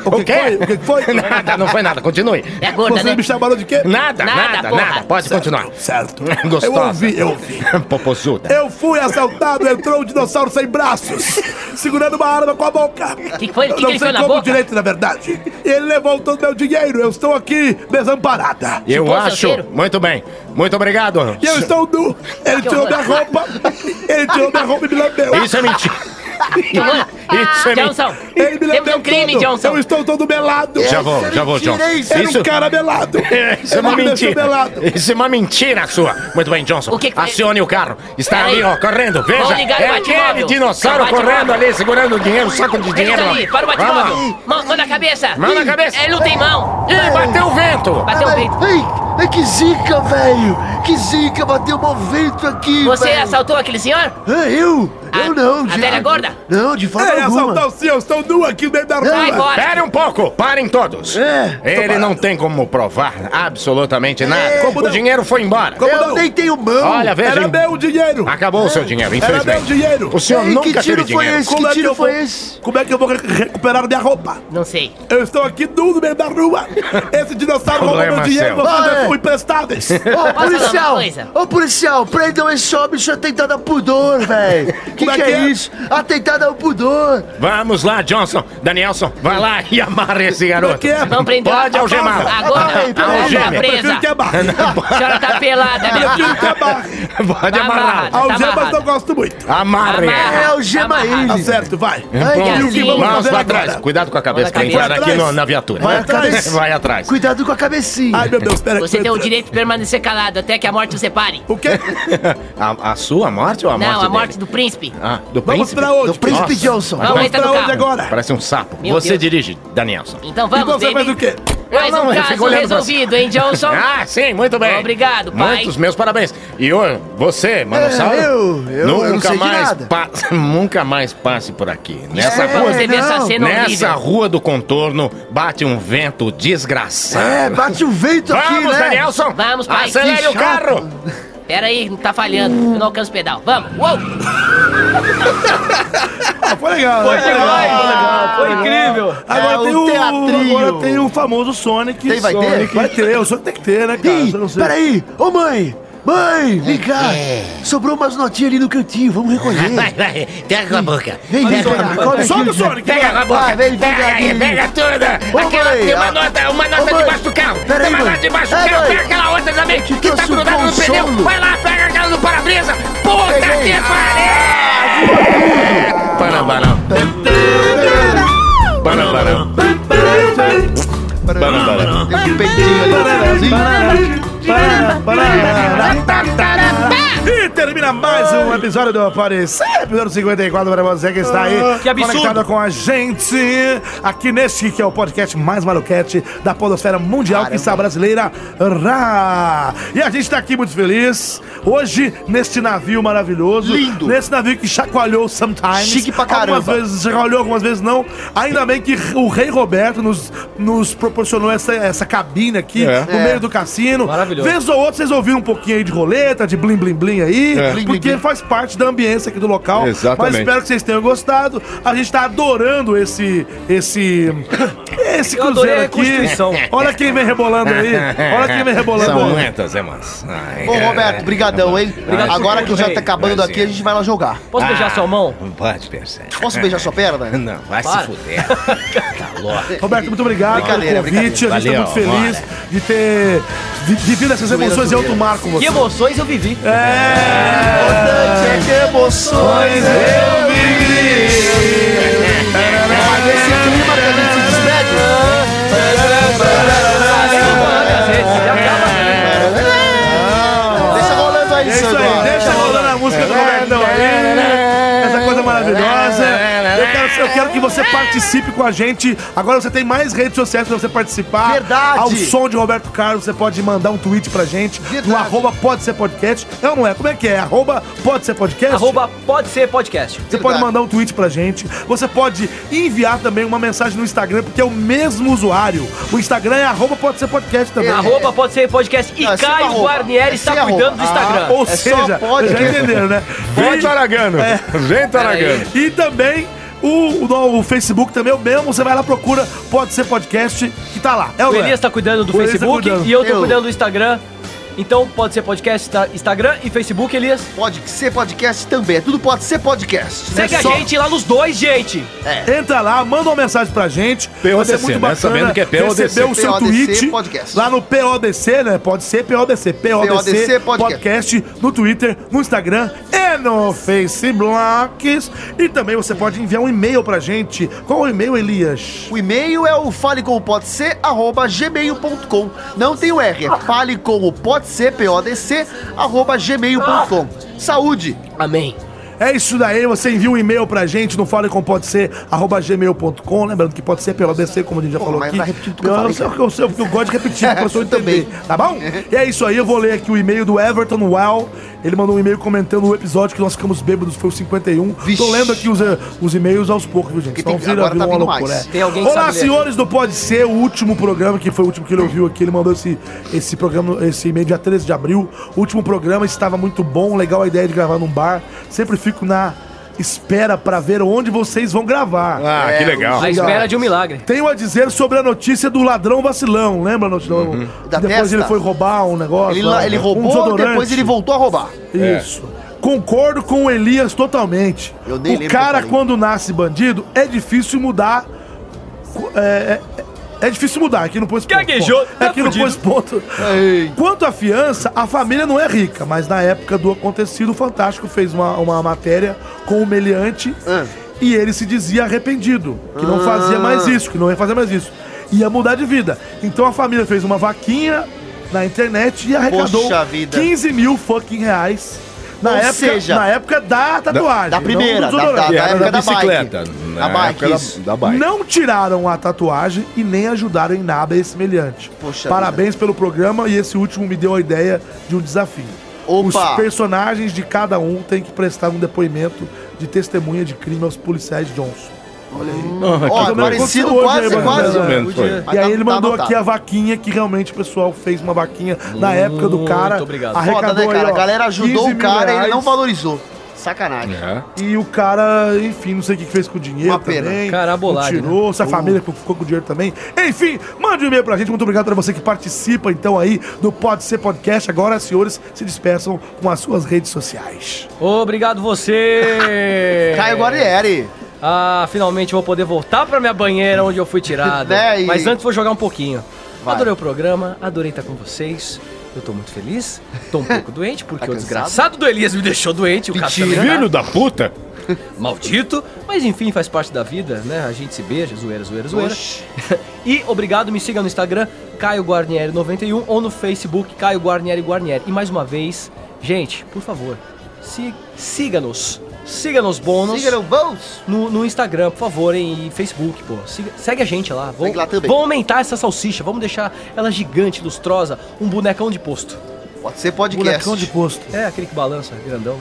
S3: O que foi? O que foi?
S4: [laughs] nada, não foi nada. Continue.
S8: [laughs] É gorda,
S3: Vocês
S8: né?
S3: me chamaram de quê?
S4: Nada,
S8: Nada,
S4: nada, nada.
S8: porra.
S4: Pode continuar.
S3: Certo.
S4: Gostosa.
S3: Eu ouvi, eu ouvi.
S4: [laughs] Popozuda.
S3: Eu fui assaltado, entrou um dinossauro sem braços, segurando uma arma com a boca. O
S8: Que que foi? Que que
S3: não
S8: ele
S3: sei
S8: enfiou na
S3: como
S8: boca?
S3: direito, na verdade. Ele levou todo o meu dinheiro, eu estou aqui desamparada.
S4: Eu
S8: Chupou o
S4: acho.
S8: solteiro?
S4: Muito bem. Muito obrigado.
S3: E eu estou nu. Ele tirou minha roupa, ele tirou minha roupa e me lambeu.
S4: Isso
S8: [laughs]
S4: é mentira.
S8: Que horror. um
S4: Isso é
S8: Ah, Johnson,
S4: mentira.
S3: Ele me
S8: temos
S3: lambeu
S8: um crime,
S3: todo.
S8: Johnson.
S3: Eu estou todo melado.
S4: Já vou, já vou, Johnson.
S3: Era
S4: Isso,
S3: um cara melado.
S4: [laughs] isso é
S3: Ele
S4: uma
S3: me deixou
S4: mentira.
S3: melado.
S4: Isso é uma mentira sua. Muito bem, Johnson.
S8: O que que foi?
S4: Acione o carro. Está
S8: Peraí.
S4: ali, ó, correndo. Veja.
S8: Vamos ligar o
S4: É aquele
S8: Batmóvel.
S4: dinossauro
S8: Vai,
S4: correndo
S8: Batmóvel.
S4: ali, segurando o dinheiro, o saco de
S8: Ele
S4: dinheiro.
S8: tá ali, para o
S4: Vamos lá.
S8: batmóvel. Mão, mão na cabeça.
S4: Mão na cabeça.
S8: Ele não tem mão.
S4: Ih, bateu o vento.
S8: Bateu o
S6: Ai,
S8: peito.
S6: ai, ai, que zica, velho. Que zica, bateu mau vento aqui,
S8: Você
S6: velho.
S8: assaltou aquele senhor?
S6: Ah, eu?
S8: A-
S6: eu não,
S8: a
S6: de-
S8: velha gorda?
S6: Não, de forma
S3: Ei,
S6: alguma.
S3: assaltar o senhor, eu estou nu aqui no meio da
S8: Vai
S3: rua.
S8: embora.
S4: Pere um pouco, parem todos.
S6: É,
S4: Ele não tem como provar absolutamente nada.
S3: como
S4: O
S3: não?
S4: dinheiro foi embora.
S3: Como
S6: Eu
S3: não?
S6: nem tenho mão.
S4: Olha, veja.
S3: Era meu dinheiro.
S4: Acabou o seu dinheiro,
S3: Era
S4: infelizmente.
S3: meu um dinheiro.
S4: O senhor
S6: Ei, que
S4: nunca teve
S6: tiro foi
S4: dinheiro.
S6: esse? Que
S3: é
S6: tiro
S3: eu
S6: foi
S3: vou-
S6: esse?
S3: Como é que eu vou re- recuperar minha roupa?
S8: Não sei.
S3: Eu estou aqui nu no meio da rua. Esse dinossauro roubou
S4: Problema
S3: meu
S4: seu.
S3: dinheiro, vou fazer um
S6: Vai.
S3: emprestáveis.
S6: Ô,
S8: falar uma
S6: policial!
S8: coisa?
S6: Ô, policial, prendam esse homem, isso é atentado ao
S3: [laughs]
S6: pudor, velho! Que
S3: Como é
S6: que
S3: que
S6: é
S3: é?
S6: isso? Atentado ao pudor!
S4: Vamos lá, Johnson. Danielson, vai lá e amarra esse garoto.
S3: que é?
S8: Vamos prender.
S4: Pode algemá-lo.
S8: Agora. Agora
S6: Ai, peraí,
S8: tá
S4: algema.
S8: presa.
S3: Prefiro que amarre.
S8: A senhora tá pelada, meu
S3: Prefiro
S8: filho.
S3: que amarre.
S4: Pode
S8: Tá
S4: amarrar.
S8: amarrado.
S3: Algemas
S8: amarrado.
S3: não gosto muito.
S4: Amarre.
S8: Amarra.
S6: É algema
S8: Ah, amarrado.
S6: ele!
S3: Tá certo, vai.
S6: Ai,
S4: Pronto.
S3: E o que vamos
S4: Mãos
S3: fazer
S4: pra
S3: agora?
S4: trás. Cuidado com a cabeça que
S8: Vai
S4: tem entrada
S3: atrás.
S4: aqui no- na viatura.
S6: Vai atrás.
S4: [laughs] Vai atrás.
S6: Cuidado com a cabecinha!
S3: Ai, meu Deus, espera
S8: Você
S3: que
S8: tem
S3: eu
S8: o
S3: entre.
S8: direito de permanecer calado até que a morte o separe.
S3: O quê?
S4: A, a sua morte ou a morte
S8: Não, a
S4: dele?
S8: morte do príncipe.
S4: Ah, do
S3: Vamos
S4: príncipe?
S3: pra onde?
S6: do Príncipe
S4: Nossa.
S6: Johnson!
S8: Vamos
S3: Vamos
S8: entrar
S3: pra
S8: no
S3: onde
S8: carro.
S3: agora?
S4: Parece um sapo.
S8: Meu
S4: Você
S8: Deus.
S4: dirige, Danielson.
S8: Então
S3: E
S8: vamos,
S3: você
S8: baby.
S3: faz o quê?
S8: Mais
S4: Eu
S8: um
S4: não, eu fico
S8: caso
S4: olhando pra você.
S8: resolvido, hein, Johnson?
S4: Ah, sim, muito bem.
S8: Obrigado, pai.
S4: Muitos meus parabéns. E ô, você, Manossauro,
S6: É, eu- eu- eu não
S4: nunca
S6: sei de
S4: mais
S6: nada.
S4: pa- [laughs] nunca mais passe por aqui. Nessa
S8: Nessa
S4: rua,
S8: você vê essa
S6: não.
S8: cena
S4: nessa
S8: horrível.
S4: rua do contorno bate um vento desgraçado.
S6: É, bate o vento aqui,
S4: Vamos,
S6: né?
S4: Danielson.
S8: Vamos, pai.
S4: Acelere
S8: Que
S4: o carro.
S8: Pera aí, não tá falhando. Eu não alcanço o pedal. Vamos. Uou!
S3: Ah, foi legal. né? Foi
S14: Foi incrível.
S3: Agora,
S15: É,
S3: tem
S15: o
S3: o,
S15: teatrinho.
S3: agora tem o famoso Sonic.
S15: Tem, vai ter?
S3: Sonic. Vai ter, o Sonic tem que ter, né, cara? Eu
S6: Ih,
S3: não sei.
S6: peraí! Ô, mãe! Mãe, vem cá. Sobrou umas notinhas ali no cantinho, vamos recolher.
S16: Vai, vai, pega com a boca.
S6: Vem, vem, pega, come aqui.
S16: Pega com a boca.
S6: Vai, vem, pega aqui.
S16: Pega
S6: Ô,
S16: toda. Aquela
S6: mãe,
S16: tem uma
S6: a-
S16: nota, uma
S6: Ô,
S16: nota
S6: mãe,
S16: debaixo do carro.
S6: peraí,
S16: Tem uma
S6: mãe.
S16: nota debaixo
S6: Ai,
S16: do carro.
S6: mãe.
S16: Pega aquela outra também,
S6: te
S16: que tá
S6: trouxe um
S16: grudada no pneu.
S6: consolo. Ah,
S16: Vai lá, pega aquela do para-brisa. Puta que pariu. Parabarão. Parabarão.
S4: Parabarão.
S2: Tem um peitinho ali.
S5: Tá.
S3: E termina mais um episódio do Aparecer, número 54 para você que está aí
S5: Que absurdo.
S3: conectado com a gente aqui neste que é o podcast mais maluquete da podosfera mundial, que está brasileira. Rá. E a gente está aqui muito feliz, hoje, neste navio maravilhoso. Lindo. Nesse navio que chacoalhou sometimes.
S2: Chique pra
S3: Algumas
S2: caramba.
S3: vezes chacoalhou, algumas vezes não. Ainda bem que o Rei Roberto nos, nos proporcionou essa, essa cabine aqui,
S4: É.
S3: no
S4: É.
S3: meio do cassino.
S5: Maravilhoso.
S3: Vez ou outra vocês ouviram um pouquinho aí de roleta, de blim blim blim aí,
S4: É.
S3: Blim, porque faz parte da ambiência aqui do local.
S4: Exatamente.
S3: Mas espero que vocês tenham gostado. A gente tá adorando esse
S5: [laughs]
S3: esse esse
S5: Eu
S3: cruzeiro
S5: adorei a
S3: aqui.
S5: Constituição.
S3: [laughs] Olha quem vem rebolando aí. Olha quem vem rebolando.
S4: São muitas, é mas. Ai,
S2: [laughs] Ô,
S4: é,
S2: Roberto, brigadão, hein?
S5: Obrigado
S2: Agora
S5: por
S2: que
S5: tudo,
S2: já tá
S5: rei.
S2: acabando aqui, a gente vai lá jogar.
S5: Posso beijar sua mão?
S2: Ah.
S4: Não pode pensar.
S2: Posso beijar sua perna?
S4: Não, vai
S5: Para.
S4: se [laughs] fuder. Calor.
S3: Roberto, muito obrigado
S2: Brincadeira,
S3: pelo convite. A gente
S4: brincadeira.
S3: tá muito feliz de ter vi- vivido essas emoções em alto mar com
S5: Que
S3: você.
S5: emoções eu vivi.
S3: É.
S2: Importante é que emoções eu vivi. Esse clima que a gente se despede.
S3: É.
S2: Deixa tá rolando aí,
S3: É isso aí,
S2: Sandro.
S3: deixa rolando a música do Robertão aí. Essa coisa maravilhosa. Eu quero, eu quero que você participe com a gente. Agora você tem mais redes sociais pra você participar.
S2: Verdade.
S3: Ao som de Roberto Carlos, você pode mandar um tweet pra gente. No arroba pode ser podcast. É ou não é? Como é que é? Arroba pode ser podcast?
S5: Arroba pode ser podcast.
S3: Você pode mandar um tweet pra gente. Você pode enviar também uma mensagem no Instagram, porque é o mesmo usuário. O Instagram é arroba pode ser podcast também.
S5: Arroba pode ser podcast e
S2: É. Não, é sem
S5: Caio
S2: arroba.
S5: Guarnieri
S2: É sem
S5: está cuidando do
S2: arroba.
S5: Instagram.
S3: Ou
S2: É só
S3: seja,
S2: pode.
S3: já entenderam, né?
S4: Vem, Taragano. Vem, Taragano.
S3: E também o, o, no- o Facebook também é o mesmo. Você vai lá, procura, pode ser podcast, que tá lá. É
S5: O
S3: o
S5: Elias tá cuidando do
S3: O Elias tá
S5: Facebook
S3: cuidando.
S5: e eu tô
S2: Eu.
S5: cuidando do Instagram. Então pode ser podcast, tá- Instagram e Facebook, Elias.
S2: Pode ser podcast também. É Tudo pode ser podcast. é
S5: Segue a
S3: só-
S5: gente lá nos dois, gente.
S3: Entra lá, manda uma mensagem pra gente.
S4: PODC, né? Sabendo que é PODC.
S3: receber o seu
S2: PODC
S3: tweet
S2: podcast.
S3: lá no PODC, né? Pode ser PODC. PODC,
S2: PODC
S3: podcast. no Twitter, no Instagram e no Facebook. E também você pode enviar um e-mail pra gente. Qual é o e-mail, Elias?
S2: O e-mail é o falecompodc, arroba gmail.com. Não tem o R, é falecompodc, P-O-D-C, arroba gmail.com. Saúde!
S5: Amém.
S3: É isso daí, você envia um e-mail pra gente no falecompodecer.gmail.com, lembrando que pode ser pelo ADC, como a gente já falou
S2: mas
S3: aqui.
S2: tá repetindo tudo que eu
S3: eu,
S2: falei,
S3: sei, eu sei, porque eu gosto de repetir pra
S2: [laughs]
S3: pessoa
S2: Também.
S3: entender, tá bom? E é isso aí, eu vou ler aqui o e-mail do Everton Well, ele mandou um e-mail comentando o episódio que nós ficamos bêbados, foi o 51. Tô lendo aqui os, eh, os e-mails aos poucos, viu, gente?
S2: Porque tem- agora tá vindo mais.
S5: Tem alguém que
S3: é. Olá,
S5: sabe ler.
S3: senhores do Pode Ser, o último programa, que foi o último que ele ouviu aqui, ele mandou esse, esse programa, esse e-mail dia 13 de abril. O último programa estava muito bom, legal a ideia de gravar num bar. Sempre fico na espera pra ver onde vocês vão gravar.
S4: Ah,
S2: É,
S4: que legal.
S5: À espera de um milagre.
S3: Tenho a dizer sobre a notícia do ladrão vacilão, lembra? No,
S2: Uhum. Da
S3: depois
S2: testa?
S3: ele foi roubar um negócio.
S2: Ele,
S3: lá,
S2: la- ele
S3: um
S2: roubou,
S3: desodorante.
S2: depois ele voltou a roubar.
S3: Isso. Concordo com o Elias totalmente.
S2: Eu nem
S3: o
S2: lembro que eu
S3: cara,
S2: falei.
S3: quando nasce bandido, é difícil mudar. co- É, é- é difícil mudar, aqui não pôs ponto.
S5: Gaguejou, tá
S3: aqui não
S5: fudido.
S3: pôs ponto. Quanto à fiança, a família não é rica, mas na época do acontecido, o Fantástico fez uma, uma matéria com o meliante
S2: Ah.
S3: e ele se dizia arrependido, que não fazia mais isso, que não ia fazer mais isso. Ia mudar de vida. Então a família fez uma vaquinha na internet e arrecadou
S2: Poxa vida.
S3: 15 mil fucking reais. Na,
S2: Ou
S3: época,
S2: seja,
S3: na época da tatuagem.
S2: da
S3: não
S2: primeira,
S3: do
S2: da-
S3: desodorante.
S2: da- época da
S4: bicicleta.
S2: bike.
S4: Na
S2: Da bike,
S4: época da-
S2: isso.
S4: da bike.
S3: Não tiraram a tatuagem e nem ajudaram em nada esse meliante.
S2: Poxa
S3: Parabéns pelo programa e esse último me deu a ideia de um desafio.
S2: Opa!
S3: Os personagens de cada um têm que prestar um depoimento de testemunha de crime aos policiais Johnson.
S2: Ó,
S3: menos
S2: parecido
S3: aconteceu
S2: quase,
S3: hoje aí, mais
S2: quase.
S4: ou menos, foi.
S3: e
S2: Mas tá-
S3: aí ele
S2: tá
S3: mandou
S2: anotado.
S3: aqui a vaquinha, que realmente o pessoal fez uma vaquinha na época do cara.
S5: obrigado.
S3: Arrecadou
S2: Foda, né, cara?
S3: aí, ó,
S2: a galera ajudou
S3: 15
S2: o
S3: mil
S2: cara e ele
S3: reais.
S2: não valorizou. sacanagem.
S3: E o cara, enfim, não sei o que que fez com o dinheiro
S2: Uma pena.
S3: também.
S2: Carabolagem,
S3: Tirou,
S2: né?
S3: se a
S2: Uh.
S3: família ficou com o dinheiro também. Enfim, mande um e-mail pra gente. Muito obrigado pra você que participa, então, aí do Pode Ser Podcast. Agora, senhores, se despeçam com as suas redes sociais.
S5: Obrigado
S2: [laughs]
S5: você!
S3: Caio
S2: é.
S3: Guarnieri.
S5: Ah, finalmente vou poder voltar pra minha banheira onde eu fui tirado.
S2: Né, e-
S5: Mas antes vou jogar um pouquinho. Adorei o programa, adorei estar com vocês. Eu tô muito feliz. Tô um pouco doente, porque o desgraçado do Elias me deixou doente. O cara também tá.
S4: Filho da puta!
S5: Maldito! Mas enfim, faz parte da vida, né? A gente se beija, zoeira, zoeira, zoeira. [laughs] e obrigado, me siga no Instagram, Caio Guarnieri91 ou no Facebook, Caio Guarnieri Guarnieri. E mais uma vez, gente, por favor, si- siga-nos. Siga-nos bônus.
S2: Siga-nos bônus.
S5: No, no Instagram, por favor, hein, e Facebook, pô. Siga- segue a gente lá. Vamos,
S2: Segue lá também.
S5: vamos aumentar essa salsicha, vamos deixar ela gigante, lustrosa, um bonecão de posto.
S2: Pode ser podcast.
S5: Bonecão de
S3: posto.
S5: É, aquele que balança, grandão.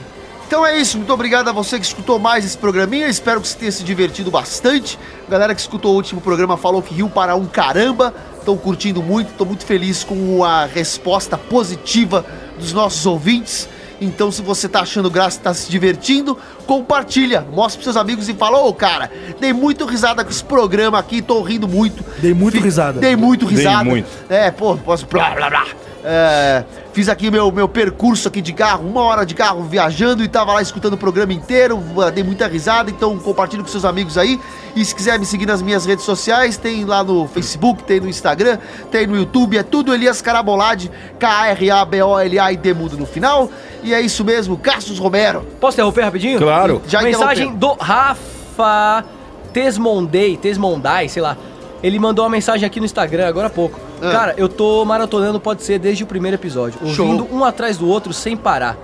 S2: Então é isso, muito obrigado a você que escutou mais esse programinha. Espero que você tenha se divertido bastante. Galera que escutou o último programa falou que riu para um caramba. Estão curtindo muito, estou muito feliz com a resposta positiva dos nossos ouvintes. Então, se você tá achando graça, tá se divertindo, compartilha, mostra pros seus amigos e fala: Ô, cara, dei muito risada com esse programa aqui, tô rindo muito.
S3: Dei muito risada.
S2: Dei muito
S3: Dei
S2: risada.
S3: muito.
S2: É, pô, posso. Blá, blá, blá. É, fiz aqui meu, meu percurso aqui de carro, uma hora de carro viajando e tava lá escutando o programa inteiro, ah, dei muita risada, então compartilhe com seus amigos aí. E se quiser me seguir nas minhas redes sociais, tem lá no Facebook, tem no Instagram, tem no YouTube, é tudo Elias Carabolade, K-A-R-A-B-O-L-A e D mudo no final. E é isso mesmo, Cassius Romero.
S5: Posso interromper rapidinho?
S2: Claro. Já
S5: mensagem
S2: interrompeu.
S5: do Rafa Tesmondei, Tesmondai, sei lá. Ele mandou uma mensagem aqui no Instagram agora há pouco. Cara, eu tô maratonando, pode ser, desde o primeiro episódio.
S4: Ah. Show.
S5: Ouvindo um atrás do outro sem parar.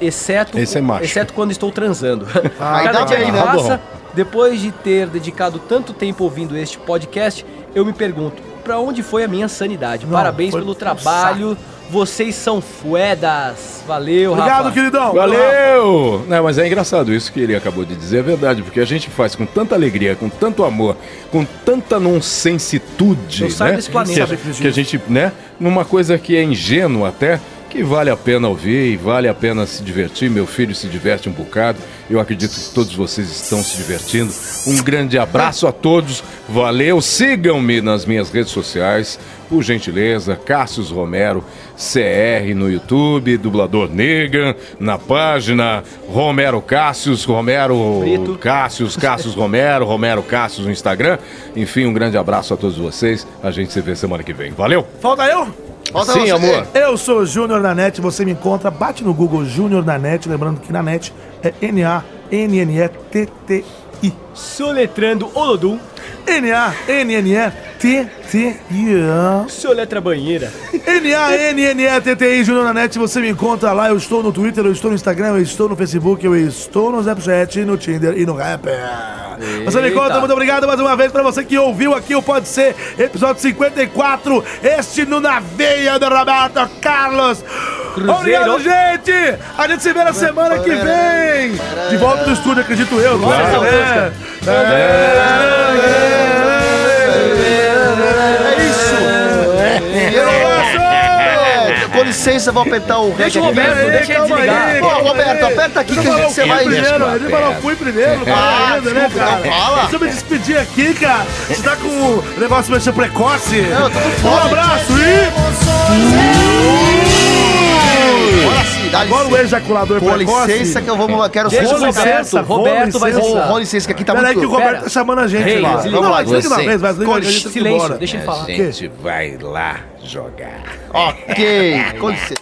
S5: Exceto,
S4: Esse é macho.
S5: exceto quando estou transando.
S4: [laughs] Ah,
S5: Cada
S4: ainda
S5: dia
S4: bem,
S5: que
S4: né?
S5: passa,
S4: Tá bom.
S5: depois de ter dedicado tanto tempo ouvindo este podcast, eu me pergunto, pra onde foi a minha sanidade? Parabéns
S4: um
S5: pelo trabalho, vocês são fuedas. Valeu,
S3: Obrigado,
S5: Rafa.
S3: queridão.
S4: Valeu! Não, mas é engraçado isso que ele acabou de dizer, é verdade, porque a gente faz com tanta alegria, com tanto amor, com tanta nonsensitude,
S5: Eu saio
S4: né?
S5: desse planeta.
S4: Que,
S5: Sabe
S4: a, que a gente, né, numa coisa que é ingênua até, que vale a pena ouvir e vale a pena se divertir. Meu filho se diverte um bocado. Eu acredito que todos vocês estão se divertindo. Um grande abraço a todos. Valeu. Sigam-me nas minhas redes sociais. Por gentileza, Cássius Romero, CR no YouTube, dublador Negan, na página Romero Cássius, Romero
S5: Brito.
S4: Cássius, Cássius Romero, Romero Cássius no Instagram. Enfim, um grande abraço a todos vocês. A gente se vê semana que vem. Valeu!
S3: Falta eu?
S4: Falta Sim, você. amor.
S3: Eu sou o Júnior da NET, você me encontra, bate no Google Júnior da NET, lembrando que na NET é N-A-N-N-E-T-T-I.
S5: Soletrando Olodum.
S3: N-A-N-N-E-T-T-I.
S5: Soletra banheira.
S3: N-A-N-N-E-T-T-I, Júnior na Net, você me encontra lá, eu estou no Twitter, eu estou no Instagram, eu estou no Facebook, eu estou no Snapchat, no Tinder e no Rapper. Você me
S5: Eita.
S3: conta, muito obrigado mais uma vez pra você que ouviu aqui o Pode Ser, episódio 54, este no Na Veia do Roberto Carlos.
S5: Cruzeiro.
S3: Obrigado, gente! A gente se vê na semana que vem! De volta do estúdio, acredito eu. É.
S5: Bora essa música.
S2: É isso! Abraço! É, Com licença, vou apertar o
S5: É. [laughs] Deixa o
S2: rec aqui.
S5: Roberto, deixa ele
S2: Calma aí,
S5: desligar.
S2: Pô, Roberto, aperta aqui que você vai.
S3: um Ele falou fui primeiro,
S2: Ah,
S3: ainda, né,
S2: desculpa,
S3: cara?
S2: não fala.
S3: Deixa eu me despedir aqui, cara. Você tá com o negócio mexendo precoce?
S2: Não, eu tô com
S3: Um
S2: fome.
S3: abraço e. Agora o ejaculador
S2: Com
S3: precoce.
S2: licença que eu vou, quero
S3: Deixa
S2: ser
S3: o Roberto, Roberto vai
S2: licença.
S3: desligar.
S2: Com licença que aqui tá
S3: Peraí
S2: muito...
S3: que o Roberto tá chamando a gente,
S2: Reis,
S3: lá.
S2: desliga.
S3: Não,
S2: Vamos lá,
S3: desliga uma
S2: você.
S3: vez, mas desliga
S2: Com
S3: a gente tem
S5: É,
S3: que ir
S5: silêncio,
S3: embora.
S5: deixa ele
S3: O
S5: falar.
S3: quê?
S4: vai lá jogar.
S2: Ok, com licença.